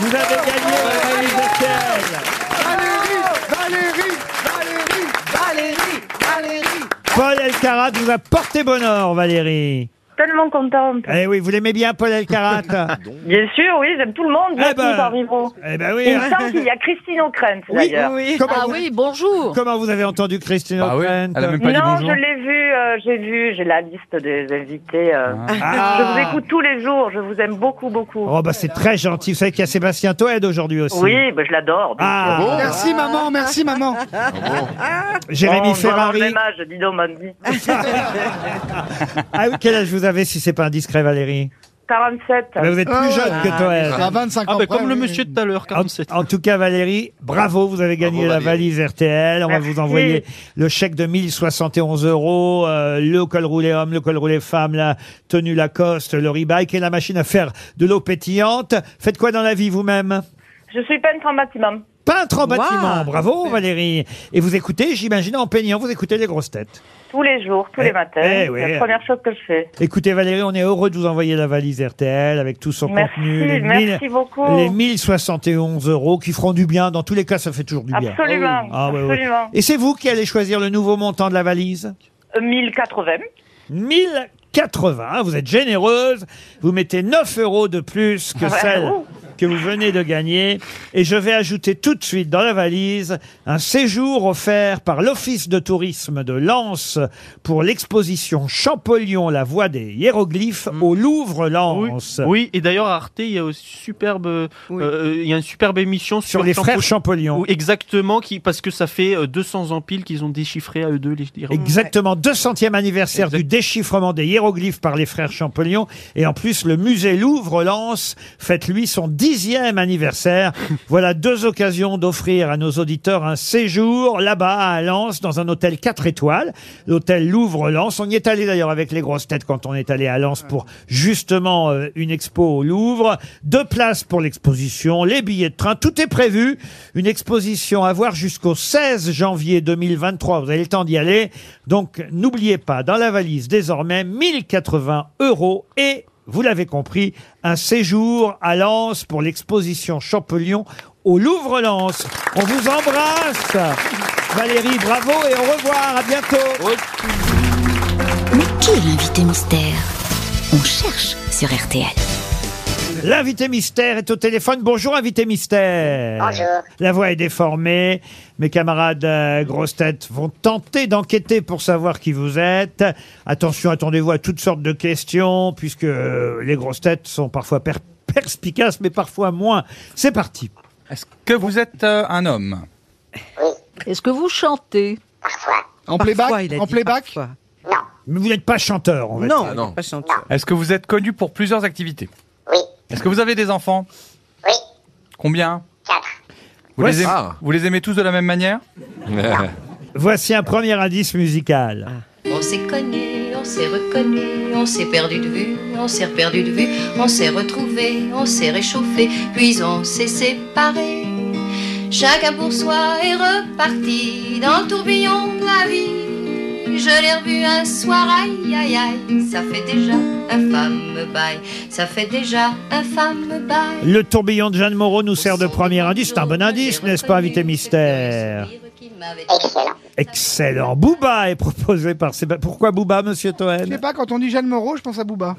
Vous avez gagné la valise RTL. Valérie Valérie Valérie, Valérie. Paul Elkarat vous a porté bonheur, Valérie. Tellement contente. Eh oui, vous l'aimez bien, Paul Elkarat Bien sûr, oui, j'aime tout le monde. Merci, ben. par Rivaux. Eh ben oui. Il me semble qu'il y a Christine O'Krent, d'ailleurs. Comment, Ah vous, oui, bonjour. comment vous avez entendu Christine Bah oui, O'Krent elle a même pas dit Non, bonjour. je l'ai vu, euh, j'ai vu, j'ai la liste des invités. euh. Je Ah. vous écoute tous les jours, je vous aime beaucoup, beaucoup. Oh bah c'est très gentil. Vous savez qu'il y a Sébastien Toed aujourd'hui aussi. oui, bah, je l'adore. bien Ah. sûr. Merci maman, merci maman. Ah. Jérémy Oh, on doit avoir le Ferrari. même âge, dis donc, Mandy. Ah oui, quel âge vous avez si c'est pas indiscret Valérie 47. Mais Vous êtes plus Ah ouais. jeune que C'est Toed. à 25 ans. Ah bah près, comme le oui. monsieur de tout à l'heure, 47. En tout cas, Valérie, bravo, vous avez gagné Bravo, la Valérie. valise RTL. On va Merci. vous envoyer le chèque de 1071 euros, euh, le col roulé homme, le col roulé femme, la tenue Lacoste, le rebike et la machine à faire de l'eau pétillante. Faites quoi dans la vie vous-même Je suis peintre en bâtiment. Peintre en bâtiment, Waouh. bravo Valérie. Et vous écoutez, j'imagine, en peignant, vous écoutez les grosses têtes. Tous les jours, tous Eh, les matins. eh c'est oui. la première chose que je fais. Écoutez Valérie, on est heureux de vous envoyer la valise RTL avec tout son Merci, contenu. Les, merci beaucoup. les 1071 euros qui feront du bien. Dans tous les cas, ça fait toujours du bien. Absolument, Ah ouais, ouais. absolument. Et c'est vous qui allez choisir le nouveau montant de la valise 1080. 1080 80. Vous êtes généreuse. Vous mettez 9 euros de plus que Ah ouais, celle oh. que vous venez de gagner. Et je vais ajouter tout de suite dans la valise un séjour offert par l'Office de tourisme de Lens pour l'exposition Champollion, la voie des hiéroglyphes au Louvre-Lens. Oui, et d'ailleurs à Arte, il y a une superbe, euh, euh, il y a une superbe émission sur, Sur les frères Champollion. Oui, exactement, qui parce que ça fait euh, 200 ans pile qu'ils ont déchiffré à eux deux les hiéroglyphes. Exactement, 200e anniversaire du déchiffrement des hiéroglyphes par les frères Champollion. Et en plus, le musée Louvre-Lens fête, lui, son 10e anniversaire. voilà deux occasions d'offrir à nos auditeurs un séjour là-bas à Lens, dans un hôtel 4 étoiles, l'hôtel Louvre-Lens. On y est allé d'ailleurs avec les grosses têtes quand on est allé à Lens pour justement euh, une expo au Louvre. Deux places pour l'exposition, les billets de train, tout est prévu. Une exposition à voir jusqu'au 16 janvier 2023. Vous avez le temps d'y aller. Donc n'oubliez pas, dans la valise désormais, 1080 euros et, vous l'avez compris, un séjour à Lens pour l'exposition Champollion au Louvre-Lens. On vous embrasse. Valérie, bravo et au revoir. À bientôt. Mais qui est l'invité mystère On cherche sur RTL. L'invité mystère est au téléphone. Bonjour, invité mystère. Bonjour. La voix est déformée. Mes camarades euh, grosses têtes vont tenter d'enquêter pour savoir qui vous êtes. Attention, attendez-vous à toutes sortes de questions, puisque euh, les grosses têtes sont parfois per- perspicaces, mais parfois moins. C'est parti. Est-ce que vous êtes euh, un homme Est-ce que vous chantez En playback En playback Mais vous n'êtes pas chanteur, en fait. Ah, Non, pas chanteur. Est-ce que vous êtes connu pour plusieurs activités Oui. Est-ce que vous avez des enfants Oui. Combien Vous, Ouais, les aimez, ah. vous les aimez tous de la même manière Voici un premier indice Ah. musical. On s'est connu, on s'est reconnu, on s'est perdu de vue, on s'est perdu de vue, on s'est retrouvé, on s'est réchauffé, puis on s'est séparé. Chacun pour soi est reparti dans le tourbillon de la vie. Je l'ai revu un soir, aïe aïe aïe, ça fait déjà un fameux bail, ça fait déjà un fameux bail. Le tourbillon de Jeanne Moreau nous sert de premier indice. C'est un bon indice, n'est-ce pas, invité mystère Excellent. Booba est proposé par Sébastien. Pourquoi Booba, monsieur Je Toen sais pas, quand on dit Jeanne Moreau, je pense à Booba.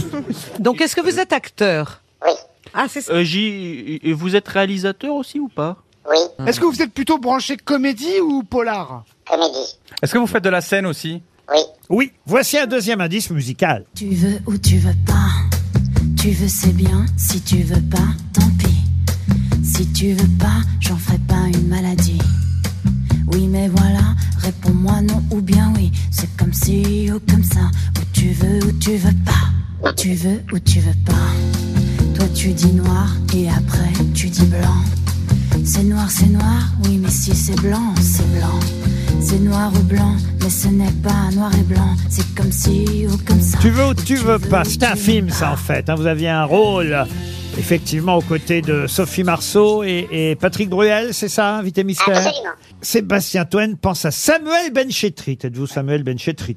Donc, est-ce que vous êtes acteur Ah, c'est ça. Euh, j'y- et vous êtes réalisateur aussi ou pas Oui. Est-ce que vous êtes plutôt branché comédie ou polar Comédie. Est-ce que vous faites de la scène aussi Oui. Oui, voici un deuxième indice musical. Tu veux ou tu veux pas. Tu veux, c'est bien. Si tu veux pas, tant pis. Si tu veux pas, j'en ferai pas une maladie. Oui, mais voilà, réponds-moi non ou bien oui. C'est comme si ou comme ça. Ou tu veux ou tu veux pas. Tu veux ou tu veux pas. Toi, tu dis noir et après, tu dis blanc. C'est noir, c'est noir, oui, mais si c'est blanc, c'est blanc. C'est noir ou blanc, mais ce n'est pas noir et blanc. C'est comme si ou comme ça. Tu veux ou tu veux pas C'est un film, ça, en fait. hein. Vous aviez un rôle, effectivement, aux côtés de Sophie Marceau et, et Patrick Bruel, c'est ça, invité mystère Absolument. Sébastien Toen pense à Samuel Benchetrit. Êtes-vous Samuel Benchetrit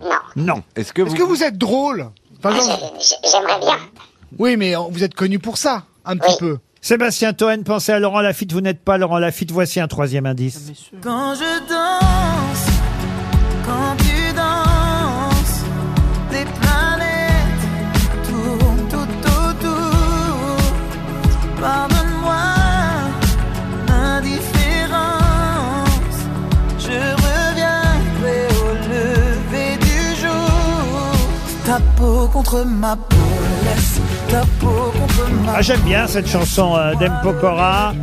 Non. Non. Est-ce que Est-ce que vous êtes drôle Enfin, genre- J'aimerais bien. Oui, mais on- vous êtes connu pour ça, un petit peu. Sébastien Toen, pensez à Laurent Lafitte. Vous n'êtes pas Laurent Lafitte. Voici un troisième Ah, indice. Quand je danse, quand tu danses, des planètes tournent tout autour. Pardonne-moi l'indifférence, je reviendrai au lever du jour. Ta peau contre ma peau, laisse ta peau contre ma Ah, j'aime bien cette chanson euh, d'Empokora. Ah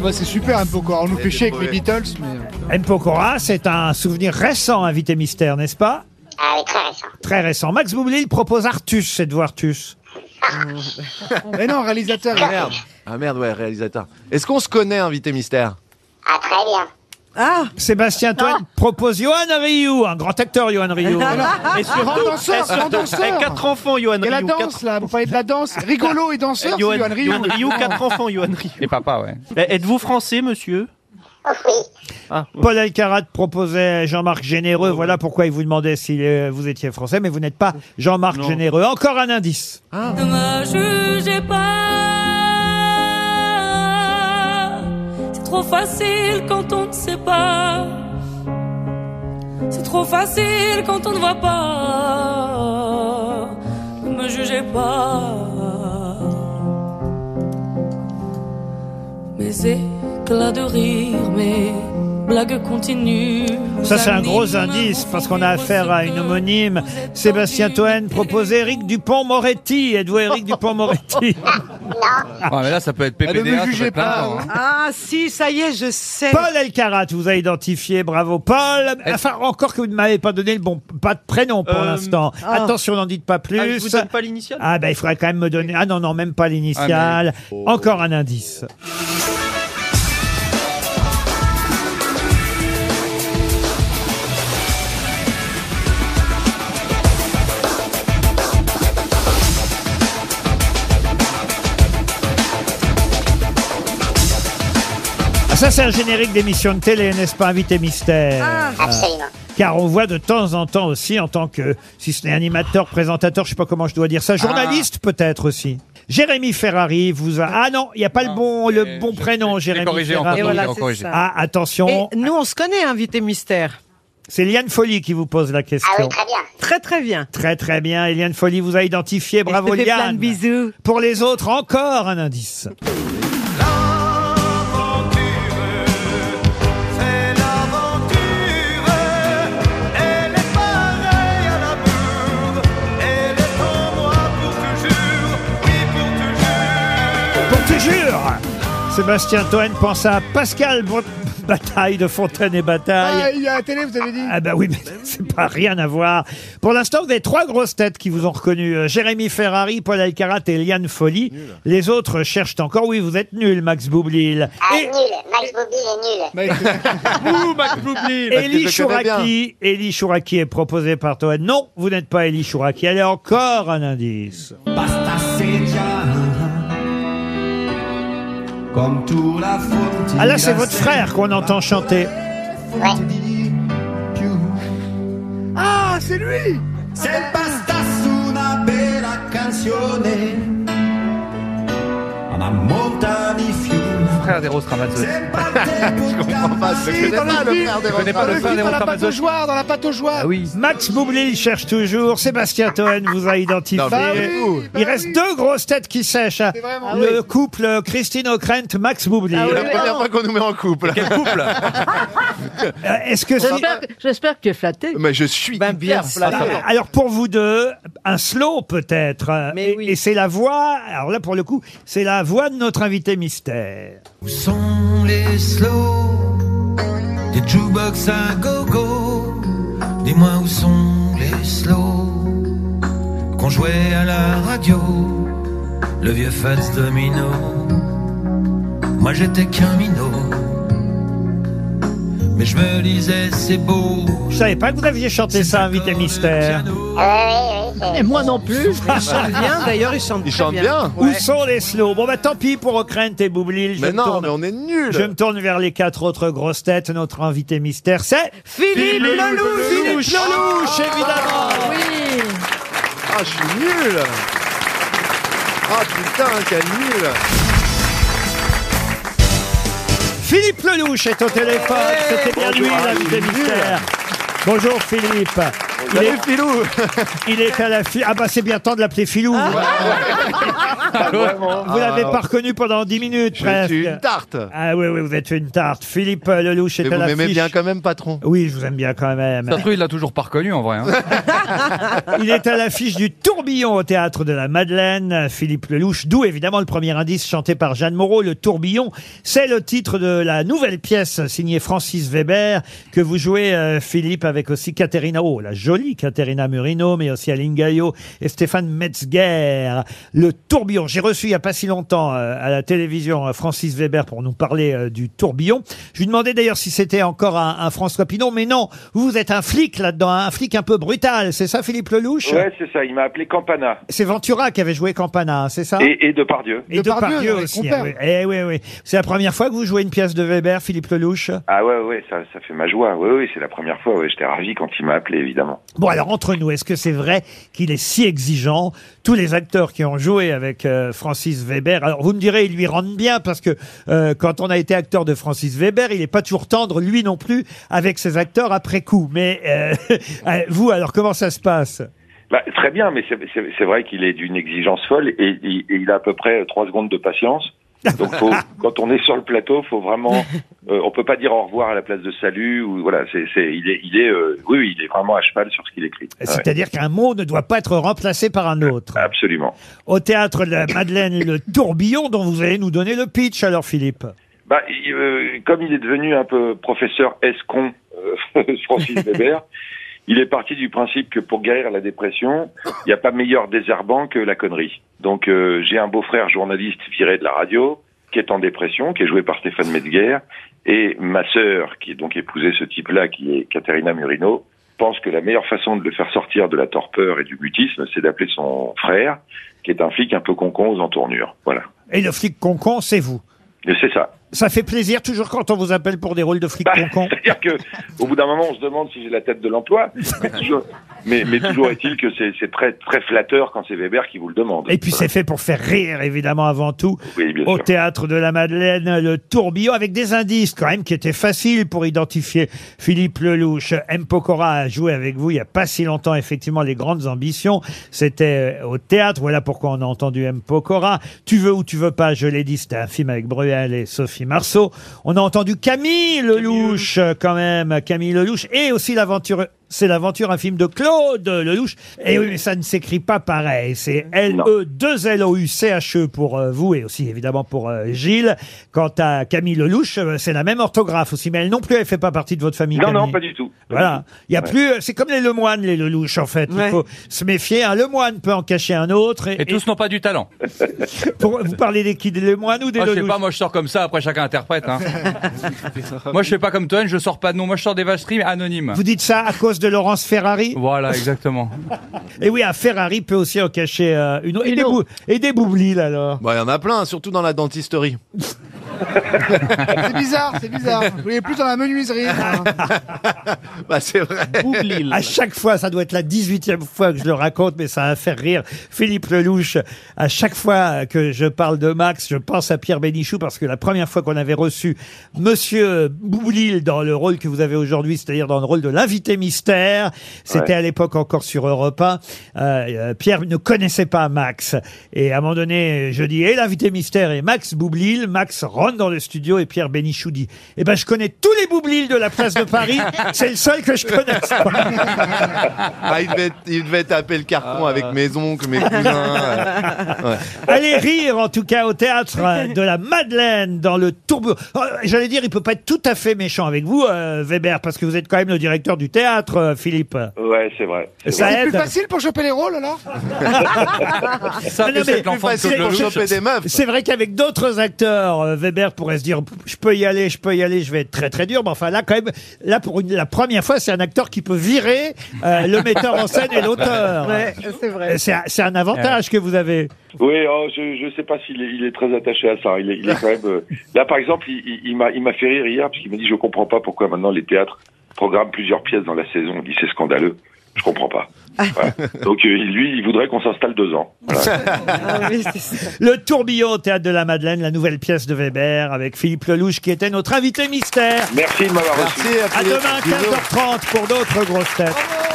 bah c'est super, un peu quoi. On nous fait chier avec les Beatles, mais. euh. Empokora, c'est un souvenir récent, invité mystère, n'est-ce pas Ah oui, très récent. Très récent. Max Boublil propose Artus, c'est de voir Artus. Mais non, réalisateur. Ah merde. Ah merde, ouais, réalisateur. Est-ce qu'on se connaît, invité mystère Ah, très bien. Ah Sébastien Toine propose Johan Rioux, un grand acteur Johan Rioux. Et surtout, Ah, danseur, grand danseur. Eh, quatre enfants, Johan Et la Rioux, danse, là, vous parlez de la danse. Rigolo et danseur, c'est Johan Yohan Ryu. Johan Rioux, quatre enfants, Johan Rioux. Et papa, ouais. Eh, Êtes-vous français, monsieur Paul Alcarat proposait Jean-Marc Généreux. Voilà pourquoi il vous demandait si euh, vous étiez français, mais vous n'êtes pas Jean-Marc Généreux. Encore un indice. Ne me jugez pas. C'est trop facile quand on ne sait pas. C'est trop facile quand on ne voit pas. Ne me jugez pas. Mes éclats de rire, mes blagues continues. Ça, c'est un gros indice parce qu'on a affaire à une homonyme. Sébastien Toen propose Eric Dupont-Moretti. Êtes-vous Eric Dupont-Moretti Ah, mais là, ça peut être PPDA. ça peut être plein de gens, hein. Ah si, ça y est, je sais. Paul Elkarat vous a identifié, bravo Paul. Enfin, encore que vous ne m'avez pas donné le bon pas de prénom pour Euh, l'instant. ah. Attention, n'en dites pas plus. Ah, je vous donne pas l'initiale Ah ben, il faudrait quand même me donner. Ah non, non, même pas l'initiale. Ah, mais- Encore un indice. Ah, ça, c'est un générique d'émission de télé, n'est-ce pas, Invité Mystère Euh, Ah. Absolument. Car on voit de temps en temps aussi, en tant que, si ce n'est animateur, présentateur, je sais pas comment je dois dire Ah. ça, journaliste peut-être aussi. Jérémy Ferrari vous a... Ah non, il n'y a pas le bon, le bon prénom, Jérémy corrigé, on corrige, Ferrari. Et voilà, on c'est corrige. ça. Ah, attention. Nous, on se connaît, invité mystère. Ah C'est Liane Folly qui vous pose la question. Très, très bien. Très très bien, Eliane Folly vous a identifié, bravo te fais Eliane. plein de bisous. Pour les autres, encore un indice. Pour toujours Sébastien Toen pense à Pascal Bro- Bataille de Fontaine et Bataille. Ah, il y a la télé, vous avez dit Ah bah oui, mais c'est pas rien à voir. Pour l'instant, vous avez trois grosses têtes qui vous ont reconnu. Euh, Jérémy Ferrari, Paul Alcarat et Liane Folly. Les autres cherchent encore. Oui, vous êtes nul, Max Boublil. Ah, nul. Max Bobby est nul. Ouh, Max Boublil Elie Chouraki. Elie Chouraki est proposé par Toen. Non, vous n'êtes pas Elie Chouraki. Allez, encore un indice. Comme tout la faute. Ah là, c'est votre frère qu'on entend chanter. Ah, c'est lui C'est basta su una bella canzone. hein. Ma montagna fiume. Frère des Rose Ramazzotti. Je comprends pas, je Si, dans le film, des je connais pas Rothmans. le frère des Dans la Ah, Rothmans. pâte aux joies. Joueur dans la pâte aux joies. Max Boublil cherche toujours. Sébastien Toen vous a identifié. Non, mais- Il reste Bah deux grosses têtes qui sèchent. Le couple Christine O'Krent, Max Boublil. Ah oui, C'est la mais première non. fois qu'on nous met en couple. Quel couple Euh, Est-ce que c'est- J'espère que- J'espère que tu es flatté. Ben, Mais je suis bien hyper sûr. flatté. Ah, Alors pour vous deux, un slow peut-être. euh, Et, et c'est la voix, alors là pour le coup, c'est la voix de notre invité mystère. Où sont les slows Des jukebox à gogo Dis-moi où sont les slows Qu'on jouait à la radio Le vieux Fats Domino Moi j'étais qu'un minot Mais je me disais c'est beau Je savais pas que vous aviez chanté ça, invité mystère. Et Ah, moi non plus. Il chante bien, d'ailleurs, il chante Ils très chantent bien. Où sont les slows Bon, bah tant pis pour Ockrent et Boublil. Je Mais me non, tourne- mais on est nuls. Je me tourne vers les quatre autres grosses têtes. Notre invité mystère, c'est. Philippe Lelouch. Philippe Lelouch, évidemment Oui Ah, je suis nul Ah putain, quel nul Philippe Lelouch est au téléphone. C'était bien Bonjour, lui, ah, l'invité il est mystère. Bonjour Philippe. Il est Philou. Il est à la fi- Ah bah c'est bien temps de l'appeler Philou. Ah. vous. Vraiment. Vous l'avez Ah, pas reconnu pendant 10 minutes Je presque. suis une tarte. Ah oui, oui, vous êtes une tarte. Philippe euh, Lelouch est Mais à vous la m'aimez bien quand même, patron. Oui, je vous aime bien quand même. Ça se trouve, il l'a toujours pas reconnu en vrai. hein. Il est à l'affiche du Tourbillon au théâtre de la Madeleine, Philippe Lelouch, d'où évidemment le premier indice chanté par Jeanne Moreau, Le Tourbillon. C'est le titre de la nouvelle pièce signée Francis Weber que vous jouez, euh, Philippe, avec aussi Caterina, oh la jolie Caterina Murino, mais aussi Aline Gaillot et Stéphane Metzger. Le Tourbillon. J'ai reçu il n'y a pas si longtemps euh, à la télévision euh, Francis Weber pour nous parler euh, du Tourbillon. Je lui demandais d'ailleurs si c'était encore un, un François Pinon, mais non, vous êtes un flic là-dedans, un flic un peu brutal, c'est ça Philippe Lelouch Ouais, c'est ça. Il m'a appelé Campana. c'est Ventura qui avait joué Campana, hein, c'est ça Et, et Depardieu. Et Depardieu aussi. hein, oui. Eh oui, oui. C'est la première fois que vous jouez une pièce de Weber, Philippe Lelouch Ah ouais, ouais, ça, ça fait ma joie. Ouais, ouais, c'est la première fois. Ouais, j'étais ravi quand il m'a appelé, évidemment. Bon, alors entre nous, est-ce que c'est vrai qu'il est si exigeant Tous les acteurs qui ont joué avec euh, Francis Weber, alors vous me direz, ils lui rendent bien parce que euh, quand on a été acteur de Francis Weber, il n'est pas toujours tendre, lui non plus, avec ses acteurs après coup. Mais euh, vous, alors comment ça se passe Bah, très bien, mais c'est- c'est c'est vrai qu'il est d'une exigence folle et, il- et il a à peu près trois secondes de patience. Donc, faut- quand on est sur le plateau, faut vraiment, euh, on peut pas dire au revoir à la place de salut ou voilà, c'est, c'est, il est, il est, euh, oui, oui, il est vraiment à cheval sur ce qu'il écrit. C'est-à-dire qu'un mot ne doit pas être remplacé par un autre. Ouais, absolument. Au théâtre de la Madeleine, le tourbillon dont vous allez nous donner le pitch, alors Philippe. Bah, il, euh, comme il est devenu un peu professeur escon, euh, Francis Weber, il est parti du principe que pour guérir la dépression, il n'y a pas meilleur désherbant que la connerie. Donc euh, j'ai un beau-frère journaliste viré de la radio, qui est en dépression, qui est joué par Stéphane Metzger, et ma sœur, qui est donc épousée ce type-là, qui est Caterina Murino, pense que la meilleure façon de le faire sortir de la torpeur et du mutisme, c'est d'appeler son frère, qui est un flic un peu concon aux entournures. Voilà. Et le flic concon, c'est vous. Et c'est ça. Ça fait plaisir toujours quand on vous appelle pour des rôles de flic concon. C'est-à-dire que, au bout d'un moment, on se demande si j'ai la tête de l'emploi. Mais toujours, mais, mais toujours est-il que c'est c'est très, très flatteur quand c'est Weber qui vous le demande. Et puis c'est fait pour faire rire, évidemment, avant tout. Oui, bien Au sûr. théâtre de la Madeleine, le tourbillon, avec des indices quand même qui étaient faciles pour identifier Philippe Lelouch. M. Pokora a joué avec vous il n'y a pas si longtemps, effectivement, les grandes ambitions. C'était euh, au théâtre, voilà pourquoi on a entendu M. Pokora. Tu veux ou tu veux pas, je l'ai dit, c'était un film avec Bruel et Sophie Marceau. On a entendu Camille Lelouch, euh, quand même, Camille Lelouch, et aussi l'aventure... C'est l'aventure, un film de Claude Lelouch. Et oui, mais ça ne s'écrit pas pareil. C'est Non. L-E 2 L E O U C H E pour euh, vous et aussi évidemment pour euh, Gilles. Quant à Camille Lelouch, euh, c'est la même orthographe aussi, mais elle non plus, elle fait pas partie de votre famille. Non, non, Camille. pas du tout. Pas Voilà, du tout. il y a Ouais. plus. euh, C'est comme les Lemoines, les Lelouch en fait. Il faut se méfier. Un Lemoine peut en cacher un autre. Et tous n'ont pas du talent. Pour- vous parlez des qui des Lemoines ou des Ah, je sais Lelouch pas, moi je sors comme ça, après chacun interprète. hein. moi je fais pas comme toi, je sors pas de nom, moi je sors des vacheries mais anonymes. Vous dites ça à cause de Laurence Ferrari Voilà, exactement. Et oui, un Ferrari peut aussi en cacher euh, une autre. Et, des bou- et des Boublil alors Bah, il y en a plein, surtout dans la dentisterie. C'est bizarre, c'est bizarre. Vous voulez plus dans la menuiserie. hein. Bah, c'est vrai. À chaque fois, ça doit être la 18e fois que je le raconte, mais ça va faire rire Philippe Lelouch. À chaque fois que je parle de Max, je pense à Pierre Bénichou parce que la première fois qu'on avait reçu Monsieur Boublil dans le rôle que vous avez aujourd'hui, c'est-à-dire dans le rôle de l'invité mystère, c'était Ouais. à l'époque encore sur Europe 1, euh, euh, Pierre ne connaissait pas Max. Et à un moment donné, je dis, et l'invité mystère et Max Boublil, Max rentre dans le studio et Pierre Bénichou dit, eh ben, je connais tous les Boublil de la place de Paris, c'est le seul que je connaisse pas. Ah, il, devait, être- il devait taper le carton avec mes oncles, mes cousins. euh, ouais. Allez rire en tout cas au théâtre euh, de la Madeleine dans le tourbillon. Oh, J'allais dire, il peut pas être tout à fait méchant avec vous, euh, Weber, parce que vous êtes quand même le directeur du théâtre, euh, Philippe. Ouais, c'est vrai. c'est Ça vrai. C'est plus aide. facile pour choper les rôles, alors Ça Mais Ah, non, peut mais- être l'enfant de c'est- Claude c'est- Lelouch. C'est vrai qu'avec d'autres acteurs, euh, Weber pourrait se dire, je peux y aller, je peux y aller, je vais être très très dur. Mais enfin là, quand même, là pour une- la première fois, c'est un acteur qui peut virer euh, le metteur en scène et l'auteur. Ouais, c'est Euh, C'est un- c'est un avantage que vous avez. Oui, oh, je ne sais pas s'il est, il est très attaché à ça. Il est, il est quand même. euh, Là, par exemple, il, il- il m'a il m'a fait rire hier parce qu'il m'a dit je comprends pas pourquoi maintenant les théâtres programment plusieurs pièces dans la saison. Il dit c'est scandaleux. Je comprends pas. Voilà. Donc euh, lui, il voudrait qu'on s'installe deux ans. Le tourbillon au théâtre de la Madeleine, la nouvelle pièce de Weber avec Philippe Lelouch qui était notre invité mystère. Merci de m'avoir reçu. À demain 15h30 pour d'autres grosses têtes.